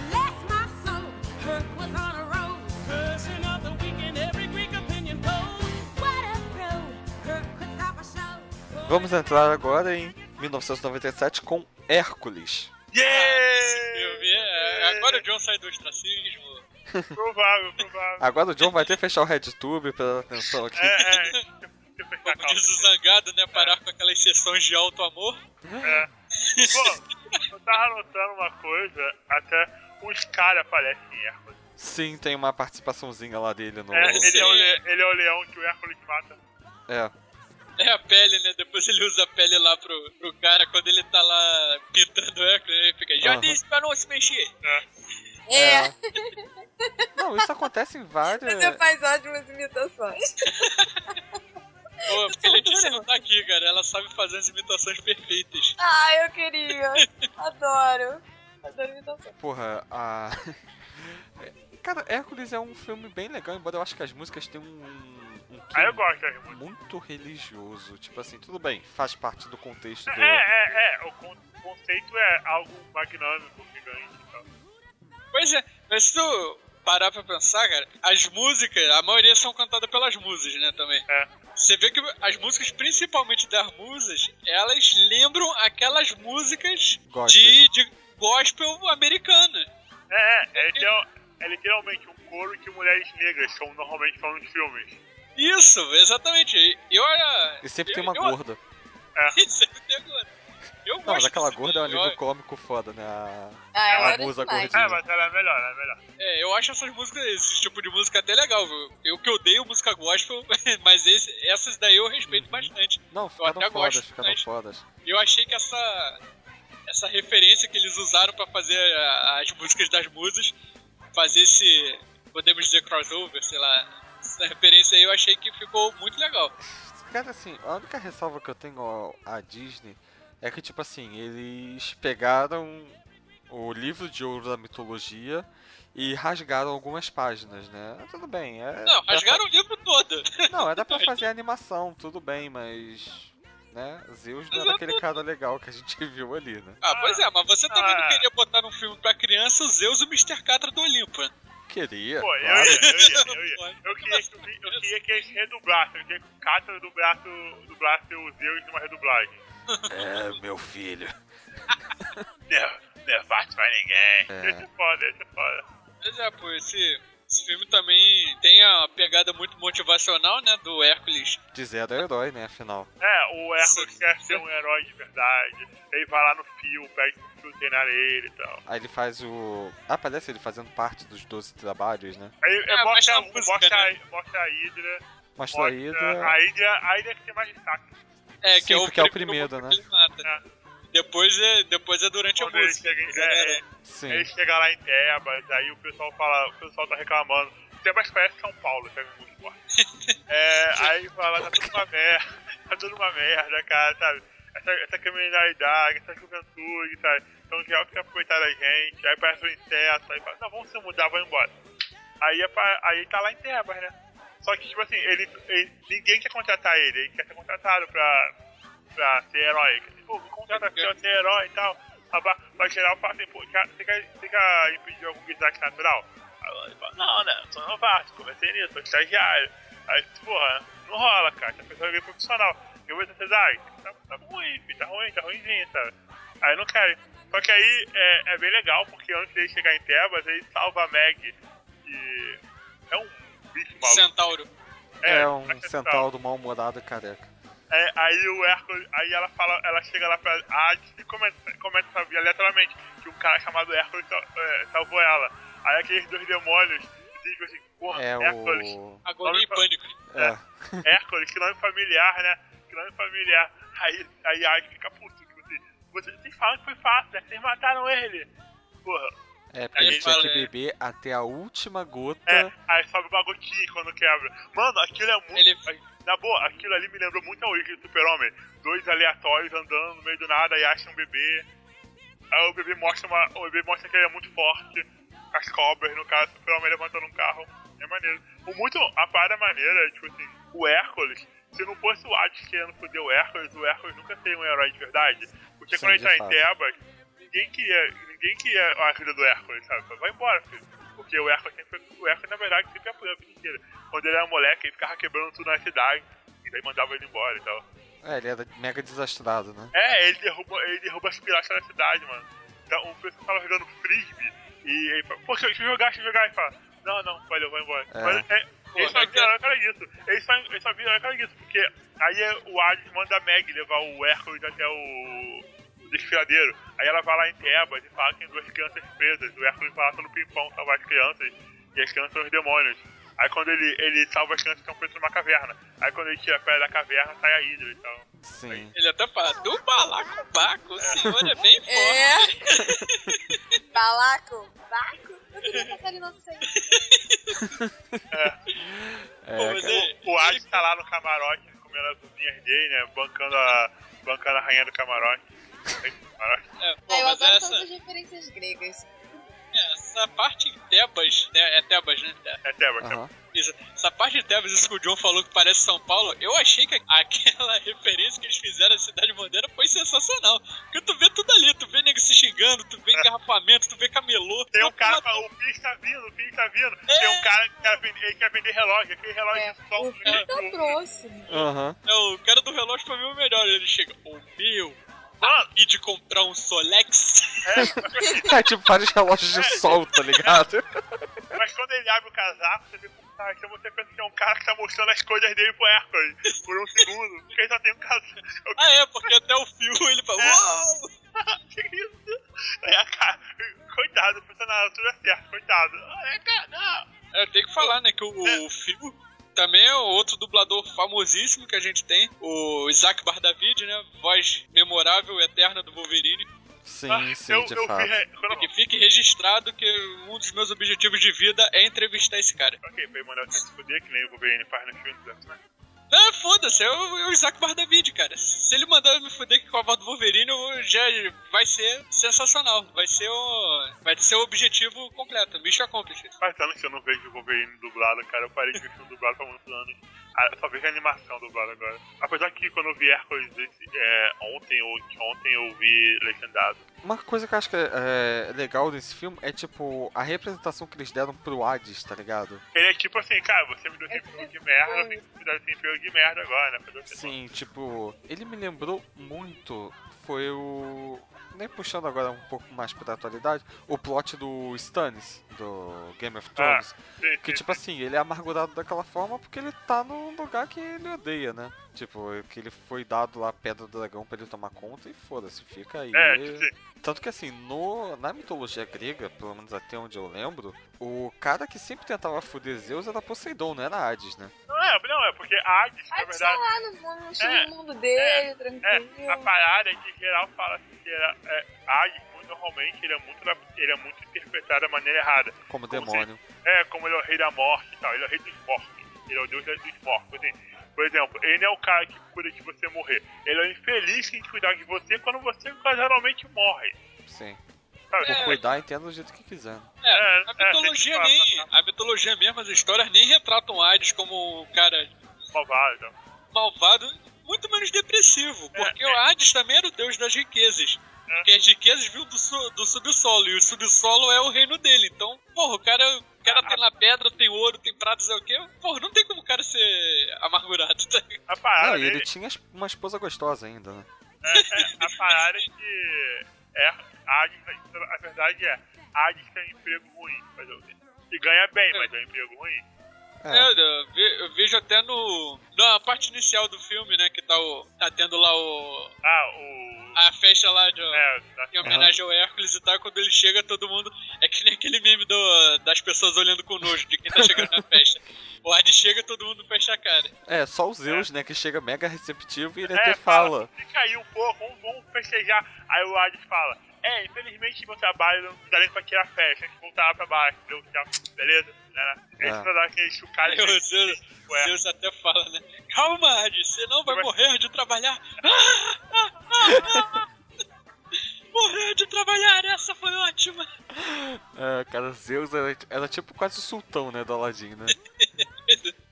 S8: Bless my soul. Kirk was on a roll.
S6: Person of the week in every Greek opinion poll.
S8: What a pro. Kirk could stop a show.
S4: Vamos entrar agora em 1997 com Hércules.
S2: Eu
S1: Yeah!
S2: vi, é, agora o John sai do ostracismo.
S1: Provável,
S4: *laughs*
S1: provável.
S4: Agora o John vai até fechar o RedTube pra dar atenção aqui.
S1: É, é. Deixa eu fechar a
S2: Como diz
S1: calça.
S2: o Zangado, né? Parar com aquelas sessões de alto amor.
S1: Pô, eu tava notando uma coisa, até os caras aparecem em Hércules.
S4: Sim, tem uma participaçãozinha lá dele no.
S1: É,
S2: sim.
S1: ele, é o le- ele é o leão que o Hércules mata.
S4: É.
S2: É a pele, né? Depois ele usa a pele lá pro, pro cara quando ele tá lá pintando o Hércules. Ele fica, já
S4: Aham.
S2: disse pra não se mexer.
S3: É,
S4: Não, isso acontece em várias.
S3: você faz ótimas imitações.
S2: Pô, porque ele disse não tá aqui, cara. Ela sabe fazer as imitações perfeitas.
S3: Ai, Ah, eu queria. Adoro. Adoro imitações.
S4: Porra, a. *laughs* Cara, Hércules é um filme bem legal, embora eu acho que as músicas têm um. um
S1: Aí Ah, eu
S4: quê
S1: gosto da música.
S4: muito religioso. Tipo assim, tudo bem, faz parte do contexto do.
S1: É, é, é. O con- o conceito é algo magnânimo, gigante. então. e tal.
S2: Pois é, mas se tu parar pra pensar, cara, as músicas, a maioria são cantadas pelas musas, né, também.
S1: É.
S2: Você vê que as músicas, principalmente das musas, elas lembram aquelas músicas
S4: Gospel.
S2: de, de gospel americana.
S1: É, é, é, literal- é literalmente um coro que mulheres negras são normalmente são nos filmes.
S2: Isso, exatamente. E olha.
S4: E sempre
S2: eu-
S4: tem uma
S2: eu- *laughs*
S4: gorda.
S2: E sempre tem uma gorda. Eu
S4: Não, mas
S2: gosto
S4: aquela
S2: desse tipo
S4: gorda é um
S2: filme,
S4: alívio cômico foda, né? A-
S3: Ah,
S4: Ela
S3: eu adoro
S4: abusa
S3: demais.
S4: Sim.
S1: É, mas ela é melhor, ela é melhor.
S2: eu- É, eu acho essas músicas, esse tipo de música até legal, viu? Eu que odeio música gospel, *laughs* mas esse- essas daí eu
S4: Uhum.
S2: respeito bastante.
S4: Não, ficaram
S2: até
S4: fodas,
S2: gosto,
S4: ficaram
S2: mas-
S4: fodas.
S2: Eu achei que essa essa referência que eles usaram pra fazer a- as músicas das musas, fazer esse, podemos dizer, crossover, sei lá, essa referência aí eu achei que ficou muito legal.
S4: Cara, assim, a única ressalva que eu tenho ao- à Disney é que, tipo assim, eles pegaram o livro de ouro da mitologia e rasgaram algumas páginas, né? Tudo bem. É
S2: Não,
S4: pra-
S2: rasgaram o livro todo.
S4: Não, era pra fazer animação, tudo bem, mas. Né? Zeus não era aquele cara legal que a gente *laughs* viu ali, né?
S2: Ah, pois é, mas você também não
S1: Ah.
S2: queria botar num filme pra criança o Zeus e o Mr. Catra do Olimpo. né?
S4: Queria.
S1: Pô, eu ia,
S4: claro.
S1: eu ia, eu ia. Eu queria que, eu queria que eles redublassem. Eu queria que o Catra dublasse, o- dublasse o Zeus numa redublagem.
S4: É, meu filho.
S1: Não, não faz pra ninguém.
S4: É.
S1: Deixa foda, deixa foda.
S2: *laughs* Pois é, pô, esse, esse filme também tem a pegada muito motivacional, né, do Hércules.
S4: De zero é herói, né? Afinal.
S1: É, o Hércules quer ser um herói de verdade. Ele vai lá no fio, pede pro fio treinar ele e tal.
S4: Aí ele faz o. Ah, parece ele fazendo parte dos 12 trabalhos, né?
S1: Aí é, mostra,
S2: É, mostra a
S1: a-
S2: música,
S1: mostra,
S2: né?
S1: a, mostra a Hydra.
S4: Mostra
S1: Mostra
S4: a Hydra.
S1: A Hydra, a Hydra que tem mais destaque.
S2: É,
S4: Sim,
S2: que é o
S4: porque é o
S2: primeiro
S4: primeiro, né?
S2: que ele mata. Depois é, depois é durante
S1: Quando
S2: a
S1: ele
S2: música.
S1: chega, em-
S2: né?
S1: é, é,
S4: Sim.
S1: ele chega lá em Tebas, aí o pessoal fala, o pessoal tá reclamando. Tebas parece São Paulo, chega muito forte.
S2: *laughs*
S1: É, aí fala, tá tudo uma merda, *laughs* tá tudo uma merda, cara, sabe? Essa, essa criminalidade, essa juventude, sabe? Então já que aproveitar da gente, aí parece um inseto, aí fala, não, vamos se mudar, vamos embora. Aí, é pra- aí tá lá em Tebas, né? Só que, tipo assim, ele, ele- ninguém quer contratar ele, ele quer ser contratado pra, pra ser herói. Pô, contrata pra ser herói e tal. Mas, mas geral fala assim, pô, cara, você quer, você quer impedir algum desastre natural? Aí ele fala, não, né, eu sou novato, comecei nisso, sou estagiário. Aí, porra, não rola, cara, a pessoa é bem profissional. Eu vou dizer, ai, tá, tá ruim, filho, tá ruim, tá ruimzinho, sabe? Aí não querem. Só que aí é, é bem legal, porque antes dele chegar em Tebas, ele salva a Meg, que é um bicho maluco.
S2: Centauro.
S4: É,
S1: é
S4: um centauro mal-humorado e careca.
S1: É, aí o Hércules, aí ela fala, ela chega lá pra Hades e começa, começa a ver aleatoriamente que um cara chamado Hércules sal- é, salvou ela. Aí aqueles dois demônios dizem assim, porra,
S4: É
S1: Hércules.
S4: o.
S2: Agonia e pânico.
S1: É.
S4: É.
S1: Hércules, que nome familiar, né? Que nome familiar. Aí, aí Hades fica puto, tipo assim, vocês, vocês falam que foi fácil, né? Vocês mataram ele. Porra.
S4: É, porque
S1: Aí
S4: ele tinha
S2: fala,
S4: que
S2: é.
S4: beber até a última gota.
S1: É, aí sobe uma gotinha quando quebra. Mano, aquilo é muito.
S2: Ele-
S1: Na boa, aquilo ali me lembrou muito a origem do Super-Homem. Dois aleatórios andando no meio do nada e acham um bebê. Aí o bebê mostra uma. O bebê mostra que ele é muito forte. As cobras, no caso, o Super-Homem levantando um carro. É maneiro. O muito. A parada maneira é, tipo assim, o Hércules. Se não fosse o Hades querendo foder o Hércules, o Hércules nunca seria um herói de verdade. Porque
S4: Sim,
S1: quando ele
S4: de
S1: tá em
S4: fato.
S1: Tebas, ninguém queria, ninguém queria a ajuda do Hércules, sabe? Fala, Vai embora, filho. Porque o Hércules sempre foi- O Hércules, na verdade, sempre apanhou a vida inteira. Quando ele era moleque, ele ficava quebrando tudo na cidade. E daí mandava ele embora e tal.
S4: É, ele era mega desastrado, né?
S1: É, ele derruba, ele derruba as pilastras da cidade, mano. Então, o pessoal tava jogando frisbee e ele fala, pô, deixa eu jogar, deixa eu jogar. Ele fala, não, não, valeu, vai embora.
S4: É.
S1: Mas, é, ele só vira na cara disso. Ele só, ele só vira na cara disso, porque aí é, o Hades manda a Meg levar o Hércules até o, o desfiladeiro. Aí ela vai lá em Tebas e fala que tem duas crianças presas. O Hércules vai lá pelo pimpão salvar as crianças e as crianças são os demônios. Aí quando ele, ele salva as crianças que estão presas numa caverna. Aí quando ele tira a pedra da caverna, sai a Hydra e tal.
S4: Sim.
S2: Ele até fala, do balacobaco, o senhor é bem forte.
S3: *laughs* É. *laughs* Balaco, baco. Eu queria cantar inocente.
S2: Pô,
S4: É,
S2: mas
S4: cara.
S2: ele,
S1: O, o Adi tá lá no camarote comendo as luzinhas dele, né? Bancando a, bancando a rainha do camarote. Camarote.
S2: é, pô,
S3: Ah, eu
S2: mas
S3: adoro
S2: essa, é,
S3: todas as referências gregas.
S2: essa parte em Tebas, né, é Tebas, né? É,
S1: É Tebas, Tebas.
S4: Aham.
S2: Isso. Essa parte de Tebas, isso que o John falou que parece São Paulo, eu achei que *laughs* aquela referência que eles fizeram à Cidade Bandeira foi sensacional. Porque tu vê tudo ali, tu vê nego se xingando, tu vê engarrafamento, tu vê camelô.
S1: Tem um
S2: uma
S1: cara que
S2: porra
S1: fala, o Pix tá vindo, o Pix tá vindo.
S2: É.
S1: Tem um cara que quer vender, ele quer vender relógio, aquele relógio
S3: É,
S1: de sol. né?
S3: o fim tá próximo.
S4: Aham.
S2: É, o cara do relógio pra mim é o melhor. Ele chega, ô meu,
S1: Mano,
S2: e de comprar um Solex?
S4: *laughs*
S2: *laughs*
S4: É tipo vários relógios de sol, tá ligado?
S1: mas quando ele abre o casaco, você vê como tá. Então você pensa que é um cara que tá mostrando as coisas dele pro Hércules por um segundo, porque ele só tem um casaco.
S2: Ah, é, porque até o fio ele
S1: É.
S2: fala, uau!
S1: *laughs* que isso? É, cara, coitado, pensa na altura certa, coitado. É, cara, não.
S2: É, tem que falar, né, que o,
S1: É.
S2: o fio também é outro dublador famosíssimo que a gente tem, o Isaac Bardavid, né, voz memorável, eterna do Wolverine.
S4: Sim, sim,
S1: Ah, eu,
S4: de
S1: eu
S4: fato.
S1: vi. re- Quando eu
S2: Que fique registrado que um dos meus objetivos de vida é entrevistar esse cara.
S1: Ok, pra ele mandar você se fuder, que nem o Wolverine faz no filme, né?
S2: Ah, foda-se, é o, é o Isaac Bardavid, cara. Se ele mandar eu me fuder com a voz do Wolverine, eu já vai ser sensacional. Vai ser o. Vai ser o objetivo completo. Bicho accomplished.
S1: Faz anos que tá, eu não vejo o Wolverine dublado, cara. Eu parei de ver filme dublado há muitos anos. Ah, eu só vejo a animação dublada agora. Apesar que quando eu vi Hércules esse- é, ontem, ou ontem eu vi legendado.
S4: Uma coisa que eu acho que é, é legal desse filme é, tipo, a representação que eles deram pro Hades, tá ligado?
S1: Ele é tipo assim, cara, você me deu
S3: É,
S1: sempre de merda, eu tenho que cuidar desse emprego de merda agora, né? Fazer o quê?
S4: Sim, tipo, ele me lembrou muito. Foi o. Nem puxando agora um pouco mais pra atualidade, o plot do Stannis, do Game
S1: Ah.
S4: of Thrones.
S1: Sim, sim.
S4: Que tipo assim, ele é amargurado daquela forma porque ele tá num lugar que ele odeia, né? Tipo, que ele foi dado lá a pedra do dragão pra ele tomar conta e foda-se, fica aí.
S1: É, tipo assim,
S4: Tanto que assim, no, na mitologia grega, pelo menos até onde eu lembro, o cara que sempre tentava foder Zeus era Poseidon, não era Hades, né?
S1: não é, não é, porque a Hades, na
S3: Pode
S1: verdade,
S3: lá no mundo,
S1: É,
S3: no mundo dele,
S1: É, a
S3: tranquilo.
S1: parada é que em geral fala assim que era, é, Hades, muito normalmente, ele é muito, ele é muito interpretado da maneira errada. Como
S4: Como demônio.
S1: É, como ele é o rei da morte e tal, ele é o rei dos mortos. Ele é o deus dos mortos. Assim, por exemplo, ele não é o cara que cuida de você morrer. Ele é o infeliz que cuidar de você quando você geralmente morre.
S4: Sim.
S1: Sabe?
S4: Por cuidar, entenda do jeito que quiser. né?
S2: É,
S1: É,
S2: a
S1: é, tá,
S2: mitologia
S1: tem que falar,
S2: nem. A mitologia mesmo, as histórias nem retratam Hades como um cara
S1: Malvado.
S2: malvado. muito menos depressivo, porque
S1: É, é.
S2: o Hades também era o deus das riquezas.
S1: É.
S2: Porque as riquezas vinham do, su- do subsolo, e o subsolo é o reino dele. Então, porra, o cara, o cara tem lá pedra, tem ouro, tem prata, sei o quê. Porra, não tem como o cara ser amargurado, *laughs* tá ligado?
S1: A parada
S4: Não, e ele
S1: dele-
S4: tinha es- uma esposa gostosa ainda, né?
S1: É, é, a parada é que. É, a Hades, a verdade é, a Hades tem um emprego ruim, mas eu, e ganha bem, mas é um emprego ruim.
S4: É.
S2: É, eu, ve- eu vejo até no. Na parte inicial do filme, né? Que tá, o, tá tendo lá o.
S1: Ah, o.
S2: A festa lá de.
S1: É, tá.
S2: Em homenagem ao Hércules e tal, quando ele chega, todo mundo. É que nem aquele meme do- das pessoas olhando com nojo de quem tá chegando na festa. O Hades chega, todo mundo fecha a cara.
S4: É, só o Zeus, né, que chega mega receptivo e ele
S1: É,
S4: até fala.
S1: Fica aí um pouco, vamos, vamos festejar. Aí o Hades fala: É, infelizmente meu trabalho não dá nem pra tirar férias, tem que voltar lá pra baixo, entendeu? Tchau, beleza? Né? É.
S4: É.
S1: Esse pra dar aquele chucalho.
S2: Aí o Zeus,
S1: Ué.
S2: Zeus até fala, né? Calma, Hades, você não vai
S1: Vai-
S2: morrer de trabalhar. Ah, ah, ah, ah. Morrer de trabalhar, essa foi ótima.
S4: É, cara, Zeus era, era tipo quase o sultão, né, do
S1: *laughs*
S4: Aladdin, né?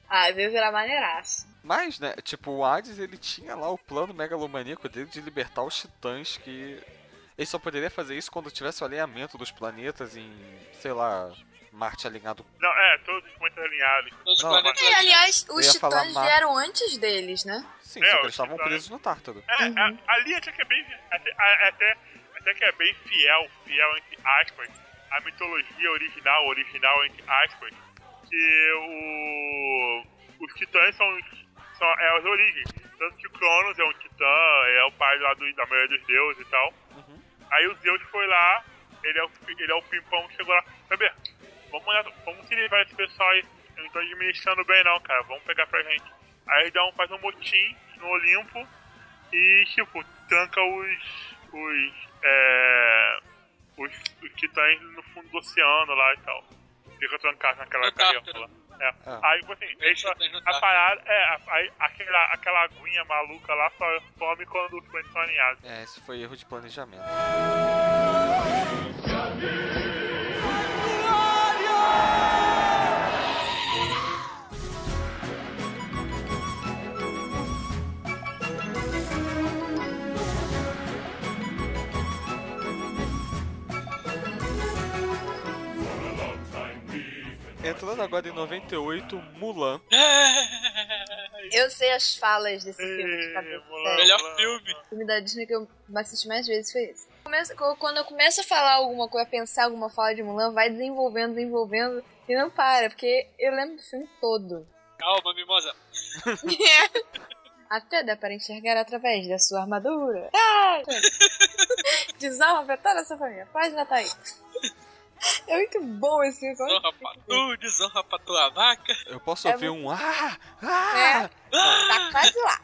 S3: Ah, veio virar maneiraço.
S4: Mas, né, tipo, o Hades, ele tinha lá o plano megalomaníaco dele de libertar os titãs que... Ele só poderia fazer isso quando tivesse o alinhamento dos planetas em, sei lá, Marte alinhado.
S1: Não, é, todos muito alinhados.
S2: Todos os
S4: Não,
S2: planetas
S3: E, aliás,
S4: Eu ia
S3: os
S4: falar
S3: titãs
S4: Marte.
S3: vieram antes deles, né?
S4: Sim,
S1: É,
S4: só que
S1: os
S4: eles estavam
S1: titãs.
S4: presos no Tártaro.
S1: É, a- ali até que é bem. Até, a- até, até que é bem fiel, fiel entre aspas, a mitologia original, original entre aspas, que o. Os titãs são, são é as origens. Tanto que Cronos é um titã, é o pai lá do, da maioria dos deuses e tal. Aí o Zeus foi lá, ele é o, ele é o pimpão que chegou lá. Sabe, vamos, olhar- vamos se livrar desse pessoal aí. Eu não tô administrando bem não, cara. Vamos pegar pra gente. Aí eles dão, faz um motim no Olimpo e, tipo, tranca os. os. É, os, os titãs no fundo do oceano lá e tal. Fica trancado naquela
S2: No
S1: gaiola
S2: Tártaro.
S1: lá. É.
S4: Ah.
S1: Aí, tipo assim, eles só-
S2: titãs no
S1: a
S2: Tártaro.
S1: parada, é, a- aí aquela, aquela aguinha maluca lá só some quando os pães são alinhados.
S4: É, isso foi erro de planejamento. Entrando agora em 98, Mulan.
S2: É.
S3: Eu sei as falas desse filme de
S1: Ih,
S3: cabeça.
S1: moleque.
S3: sério.
S2: Melhor filme.
S3: O filme da Disney que eu assisti mais vezes foi esse. Começa- co- quando eu começo a falar alguma coisa, a pensar alguma fala de Mulan, vai desenvolvendo, desenvolvendo e não para, porque eu lembro do filme todo.
S2: Calma, mimosa.
S3: Até dá para enxergar através da sua armadura. Ah! *laughs* Desarma pra toda essa família. Página tá aí. É muito bom esse filme. como
S2: Desonra pra tu, desonra pra tua vaca.
S4: Eu posso
S3: É
S4: ouvir um ah!
S3: É.
S4: Ah!
S3: Tá quase lá.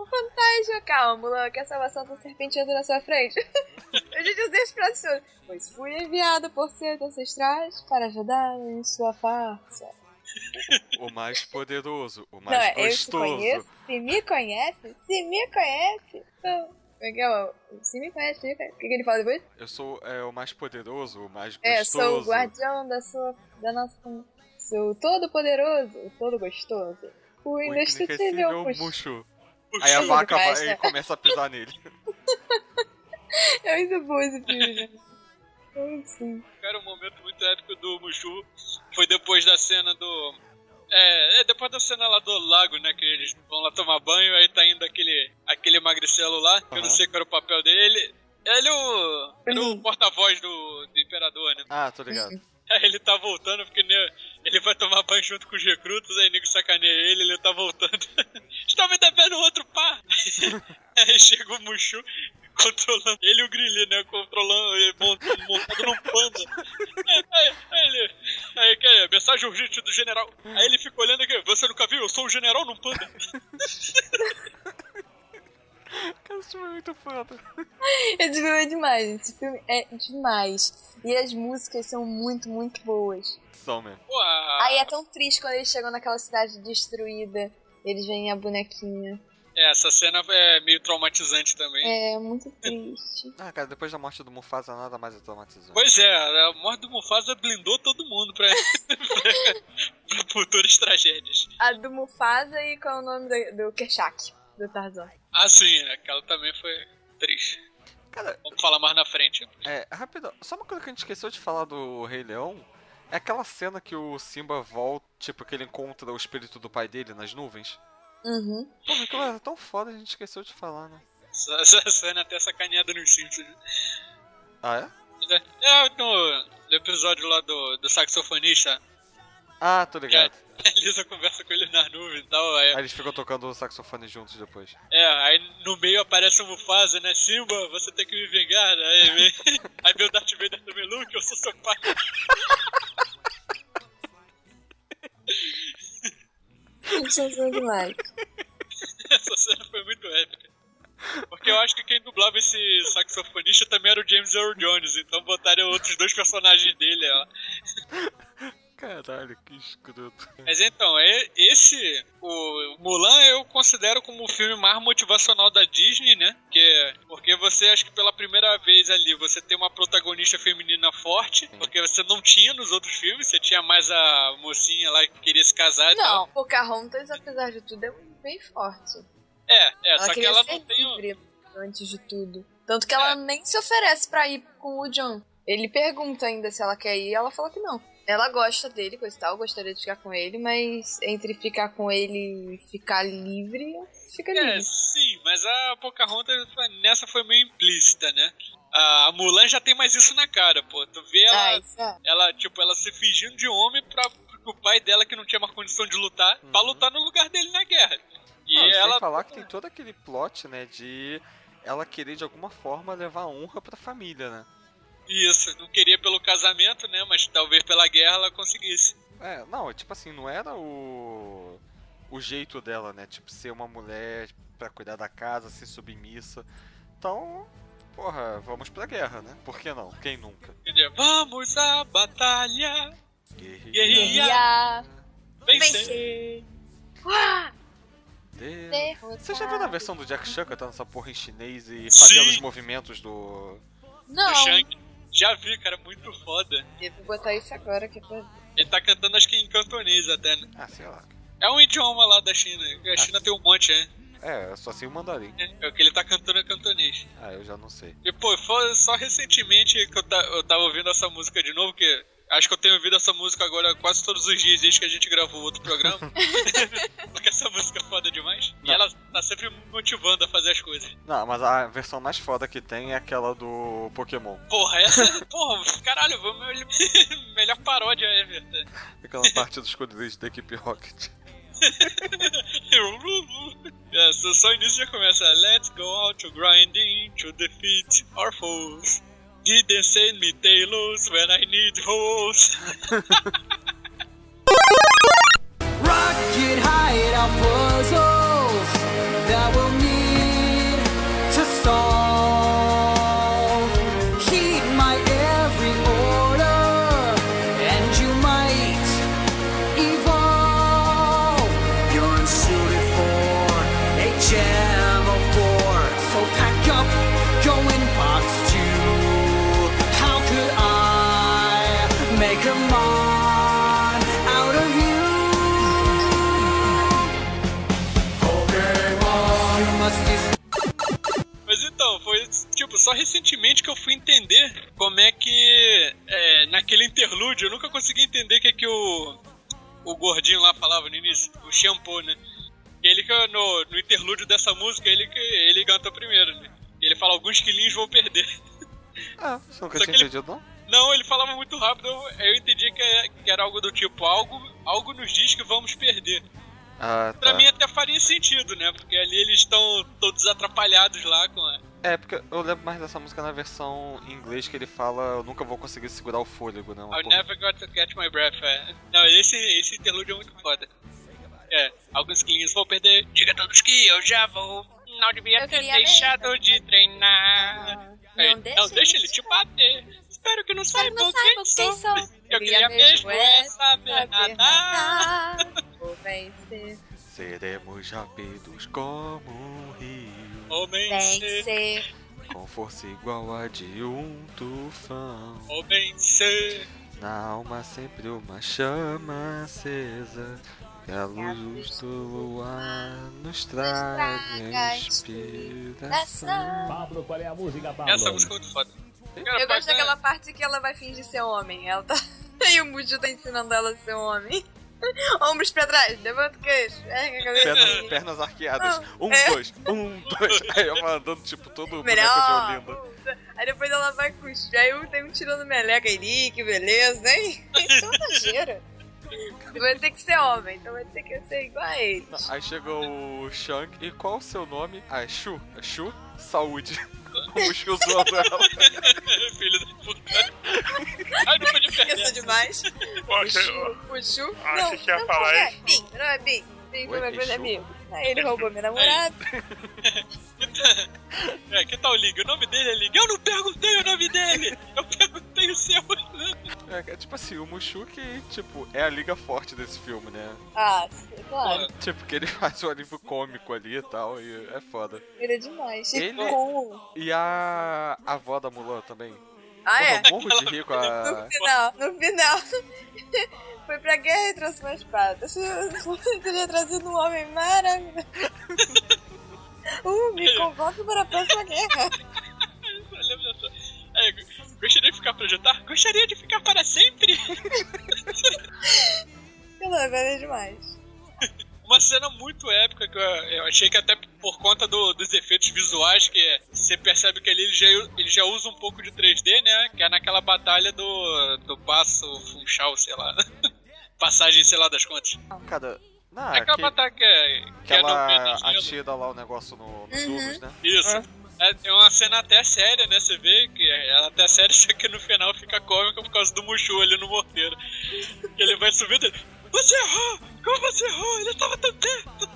S3: O fantasma, calma, Mulan, que a salvação tá serpenteando na sua frente. *laughs* Eu já dizia isso pra senhor. Pois fui enviado por seus ancestrais para ajudar em sua farsa.
S4: O mais poderoso, o
S3: Não,
S4: mais
S3: é, eu te
S4: gostoso.
S3: conheço. Se me conhece, se me conhece. Então, como é que é o- Se me conhece, se me conhece. O que, que ele fala depois?
S4: Eu sou é, o mais poderoso, o mais gostoso.
S3: É, sou o guardião da sua. da nossa. Sou o todo-poderoso, o todo-gostoso. O
S4: o
S3: indestrutível
S4: indestrutível
S3: mux-
S4: murcho.
S2: Puxa,
S4: Aí a
S3: Sim,
S4: vaca
S3: mas,
S4: vai
S3: né?
S4: e começa a pisar
S3: *laughs*
S4: nele.
S3: É muito bom esse filme, gente. É, Sim.
S2: cara, um momento muito épico do Mushu foi depois da cena do. É, é depois da cena lá do lago, né? Que eles vão lá tomar banho, aí tá indo aquele, aquele magricelo lá, que eu não
S4: Aham.
S2: sei qual era o papel dele. Ele, ele é o, era o porta-voz do, do imperador, né?
S4: Ah, tô ligado.
S2: Aí ele tá voltando porque né, ele vai tomar banho junto com os recrutas, aí nego sacaneia ele, ele tá voltando. *laughs* Estava me devendo outro pá! *laughs* aí chega o Mushu controlando ele e o Grilli, né? Controlando ele mont- montado num panda. Aí, aí, aí ele. Aí, que é, mensagem urgente do general. Aí ele fica olhando aqui, você nunca viu? Eu sou um general num panda.
S4: Cara, esse filme é muito foda.
S3: *laughs* Esse filme é demais, gente. Esse filme é demais. E as músicas são muito, muito boas.
S4: São mesmo.
S2: Pô, a-
S3: Aí é tão triste quando eles chegam naquela cidade destruída. Eles veem a bonequinha.
S2: é, essa cena é meio traumatizante também.
S3: É muito triste.
S4: Ah, cara, depois da morte do Mufasa, nada mais é traumatizante.
S2: Pois é, a morte do Mufasa blindou todo mundo pra, *laughs* pra futuras tragédias.
S3: A do Mufasa e qual é o nome do, do Kershak? do Tarzan.
S2: Ah, sim, aquela também foi triste.
S4: Cara,
S2: Vamos falar mais na frente.
S4: é, rápido, só uma coisa que a gente esqueceu de falar do Rei Leão. É aquela cena que o Simba volta, tipo, que ele encontra o espírito do pai dele nas nuvens.
S3: Uhum.
S4: Pô, aquilo era tão foda, a gente esqueceu de falar, né?
S2: Essa, essa *laughs* cena é até sacaneada nos Simpsons. né?
S4: Ah, é?
S2: É, no, no episódio lá do, do saxofonista,
S4: Ah, tô ligado.
S2: a *laughs* Lisa conversa com ele nas nuvens e tal.
S4: Aí
S2: Aí,
S4: eles ficam tocando o saxofone juntos depois.
S2: é, aí no meio aparece o Mufasa, né? Simba, você tem que me vingar. né? Aí vem, *laughs* aí vem o Darth Vader também, Luke, eu sou seu pai. *laughs*
S3: Sensação demais.
S2: Essa cena foi muito épica. Porque eu acho que quem dublava esse saxofonista também era o James Earl Jones, então botaram outros dois personagens dele lá.
S4: Caralho, que escroto.
S2: Mas então, é- esse. O Mulan eu considero como o filme mais motivacional da Disney, né? Porque, porque você, acho que pela primeira vez ali, você tem uma protagonista feminina forte, porque você não tinha nos outros filmes, você tinha mais a mocinha lá que queria se casar e tal.
S3: Não, Pocahontas, apesar de tudo, é bem forte.
S2: É, é,
S3: Ela
S2: só que
S3: queria
S2: ela
S3: ser
S2: não tem. o- É.
S3: livre antes de tudo. Tanto que ela nem se oferece pra ir com o John. Ele pergunta ainda se ela quer ir e ela fala que não. Ela gosta dele, coisa e tal, gostaria de ficar com ele, mas entre ficar com ele e ficar livre, fica
S2: É,
S3: livre.
S2: sim, mas a Pocahontas foi- nessa foi meio implícita, né? A Mulan já tem mais isso na cara, pô. Tu vê ela,
S3: É, isso é.
S2: ela tipo, ela se fingindo de homem pra o pai dela que não tinha mais condição de lutar, pra lutar no lugar dele na guerra. E
S4: Uhum. Não,
S2: ela é.
S4: sem falar que tem todo aquele plot, né, de ela querer de alguma forma levar a honra pra família, né?
S2: isso, não queria pelo casamento, né, mas talvez pela guerra ela conseguisse.
S4: É, não, tipo assim, não era o o jeito dela, né? Tipo ser uma mulher pra cuidar da casa, ser submissa. Então, porra, vamos pra guerra, né? Por que não? Quem nunca?
S2: Entendeu? Vamos à batalha.
S4: Guerreira,
S3: Guerrear,
S2: Vencer.
S3: vencer,
S4: de-
S3: derrotar.
S4: Você já viu na versão do Jack Chan cantando essa porra em chinês e fazendo
S2: Sim.
S4: os movimentos do
S2: Do
S3: Não,
S2: Shang. Já vi, cara, muito foda.
S3: devo botar isso agora que é pra...
S2: Ele tá cantando acho que em cantonês até, né?
S4: Ah, sei lá.
S2: É um idioma lá da China. A
S4: Ah.
S2: China tem um monte, né?
S4: É, eu só sei o mandarim.
S2: É o que ele tá cantando em cantonês.
S4: Ah, eu já não sei.
S2: E pô, foi só recentemente que eu, ta- eu tava ouvindo essa música de novo, que acho que eu tenho ouvido essa música agora quase todos os dias desde que a gente gravou outro programa. Porque essa música é foda demais. E
S4: Não.
S2: ela tá sempre me motivando a fazer as coisas.
S4: Não, mas a versão mais foda que tem é aquela do Pokémon.
S2: Porra, essa. *laughs* porra, caralho, vamos melhor- *laughs* melhor paródia ever. *laughs*
S4: Aquela parte dos quadris da equipe Rocket.
S2: é, só, só início já começa. Let's go out to grinding to defeat our foes. Didn't send me tailors when I need hoes.
S7: Rocket hide our puzzles that we'll need to solve. Heed my every order, and you might evolve. You're unsuited for a jam of war, so pack up, go in box two. How could I make a mon out of you? Pokemon, you must use
S2: Mas então, foi tipo, só recentemente que eu fui entender como é que. é, naquele interlúdio, eu nunca consegui entender o que, é que o. O gordinho lá falava no início, o shampoo, né? Ele que no, no interlúdio dessa música, ele que ele canta primeiro, né? Ele fala, alguns quilinhos vão perder. *laughs*
S4: Ah, você nunca
S2: Só
S4: tinha
S2: que ele-
S4: entendido, não?
S2: Não, ele falava muito rápido, eu, eu entendi que, é- que era algo do tipo, algo, algo nos diz que vamos perder.
S4: Ah,
S2: Pra
S4: tá.
S2: mim é- até faria sentido, né? Porque ali eles estão todos atrapalhados lá com a...
S4: É, porque eu lembro mais dessa música na versão em inglês que ele fala Eu nunca vou conseguir segurar o fôlego, né? Uma
S2: I
S4: porra-
S2: never got to catch my breath. é. Não, esse, esse interlúdio é muito foda. É, alguns clientes vão perder. Diga a todos que eu já vou. Não devia
S3: Eu
S2: ter
S3: queria mesmo.
S2: deixado de treinar.
S3: Ah, Não
S2: É,
S3: deixa
S2: não
S3: ele
S2: deixa ele
S3: te
S2: te bater. Espero que não
S3: Mas
S2: saibam
S3: não
S2: quem
S3: saibam
S2: sou.
S3: quem sou.
S2: Eu queria mesmo é saber nadar.
S3: Vou vencer,
S4: assim. Seremos rápidos como um rio
S2: Homem ser,
S3: vencer.
S4: Com força igual a de um tufão
S2: homem ser.
S4: Na alma sempre uma chama acesa Que a luz do luar nos traga
S3: traga
S4: inspiração.
S6: Pablo, qual é a música, Pablo?
S2: Essa música é muito foda. Cara, pode-
S3: Eu gosto daquela parte que ela vai fingir ser homem. Ela tá. *laughs* E o Mujo tá ensinando ela a ser homem. *laughs* Ombros pra trás, levanta o queixo, ergue a cabeça.
S4: Pernas, pernas arqueadas. Um,
S3: É.
S4: dois, um, *laughs* dois. Aí ela andando, tipo, todo boneco de
S3: Melhor.
S4: Olinda.
S3: puta. Aí depois ela vai cuspir. Aí um tem um tirando meleca ali, que beleza, hein? *laughs* Isso é uma nojeira. Você vai ter que ser homem, então vai ter que ser igual a ele. *laughs*
S4: Aí chegou o Shang. E qual o seu nome? Ah, é Shu. É Shu? Saúde. *laughs* O Shu zoando ela.
S2: *laughs* Filho da puta. Ai, não podia
S3: Isso
S2: perder.
S3: demais.
S1: Poxa, é eu-
S3: Puxu.
S1: Ah,
S3: Não,
S1: achei que ia
S3: não,
S1: falar
S3: não é.
S1: isso.
S3: Bim, não é Bim. Bim foi
S4: Oi,
S3: uma
S4: Pichu.
S3: coisa minha. Aí ele roubou meu namorado.
S2: *laughs* É, que tal o Lig? O nome dele é Lig. Eu não perguntei o nome dele! Eu perguntei o seu.
S4: É, é tipo assim, o Mushu que, tipo, é a liga forte desse filme, né?
S3: Ah, sim, claro.
S4: Tipo, que ele *laughs* faz um alívio cômico ali e tal, e é foda.
S3: Ele é demais. E
S4: Ele-
S3: Com um. o-
S4: E a a avó da Mulan também.
S3: Ah, é?
S4: Porra, eu morro de rir com a...
S3: No final, no final. *laughs* Foi pra guerra e trouxe uma espada. Se eu teria trazido um homem maravilhoso. Uh, me convoca para a próxima guerra.
S2: Eu lembro dessa- É, gostaria de ficar pra jantar? Gostaria de ficar para sempre!
S3: Pelo é demais.
S2: Uma cena muito épica que eu, eu achei que até por conta do- dos efeitos visuais, que é- você percebe que ali ele já, ele já usa um pouco de 3D, né? Que é naquela batalha do, do passo funchal, sei lá. *laughs* Passagem, sei lá das contas.
S4: Cara, não,
S2: É aquela
S4: Ah, que,
S2: batalha que é. Que
S4: que
S2: é
S4: ela
S2: no Vênus, né?
S4: atira lá o negócio no, nos
S3: Uhum.
S4: urnos, né?
S2: Isso. É. é uma cena até séria, né? Você vê que ela até é séria, *laughs* só que no final fica cômica por causa do Mushu ali no morteiro. Que ele vai subindo ele. Você errou! Como você errou? Ele tava tão perto!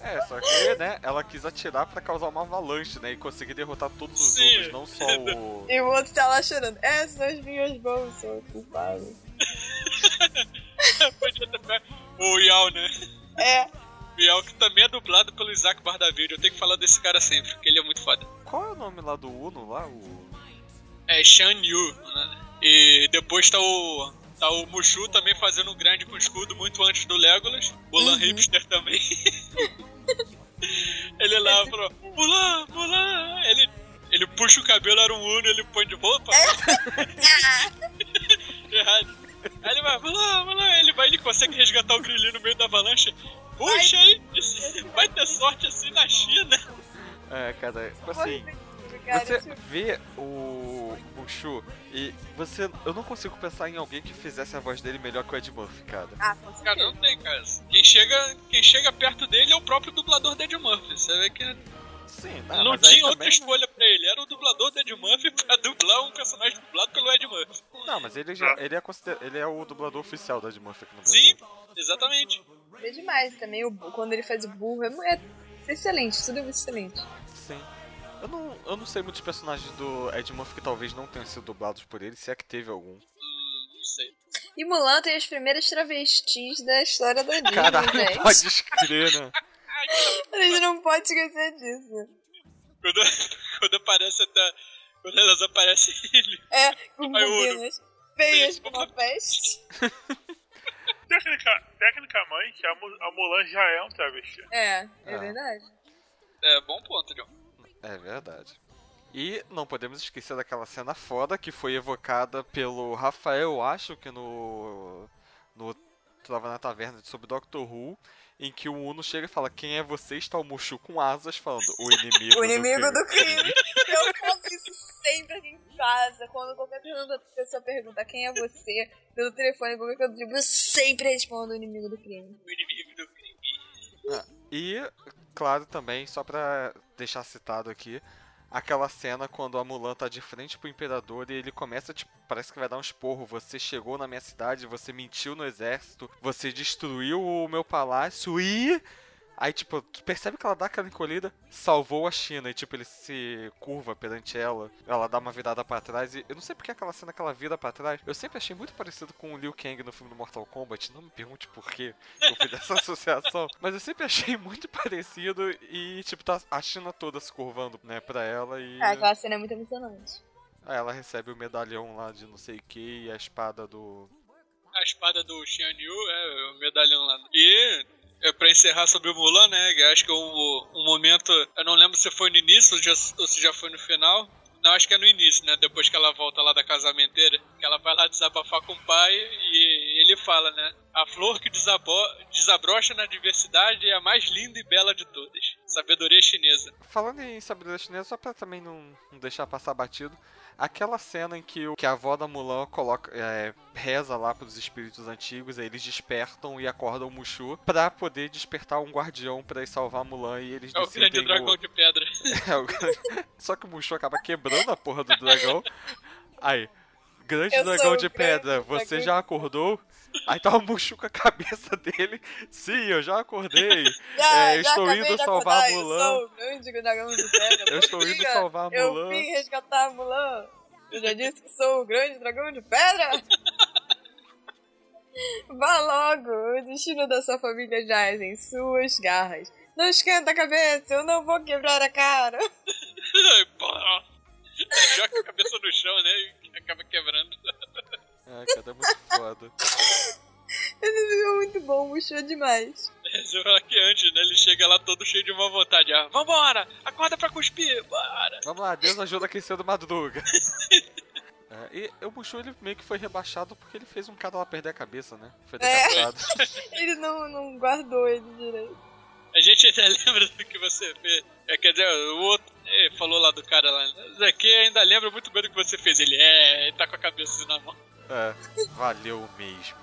S4: É, só que, né, ela quis atirar pra causar uma avalanche, né? E conseguir derrotar todos os
S2: Sim.
S4: urnos, não só o... *laughs*
S3: E o outro tá lá chorando. Essas são as minhas mãos, sou culpado.
S2: Podia ter pego o Yao, né?
S3: É.
S2: O Yao que também é dublado pelo Isaac Bardavid. Eu tenho que falar desse cara sempre, porque ele é muito foda.
S4: Qual é o nome lá do Uno, lá? O...
S2: É Shan Yu, né? E depois tá o. Tá o Mushu também fazendo um grande com escudo muito antes do Legolas. Mulan Hipster também. *laughs* ele lá falou: Mulan, Mulan! Ele, ele puxa o cabelo, era um Uno, ele põe de volta. *laughs* Errado. Aí ele vai, Mulan, Mulan! Ele vai, ele consegue resgatar o grilinho no meio da avalanche. Puxa aí! *laughs* Vai ter sorte assim na China!
S4: É, cara, assim...
S3: Cara,
S4: Você
S3: isso
S4: vê o Mushu e você... Eu não consigo pensar em alguém que fizesse a voz dele melhor que o Ed Murphy, cara.
S3: Ah, com certeza.
S2: Cara, não tem, cara. Quem chega, quem chega perto dele é o próprio dublador do Ed Murphy. Você vê que
S4: Sim,
S2: não
S4: Ah, mas aí
S2: tinha outra
S4: também-
S2: escolha pra ele. Era o dublador do Ed Murphy *laughs* pra dublar um personagem dublado pelo Ed Murphy.
S4: Não, mas ele, já, ele, é, consider... ele é o dublador oficial da Ed Murphy aqui no Brasil.
S2: Sim, exatamente.
S3: É demais também, o, bu- quando ele faz o burro, é, é excelente, tudo é muito excelente.
S4: Sim. Eu não, eu não sei muitos personagens do Ed Murphy que talvez não tenham sido dublados por ele, se é que teve algum.
S2: Não sei.
S3: E Mulan tem as primeiras travestis da história da Disney,
S4: Caralho,
S3: gente.
S4: pode escrever, né?
S3: A gente não pode esquecer disso.
S2: Quando, *laughs* quando aparece até. Quando elas aparecem *laughs* ele.
S3: É, com
S2: Ai, Uno.
S3: bobinas feias como a peste.
S1: Técnica, tecnicamente, a, Mu- a Mulan já é um travesti.
S3: É, é
S4: Ah.
S3: verdade.
S2: É, bom ponto, John.
S4: *laughs* É verdade. E não podemos esquecer daquela cena foda que foi evocada pelo Rafael, acho que no. no tava na taverna sobre Doctor Who, em que o Uno chega e fala: Quem é você? Está o Mushu com asas, falando: O inimigo,
S3: O inimigo
S4: do
S3: do crime. Eu falo isso sempre aqui em casa. Quando qualquer pergunta- pessoa pergunta quem é você, pelo telefone, qualquer coisa do tipo, eu sempre respondo o inimigo do crime.
S2: O inimigo do crime.
S4: E, claro, também, só pra deixar citado aqui, aquela cena quando a Mulan tá de frente pro imperador e ele começa, tipo, parece que vai dar um esporro. Você chegou na minha cidade, você mentiu no exército, você destruiu o meu palácio e. Aí, tipo, tu percebe que ela dá aquela encolhida, salvou a China, e, tipo, ele se curva perante ela, ela dá uma virada pra trás, e eu não sei porque aquela cena que ela vira pra trás, eu sempre achei muito parecido com o Liu Kang no filme do Mortal Kombat, não me pergunte por quê, eu fiz essa *laughs* associação. Mas eu sempre achei muito parecido e, tipo, tá a China toda se curvando, né, pra ela e.
S3: Ah, aquela cena é muito emocionante.
S4: Aí ela recebe o medalhão lá de não sei o que e a espada do.
S2: A a espada do Xian Yu, é, o medalhão lá. E é, pra encerrar sobre o Mulan, né? Acho que o, o momento. Eu não lembro se foi no início ou já- ou se já foi no final. Não, acho que é no início, né? Depois que ela volta lá da casamenteira, que ela vai lá desabafar com o pai e ele fala, né? A flor que desabo- desabrocha na diversidade é a mais linda e bela de todas. Sabedoria chinesa.
S4: Falando em sabedoria chinesa, só pra também não, não deixar passar batido, aquela cena em que, o, que a avó da Mulan coloca, é, reza lá pros espíritos antigos, aí eles despertam e acordam o Mushu pra poder despertar um guardião pra ir salvar a Mulan e eles
S2: É o
S4: decidem
S2: grande dragão de pedra. *laughs*
S4: *laughs* É, o grande- Só que o Mushu acaba quebrando a porra do dragão. Aí, grande
S3: Eu sou
S4: dragão
S3: o
S4: de
S3: grande
S4: pedra, você
S3: dragão.
S4: já acordou? Aí tá o Mushu com a *laughs* cabeça dele. Sim, eu já acordei. É, estou indo salvar a Mulan.
S3: Eu sou o grande dragão de pedra.
S4: Eu estou indo
S3: Diga,
S4: salvar a Mulan.
S3: Eu vim resgatar a Mulan. Eu já disse que sou o grande dragão de pedra.
S4: *laughs*
S3: Vá logo, o destino da sua família jaz em suas garras. Não esquenta a cabeça, eu não vou quebrar a cara. *laughs*
S2: Ai, porra. Ele joga a cabeça no chão, né? E acaba quebrando.
S4: Ah, cara, é muito foda.
S3: Esse filme é muito bom, murchou demais.
S2: *laughs* Você fala que antes, né? Ele chega lá todo cheio de má vontade. Ah, vambora! Acorda pra cuspir! Bora!
S4: Vamos lá, Deus ajuda quem cedo madruga. *laughs* É, e o Mushu ele meio que foi rebaixado porque ele fez um cara lá perder a cabeça, né? Foi decapitado.
S3: Ele não, não guardou ele direito.
S2: A gente ainda *laughs* lembra do que você fez. É, quer dizer, o outro é, falou lá do cara lá. né? Isso aqui ainda lembra muito bem do que você fez. Ele é, ele tá com a cabeça na mão.
S4: É, valeu mesmo.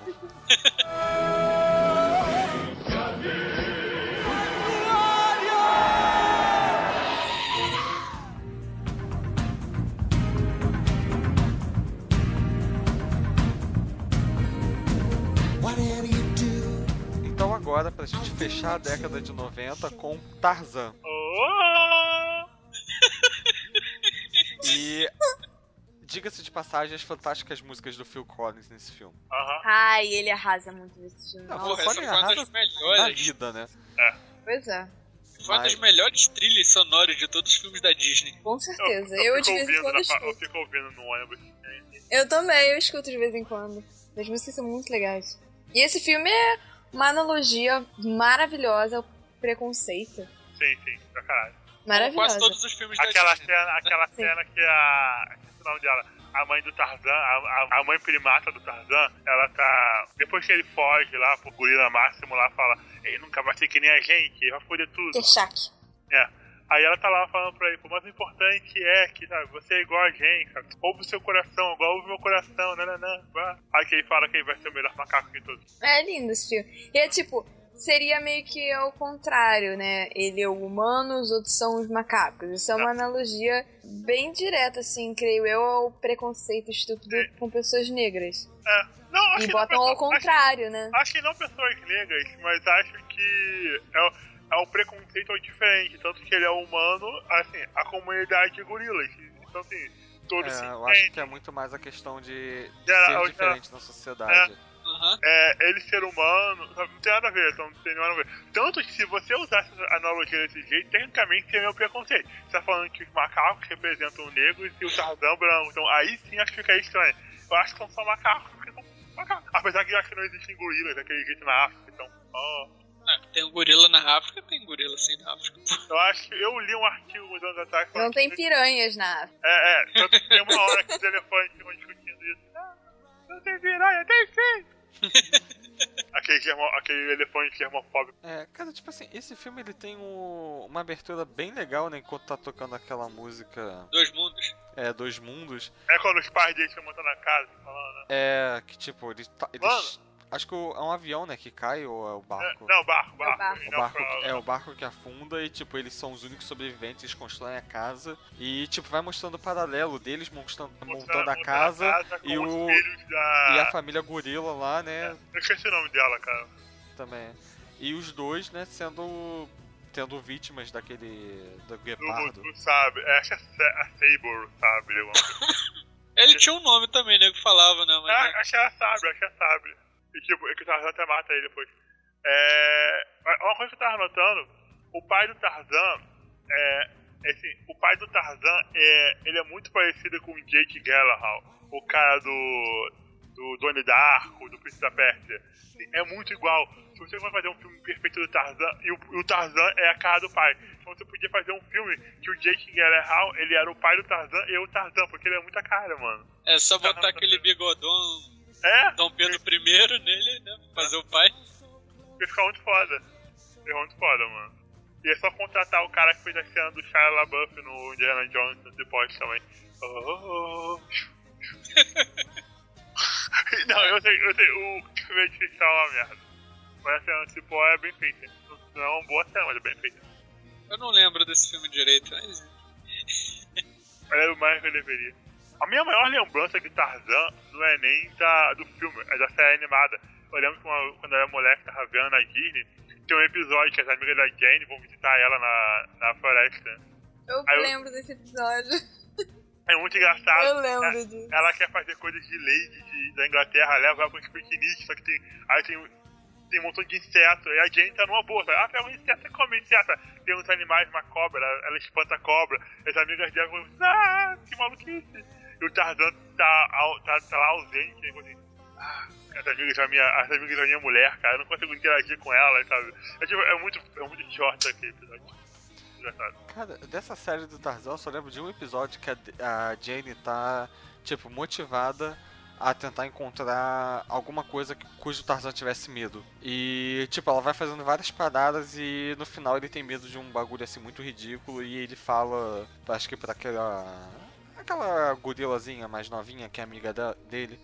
S7: Whatever you do,
S4: Então agora, pra gente fechar a década de 90 com Tarzan.
S1: Oh!
S4: E diga-se de passagem as fantásticas músicas do Phil Collins nesse filme.
S1: Aham.
S3: Ai, ele arrasa muito nesse filme.
S4: Não,
S3: Nossa,
S2: Porra,
S4: só
S2: essa
S4: me
S2: foi uma das
S4: arrasa Na
S2: melhores.
S4: vida, né?
S3: Pois é,
S2: Foi uma das
S4: Vai.
S2: melhores trilhas sonoras de todos os filmes da Disney.
S3: com certeza. Eu,
S1: fico
S3: de vez em
S1: ouvindo
S3: quando
S1: na fa- eu
S3: escuto.
S1: fico ouvindo no ônibus.
S3: Eu também, eu escuto de vez em quando. As músicas são muito legais. E esse filme é uma analogia maravilhosa ao preconceito.
S1: Sim, sim, pra caralho.
S3: Maravilhosa.
S2: Quase todos os filmes da
S1: Aquela
S2: Disney.
S1: cena, aquela
S3: Sim.
S1: cena que a. que é o nome dela? A mãe do Tarzan, a, a- a mãe primata do Tarzan, ela tá. Depois que ele foge lá pro gorila máximo lá, fala, ele nunca vai ser que nem a gente, ele vai foder tudo.
S3: Kershak.
S1: É. Aí ela tá lá falando pra ele, pô, mas o importante é que, sabe, você é igual a gente, sabe? Ouve o seu coração, igual ouve o meu coração, nananã, vá. Aí que ele fala que ele vai ser o melhor macaco de todos.
S3: É lindo esse filme. E é tipo, seria meio que ao contrário, né? Ele é o humano, os outros são os macacos. Isso é
S1: Tá.
S3: uma analogia bem direta, assim, creio eu, ao preconceito estúpido com pessoas negras.
S1: É. Não, acho
S3: E
S1: que
S3: botam
S1: não,
S3: ao
S1: pessoal, acho-
S3: contrário, né?
S1: Acho que não pessoas negras, mas acho que é, o- é um preconceito diferente. Tanto que ele é humano, assim, a comunidade de gorilas. Então, assim, todos se É,
S4: É, eu acho
S1: entendem.
S4: que é muito mais a questão de de
S1: Geral-
S4: ser
S1: geral-
S4: diferente na sociedade.
S2: Aham.
S1: É, ele ser humano, sabe, não tem nada a ver, então não tem nada a ver. Tanto que se você usasse essa analogia desse jeito, tecnicamente seria um preconceito. Você tá falando que os macacos representam negros e o Tarzan branco. Então aí sim acho que fica estranho. Eu acho que são só macacos, porque são macacos. Apesar que eu acho que não existem gorilas daquele jeito na África, então. ó.
S2: É, tem um gorila na África, tem gorila sim na África.
S1: Eu acho que eu li um artigo uns anos atrás falando
S3: Não tem
S1: que-
S3: piranhas na África.
S1: É, é, tanto que tem uma hora que os elefantes ficam discutindo isso. Ah, não tem piranha, tem sim! aquele, germo, aquele elefante germofóbico.
S4: É, cara, tipo assim, esse filme ele tem um- uma abertura bem legal, né? Enquanto tá tocando aquela música
S2: Dois mundos.
S4: é, Dois Mundos.
S1: É quando os pais deles estão montando a casa, falando, né?
S4: É, que tipo, ele tá- eles.
S1: Mano.
S4: Acho que o- é um avião, né? Que cai ou é o
S1: É,
S4: barco?
S1: Não, barco,
S3: É
S1: barco.
S3: o barco.
S4: O
S1: não,
S4: barco,
S1: pra-
S4: é o barco que afunda e, tipo, eles são os únicos sobreviventes, eles constroem a casa. E, tipo, vai mostrando o paralelo deles montando, montando a
S1: montando
S4: casa
S1: com
S4: e,
S1: os
S4: o,
S1: filhos da...
S4: e a família gorila lá, né?
S1: Eu esqueci o nome dela, cara.
S4: Também. E os dois, né, sendo. tendo vítimas daquele. do
S1: Do,
S4: guepardo.
S1: do sabe, é, acho que é Sa- a Saber, sabe? alguma coisa.
S2: Ele tinha um nome também, né? Que falava, né? Mas, né,
S1: Ah, acho que ela sabe, acho que ela sabe. E tipo, é que o Tarzan até mata ele depois. É. Uma coisa que eu tava notando, o pai do Tarzan, é. Assim, o pai do Tarzan é. Ele é muito parecido com o Jake Gyllenhaal, o cara do. do Donnie Darko, do Príncipe da Pérsia. É muito igual. Se você vai fazer um filme perfeito do Tarzan, e o, e o Tarzan é a cara do pai. Então você podia fazer um filme que o Jake Gyllenhaal, ele era o pai do Tarzan e eu o Tarzan, porque ele é muita cara, mano.
S2: É só botar aquele bigodão
S1: É?
S2: Dom Pedro I nele, né? Fazer o pai.
S1: Ia ficar é muito foda. Ia ficar muito foda, mano. E é só contratar o cara que fez a cena do Shia LaBeouf no Indiana Jones no Depois também. Oh. *laughs* Não, eu sei, eu sei, o filme de ficção é uma merda. Mas a cena do Cipó é bem feita. Não é uma boa cena, mas é bem feita.
S2: Eu não lembro desse filme direito, mas.
S1: Era o mais que eu deveria. A minha maior lembrança de Tarzan não é nem da, do filme, é da série animada. Eu lembro que uma- quando eu era moleque, tava vendo na Disney, tem um episódio que as amigas da Jane vão visitar ela na, na floresta.
S3: Eu
S1: Aí eu-
S3: lembro desse episódio.
S1: É muito engraçado.
S3: Eu lembro
S1: É,
S3: disso.
S1: Ela quer fazer coisas de lady de- da Inglaterra, leva ela pra um piquenique, só que tem. Aí tem, tem um montão de inseto. E a Jane tá numa boa, sabe? Ah, pega um inseto e come inseto. Tem uns animais, uma cobra, ela, ela espanta a cobra. As amigas dela falam, ah, que maluquice. E o Tarzan tá, au- tá, tá lá ausente, aí assim, ah, as amigas, da minha, as amigas da minha mulher, cara, eu não consigo interagir com ela, sabe? É, tipo, é muito, é muito idiota aquele episódio. Engraçado.
S4: Cara, dessa série do Tarzan, eu só lembro de um episódio que a, D- a Jane tá, tipo, motivada a tentar encontrar alguma coisa que- cujo Tarzan tivesse medo. E, tipo, ela vai fazendo várias paradas e no final ele tem medo de um bagulho assim muito ridículo e ele fala, acho que pra aquela. aquela gorilazinha mais novinha que é amiga da- dele.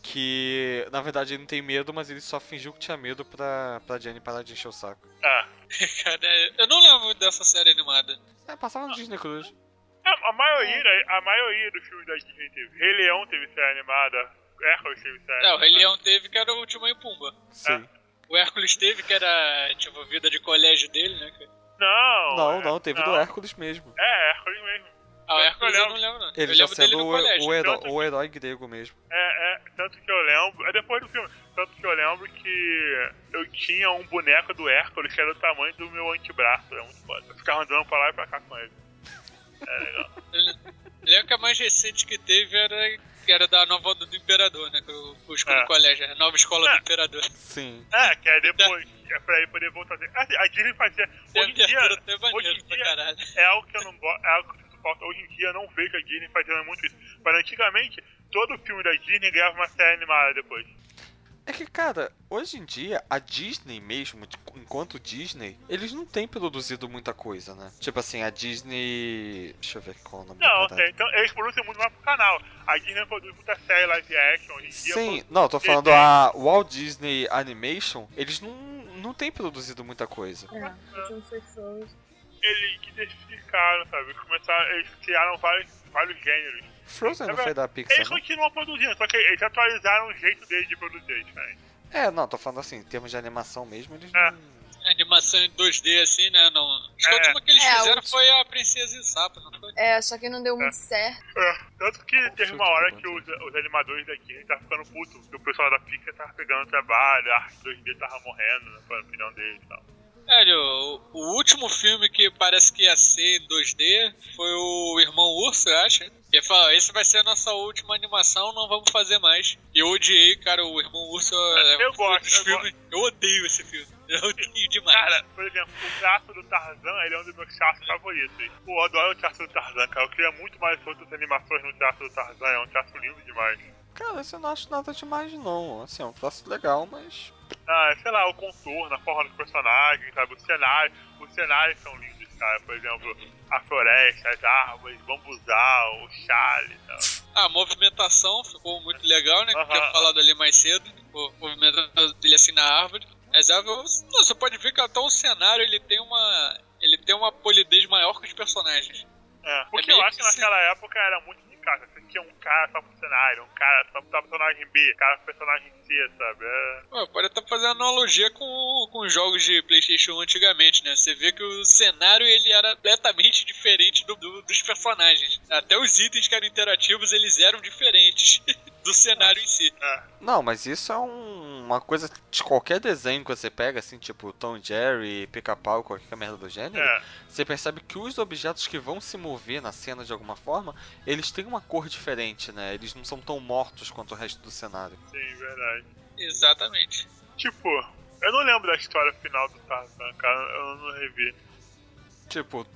S4: Que na verdade ele não tem medo, mas ele só fingiu que tinha medo pra, pra Jane parar de encher o saco.
S1: Ah.
S2: Cara, eu não lembro dessa série animada.
S4: É, passava no Disney Cruz.
S1: A, a
S4: É.
S1: maioria, a maioria dos filmes da Disney teve. Rei Leão teve série animada, Hércules teve série
S2: É, o
S1: animada.
S2: Rei Leão teve que era o Timão e Pumba.
S4: Sim.
S2: O Hércules teve que era, tipo, a vida de colégio dele, né? cara?
S1: Não,
S4: Não,
S1: é-
S4: não, teve do Hércules mesmo.
S1: É, Hércules mesmo.
S2: Ah, o
S1: Eu
S2: Hércules eu
S1: lembro.
S2: não lembro, não.
S4: Ele
S2: eu
S4: já
S2: lembro dele
S4: sendo
S2: no
S4: o,
S2: colégio.
S4: o heró-
S1: tanto
S4: o herói grego mesmo.
S1: É, é, tanto que eu lembro. É depois do filme. Tanto que eu lembro que eu tinha um boneco do Hércules que era do tamanho do meu antebraço. É muito foda. Eu ficava andando pra lá e pra cá com ele.
S2: Eu lembro que a mais recente que teve era, que era da nova onda do Imperador, né? Que eu busco
S1: É.
S2: no colégio, a nova escola
S1: É.
S2: do Imperador.
S4: Sim.
S1: É, que é depois. É pra ele poder voltar a ter. Assim, a Disney fazia.
S2: Tem um
S1: Hoje em dia.
S2: até
S1: Hoje
S2: maneiro
S1: em
S2: pra
S1: dia
S2: caralho.
S1: é algo que eu não gosto. É algo que eu sinto falta. Hoje em dia eu não vejo a Disney fazendo muito isso. Mas antigamente, todo filme da Disney ganhava uma série animada depois.
S4: É que, cara, hoje em dia, a Disney mesmo, t- enquanto Disney, eles não têm produzido muita coisa, né? Tipo assim, a Disney. Deixa eu ver qual é o nome
S1: Não,
S4: da parada.
S1: é, então eles produzem muito mais pro canal. A Disney produz muita série live action hoje em dia.
S4: Sim,
S1: produz-
S4: não, eu tô falando
S1: Disney.
S4: a Walt Disney Animation, eles não, não têm produzido muita coisa.
S3: É, o filme foi Frozen.
S1: Eles diversificaram, sabe? Eles começaram, eles criaram vários, vários gêneros.
S4: Frozen não
S1: Agora,
S4: foi da
S1: Eles
S4: Pixar, né?
S1: continuam produzindo, só que eles atualizaram o jeito deles de produzir, cara.
S4: É, não, tô falando assim, em termos de animação mesmo, eles
S1: É.
S4: não.
S2: A animação em 2D, assim, né? Não... Acho que
S1: É.
S2: a última que eles
S3: É, a
S2: fizeram
S3: última.
S2: foi a Princesa e o Sapo, não foi?
S3: É, só que não deu muito certo.
S1: É, tanto que
S4: Qual
S1: teve
S4: filme
S1: uma
S4: que
S1: hora
S4: tá
S1: que os, os animadores da Disney estavam ficando putos, que o pessoal da Pixar tava pegando trabalho, a arte 2D tava morrendo, né, pra opinião deles e tal.
S2: Velho, o, o último filme que parece que ia ser em 2D foi o Irmão Urso, eu acho. Ele falou, esse vai ser a nossa última animação, não vamos fazer mais. E eu odiei, cara, o Irmão Urso. é um
S1: gosto,
S2: dos
S1: eu
S2: filmes- Eu odeio esse filme. Eu odeio demais.
S1: Cara, por exemplo, o traço do Tarzan, ele é um dos meus traços favoritos. Pô, eu adoro o traço do Tarzan, cara. Eu queria muito mais outras animações no traço do Tarzan, é um traço lindo demais.
S4: Cara, isso eu não acho nada demais, não. Assim, é um troço legal, mas.
S1: Ah, sei lá, o contorno, a forma dos personagens, sabe? O cenário. Os cenários são lindos, cara. Por exemplo, a floresta, as árvores, o bambuzal, o chale e tal.
S2: Ah, A movimentação ficou muito legal, né? Que eu
S1: Aham.
S2: tinha falado ali mais cedo. O movimento dele assim na árvore. Mas a árvore, não, você pode ver que até o cenário ele tem uma. Ele tem uma polidez maior que os personagens.
S1: É, porque
S2: É
S1: eu
S2: meio
S1: acho que
S2: que se-
S1: naquela época era muito de casa. Você tinha um cara só pro cenário, um cara só pro personagem B, um cara pro personagem C, sabe? É,
S2: Ué, pode até fazer analogia com, com os jogos de Playstation 1 antigamente, né? Você vê que o cenário ele era completamente diferente do, do- dos personagens. Até os itens que eram *laughs* interativos eles eram diferentes do cenário em si.
S1: é.
S4: Não, mas isso é um- uma uma coisa de qualquer desenho que você pega, assim, tipo Tom e Jerry, Pica-Pau, qualquer merda do gênero,
S1: É.
S4: você percebe que os objetos que vão se mover na cena de alguma forma, eles têm uma cor diferente, né? Eles não são tão mortos quanto o resto do cenário.
S1: Sim, verdade.
S2: Exatamente.
S1: Tipo, eu não lembro da história final do Tarzan, cara. Eu não revi.
S4: Tipo,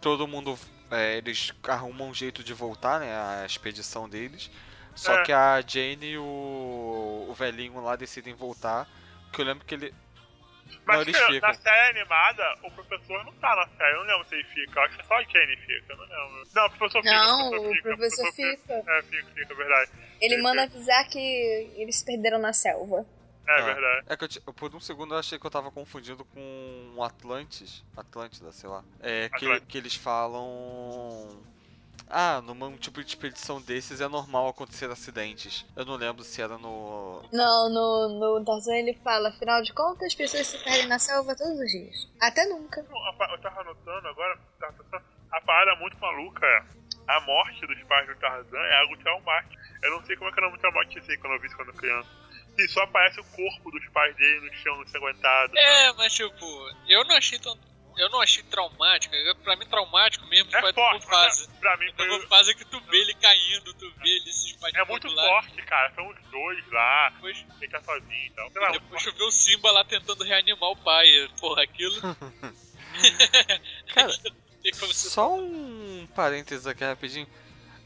S4: todo mundo. é, eles arrumam um jeito de voltar, né? A expedição deles. Só
S1: É.
S4: que a Jane e o, o velhinho lá decidem voltar. Que eu lembro que ele. Não,
S1: Mas
S4: eles
S1: cara, na
S4: ficam.
S1: série animada, o professor não tá na série. Eu não lembro se ele fica. Eu acho que é só a Jenny fica. Eu não lembro. Não, o professor fica.
S3: Não, o professor fica.
S1: É, fica, fica, verdade.
S3: Ele manda avisar que eles perderam na selva.
S1: É,
S4: Ah,
S1: verdade.
S4: É que eu ti- por um segundo eu achei que eu tava confundindo com um Atlantis. Atlântida, sei lá. É, que,
S1: Atlântida.
S4: que eles falam. Ah, num tipo de expedição desses é normal acontecer acidentes. Eu não lembro se era no.
S3: Não, no, no Tarzan ele fala, afinal de contas, as pessoas se perdem na selva todos os dias. Até nunca.
S1: Não, a pa- Eu tava notando agora, tava pensando, a parada muito maluca é. A morte dos pais do Tarzan é algo traumático. Eu não sei como é que era muito traumático isso aí quando eu vi isso quando criança. E só aparece o corpo dos pais dele no chão, ensanguentado.
S2: É, mas tipo, eu não achei tão. Eu não achei traumático. Eu- Pra mim, traumático mesmo
S1: É
S2: foi a
S1: forte,
S2: tua fase.
S1: mas é- pra mim
S2: A
S1: foi.
S2: tua fase é que tu vê ele caindo, tu vê ele se
S1: É
S2: espatifando
S1: muito
S2: lá.
S1: forte, cara. São os dois lá,
S2: Depois,
S1: ele tá sozinho e tal. Sei lá,
S2: depois tu vê o Simba lá tentando reanimar o pai. Porra, aquilo. *laughs*
S4: Cara,
S2: não tem como você-
S4: Só um parênteses aqui rapidinho.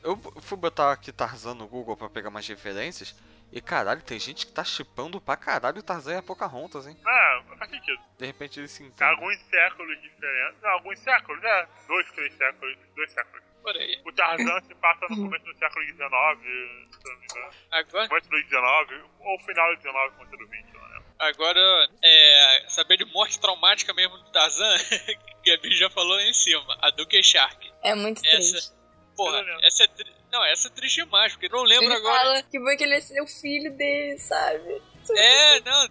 S4: Eu b- fui botar aqui Tarzan no Google pra pegar mais referências. E caralho, tem gente que tá chipando pra caralho o Tarzan e a Pocahontas, hein?
S1: Ah, faz sentido.
S4: De repente eles se entendem.
S1: Alguns séculos diferentes. Não, alguns séculos, é. Dois, três séculos. Dois séculos.
S2: Por aí.
S1: O Tarzan se passa no começo do século XIX, se não me engano.
S2: Agora,
S1: Começo do XIX, ou final do XIX, começo do XX, não lembro.
S2: agora é, saber de morte traumática mesmo do Tarzan, *laughs* que a Bi já falou lá em cima. A Duke Shark.
S3: É muito triste.
S2: Essa. Porra,
S1: Eu não lembro.
S2: essa é. Tri... Não, essa é triste demais, porque eu não lembro
S3: ele
S2: agora.
S3: fala que bom que ele ia ser o filho dele, sabe?
S2: É, não.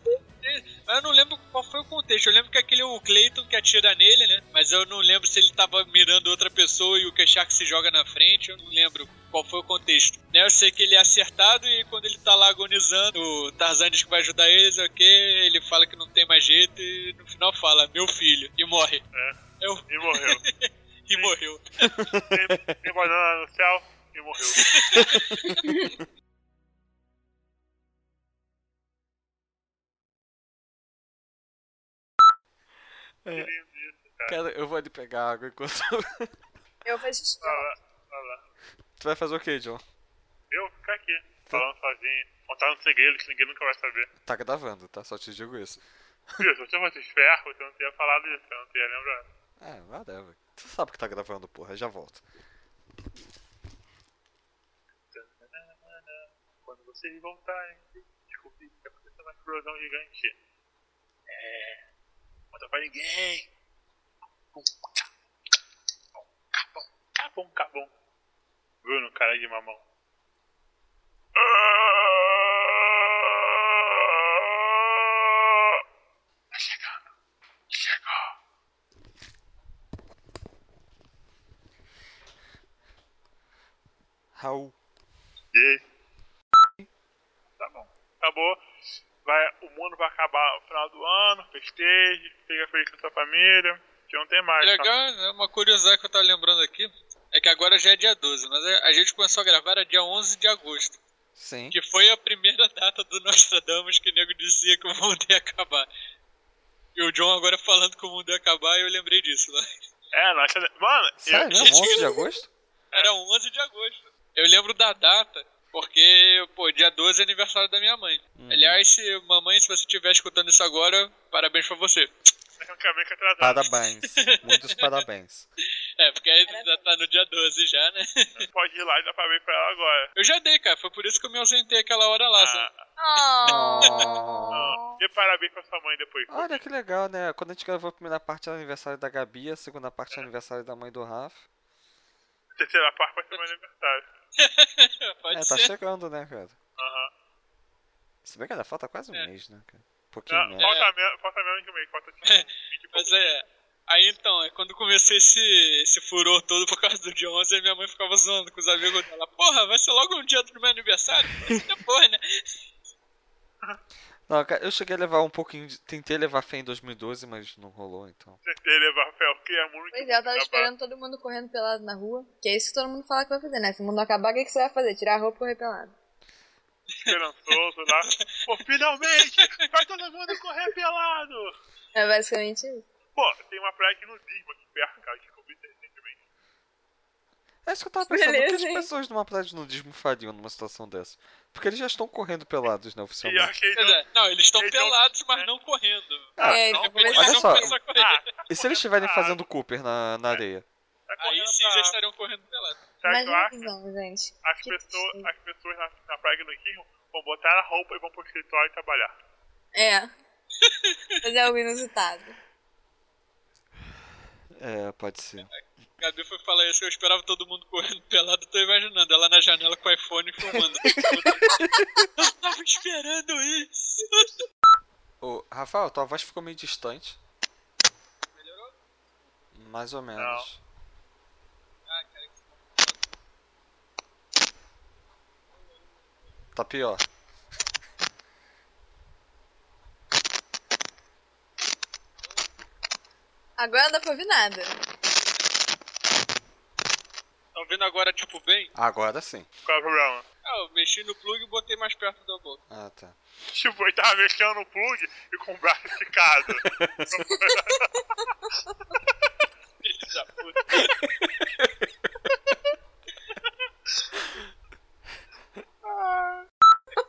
S2: Mas eu não lembro qual foi o contexto. Eu lembro que aquele é o Clayton que atira nele, né? Mas eu não lembro se ele tava mirando outra pessoa e o Keshak se joga na frente. Eu não lembro qual foi o contexto. Né? Eu sei que ele é acertado e quando ele tá lá agonizando, o Tarzan diz que vai ajudar eles, ok? Ele fala que não tem mais jeito e no final fala, meu filho, e morre. Eu,
S1: E morreu.
S2: e morreu.
S1: tem, tem banana no céu e morreu.
S4: É.
S1: Que lindo isso, cara.
S4: Cara, eu vou ali pegar água enquanto. *laughs*
S3: Eu vejo isso.
S1: Vai lá, vai lá.
S4: tu vai fazer o quê, John?
S1: Eu vou ficar aqui, falando sozinho, contando segredos que ninguém nunca vai saber.
S4: Tá gravando, tá? Só te digo isso.
S1: Viu, se você fosse esperto, você não teria falado isso, você não teria lembrado.
S4: É, whatever. Tu sabe que tá gravando, porra, já volto.
S1: Quando vocês voltarem, descobri que aconteceu uma explosão gigante. É. Não conta pra ninguém! Cabum, cabum, cabum. Bruno, cara de mamão. Tá chegando. Chegou.
S4: Raul.
S1: E aí? Tá bom. Acabou. Vai, o mundo vai acabar no final do ano, festeje, fica feliz com sua família, que não tem mais. tá?
S2: Legal, né? uma curiosidade que eu tava lembrando aqui é que agora já é dia 12, mas a a gente começou a gravar a dia 11 de agosto.
S4: Sim.
S2: Que foi a primeira data do Nostradamus que o nego dizia que o mundo ia acabar. E o John agora falando que o mundo ia acabar, eu lembrei disso. Né?
S1: É, nós. Mano,
S4: Sério
S1: eu,
S4: mesmo? 11 de agosto? É.
S2: Era 11 de agosto. Eu lembro da data, porque, pô, dia 12 é aniversário da minha mãe.
S4: Uhum.
S2: Aliás, se- mamãe, se você estiver escutando isso agora, parabéns pra você.
S1: tecnicamente atrasado.
S4: Parabéns. Muitos parabéns.
S2: É, porque aí já tá no dia 12 já, né?
S4: Tá.
S1: Pode ir lá e dá parabéns pra ela agora.
S2: Eu já dei, cara, foi por isso que eu me ausentei aquela hora lá, sabe?
S1: Ah,
S3: Oh.
S1: ah, Dê parabéns pra sua mãe depois.
S4: Olha que legal, né? Quando a gente gravou a primeira parte era aniversário da Gabi, a segunda parte era aniversário da mãe do Rafa.
S1: Terceira parte vai ser meu aniversário.
S2: Pode
S4: é, tá
S2: ser.
S4: chegando, né, cara?
S1: Aham.
S4: Se bem que ainda falta quase um
S2: É.
S4: mês, né, cara? Um pouquinho
S1: Não,
S4: menos.
S1: Falta, me- falta menos de um mês,
S4: *laughs*
S1: falta tipo 20 e pouco.
S2: Mas é. Aí então, é quando começou esse, esse furor todo por causa do dia 11, aí minha mãe ficava zoando com os amigos *laughs* dela. Porra, vai ser logo um dia do meu aniversário? Vai ser Depois, né?
S4: Não, cara, eu cheguei a levar um pouquinho de... Tentei levar fé em 2012, mas não rolou, então.
S1: Tentei levar fé, que é muito.
S3: Pois é, eu tava esperando todo mundo correndo pelado na rua. Que é isso que todo mundo fala que vai fazer, né? Se o mundo acabar, o que, que você vai fazer? Tirar a roupa e correr pelado.
S1: Esperançoso lá. Pô, finalmente! Vai todo mundo correr pelado!
S3: É basicamente isso.
S1: Pô, tem uma praia de nudismo aqui perto, cara. Descobri isso recentemente.
S4: É isso que eu tava pensando. o
S3: Beleza,
S4: que as
S3: hein?
S4: pessoas numa praia de nudismo fariam numa situação dessa? Porque eles já estão correndo pelados, né,
S1: E
S4: oficialmente.
S1: achei.
S2: Quer dizer, não, eles É. estão
S1: Eles tão-
S2: pelados, mas não correndo.
S4: Ah,
S3: é, ele
S1: não,
S3: vai
S1: mas
S3: começar
S4: olha
S3: a
S4: só.
S3: correr.
S2: Começa a correr.
S1: Ah,
S4: E se eles estiverem
S1: Ah.
S4: fazendo Cooper na, na areia?
S1: tá correndo
S2: *laughs* Aí sim
S1: pra-
S2: já estariam correndo pelados.
S1: Será que eu
S3: Imagina a
S1: acho?
S3: visão, gente.
S1: As
S3: Que
S1: pessoas,
S3: tristeza.
S1: as pessoas na, na praia do Nudismo vão botar a roupa e vão pro escritório trabalhar.
S3: É. Mas é algo inusitado.
S4: É, pode ser.
S2: Gabi foi falar isso, eu esperava todo mundo correndo pelado, tô imaginando. Ela na janela com o iPhone *laughs* filmando. eu tava esperando isso.
S4: Ô, Rafael, tua voz ficou meio distante. Melhorou? Mais ou menos.
S2: Ah,
S4: Tá pior.
S3: Agora não dá pra ouvir nada.
S2: Tá vendo agora, tipo, bem?
S4: Agora sim.
S1: Qual é o problema? *laughs*
S2: Ah, eu mexi no plug e botei mais perto da boca.
S4: Ah, tá.
S1: Tipo, ele tava mexendo no plug e com o braço esticado.
S2: Filho da puta.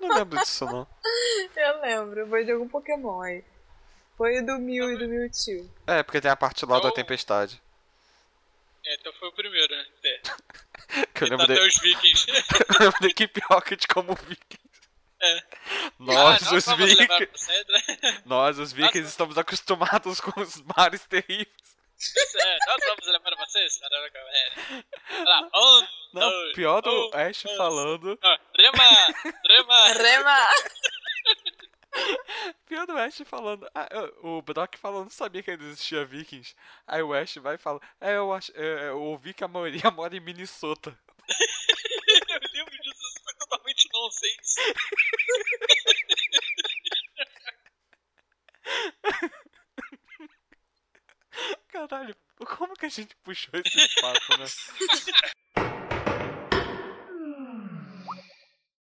S4: Não lembro disso, não.
S3: Eu lembro, foi de algum Pokémon aí. Foi o do Mil e do Mewtwo.
S4: É, porque tem a parte lá da
S2: Eu-
S4: tempestade.
S2: É, então foi o primeiro, né? É.
S4: Que eu
S2: Tá
S4: lembro,
S2: até
S4: *laughs* da,
S2: os vikings. *laughs*
S4: eu lembro da equipe Rocket como *laughs* vikings.
S2: É.
S4: Nós,
S2: não
S4: os
S2: vamos levar
S4: vikings.
S2: pra sério, né? *laughs*
S4: Nós, os vikings,
S2: Nossa.
S4: estamos acostumados *laughs* com os mares terríveis.
S2: É, nós vamos levar vocês? Caraca, velho. Olha lá, é. um,
S4: Não,
S2: dois,
S4: pior do
S2: um,
S4: Ash
S2: dois.
S4: falando.
S2: Ah, Rema! Rema!
S3: *laughs* Rema!
S4: Pior do Ash falando. Ah, eu- o Brock falando, não sabia que ainda existia Vikings. Aí o Ash vai e fala: É, eu, acho, é, eu ouvi que a maioria *laughs* mora em Minnesota.
S2: *laughs* Eu lembro disso, isso foi totalmente nonsense. *laughs*
S4: Caralho, como que a gente puxou esse papo, né?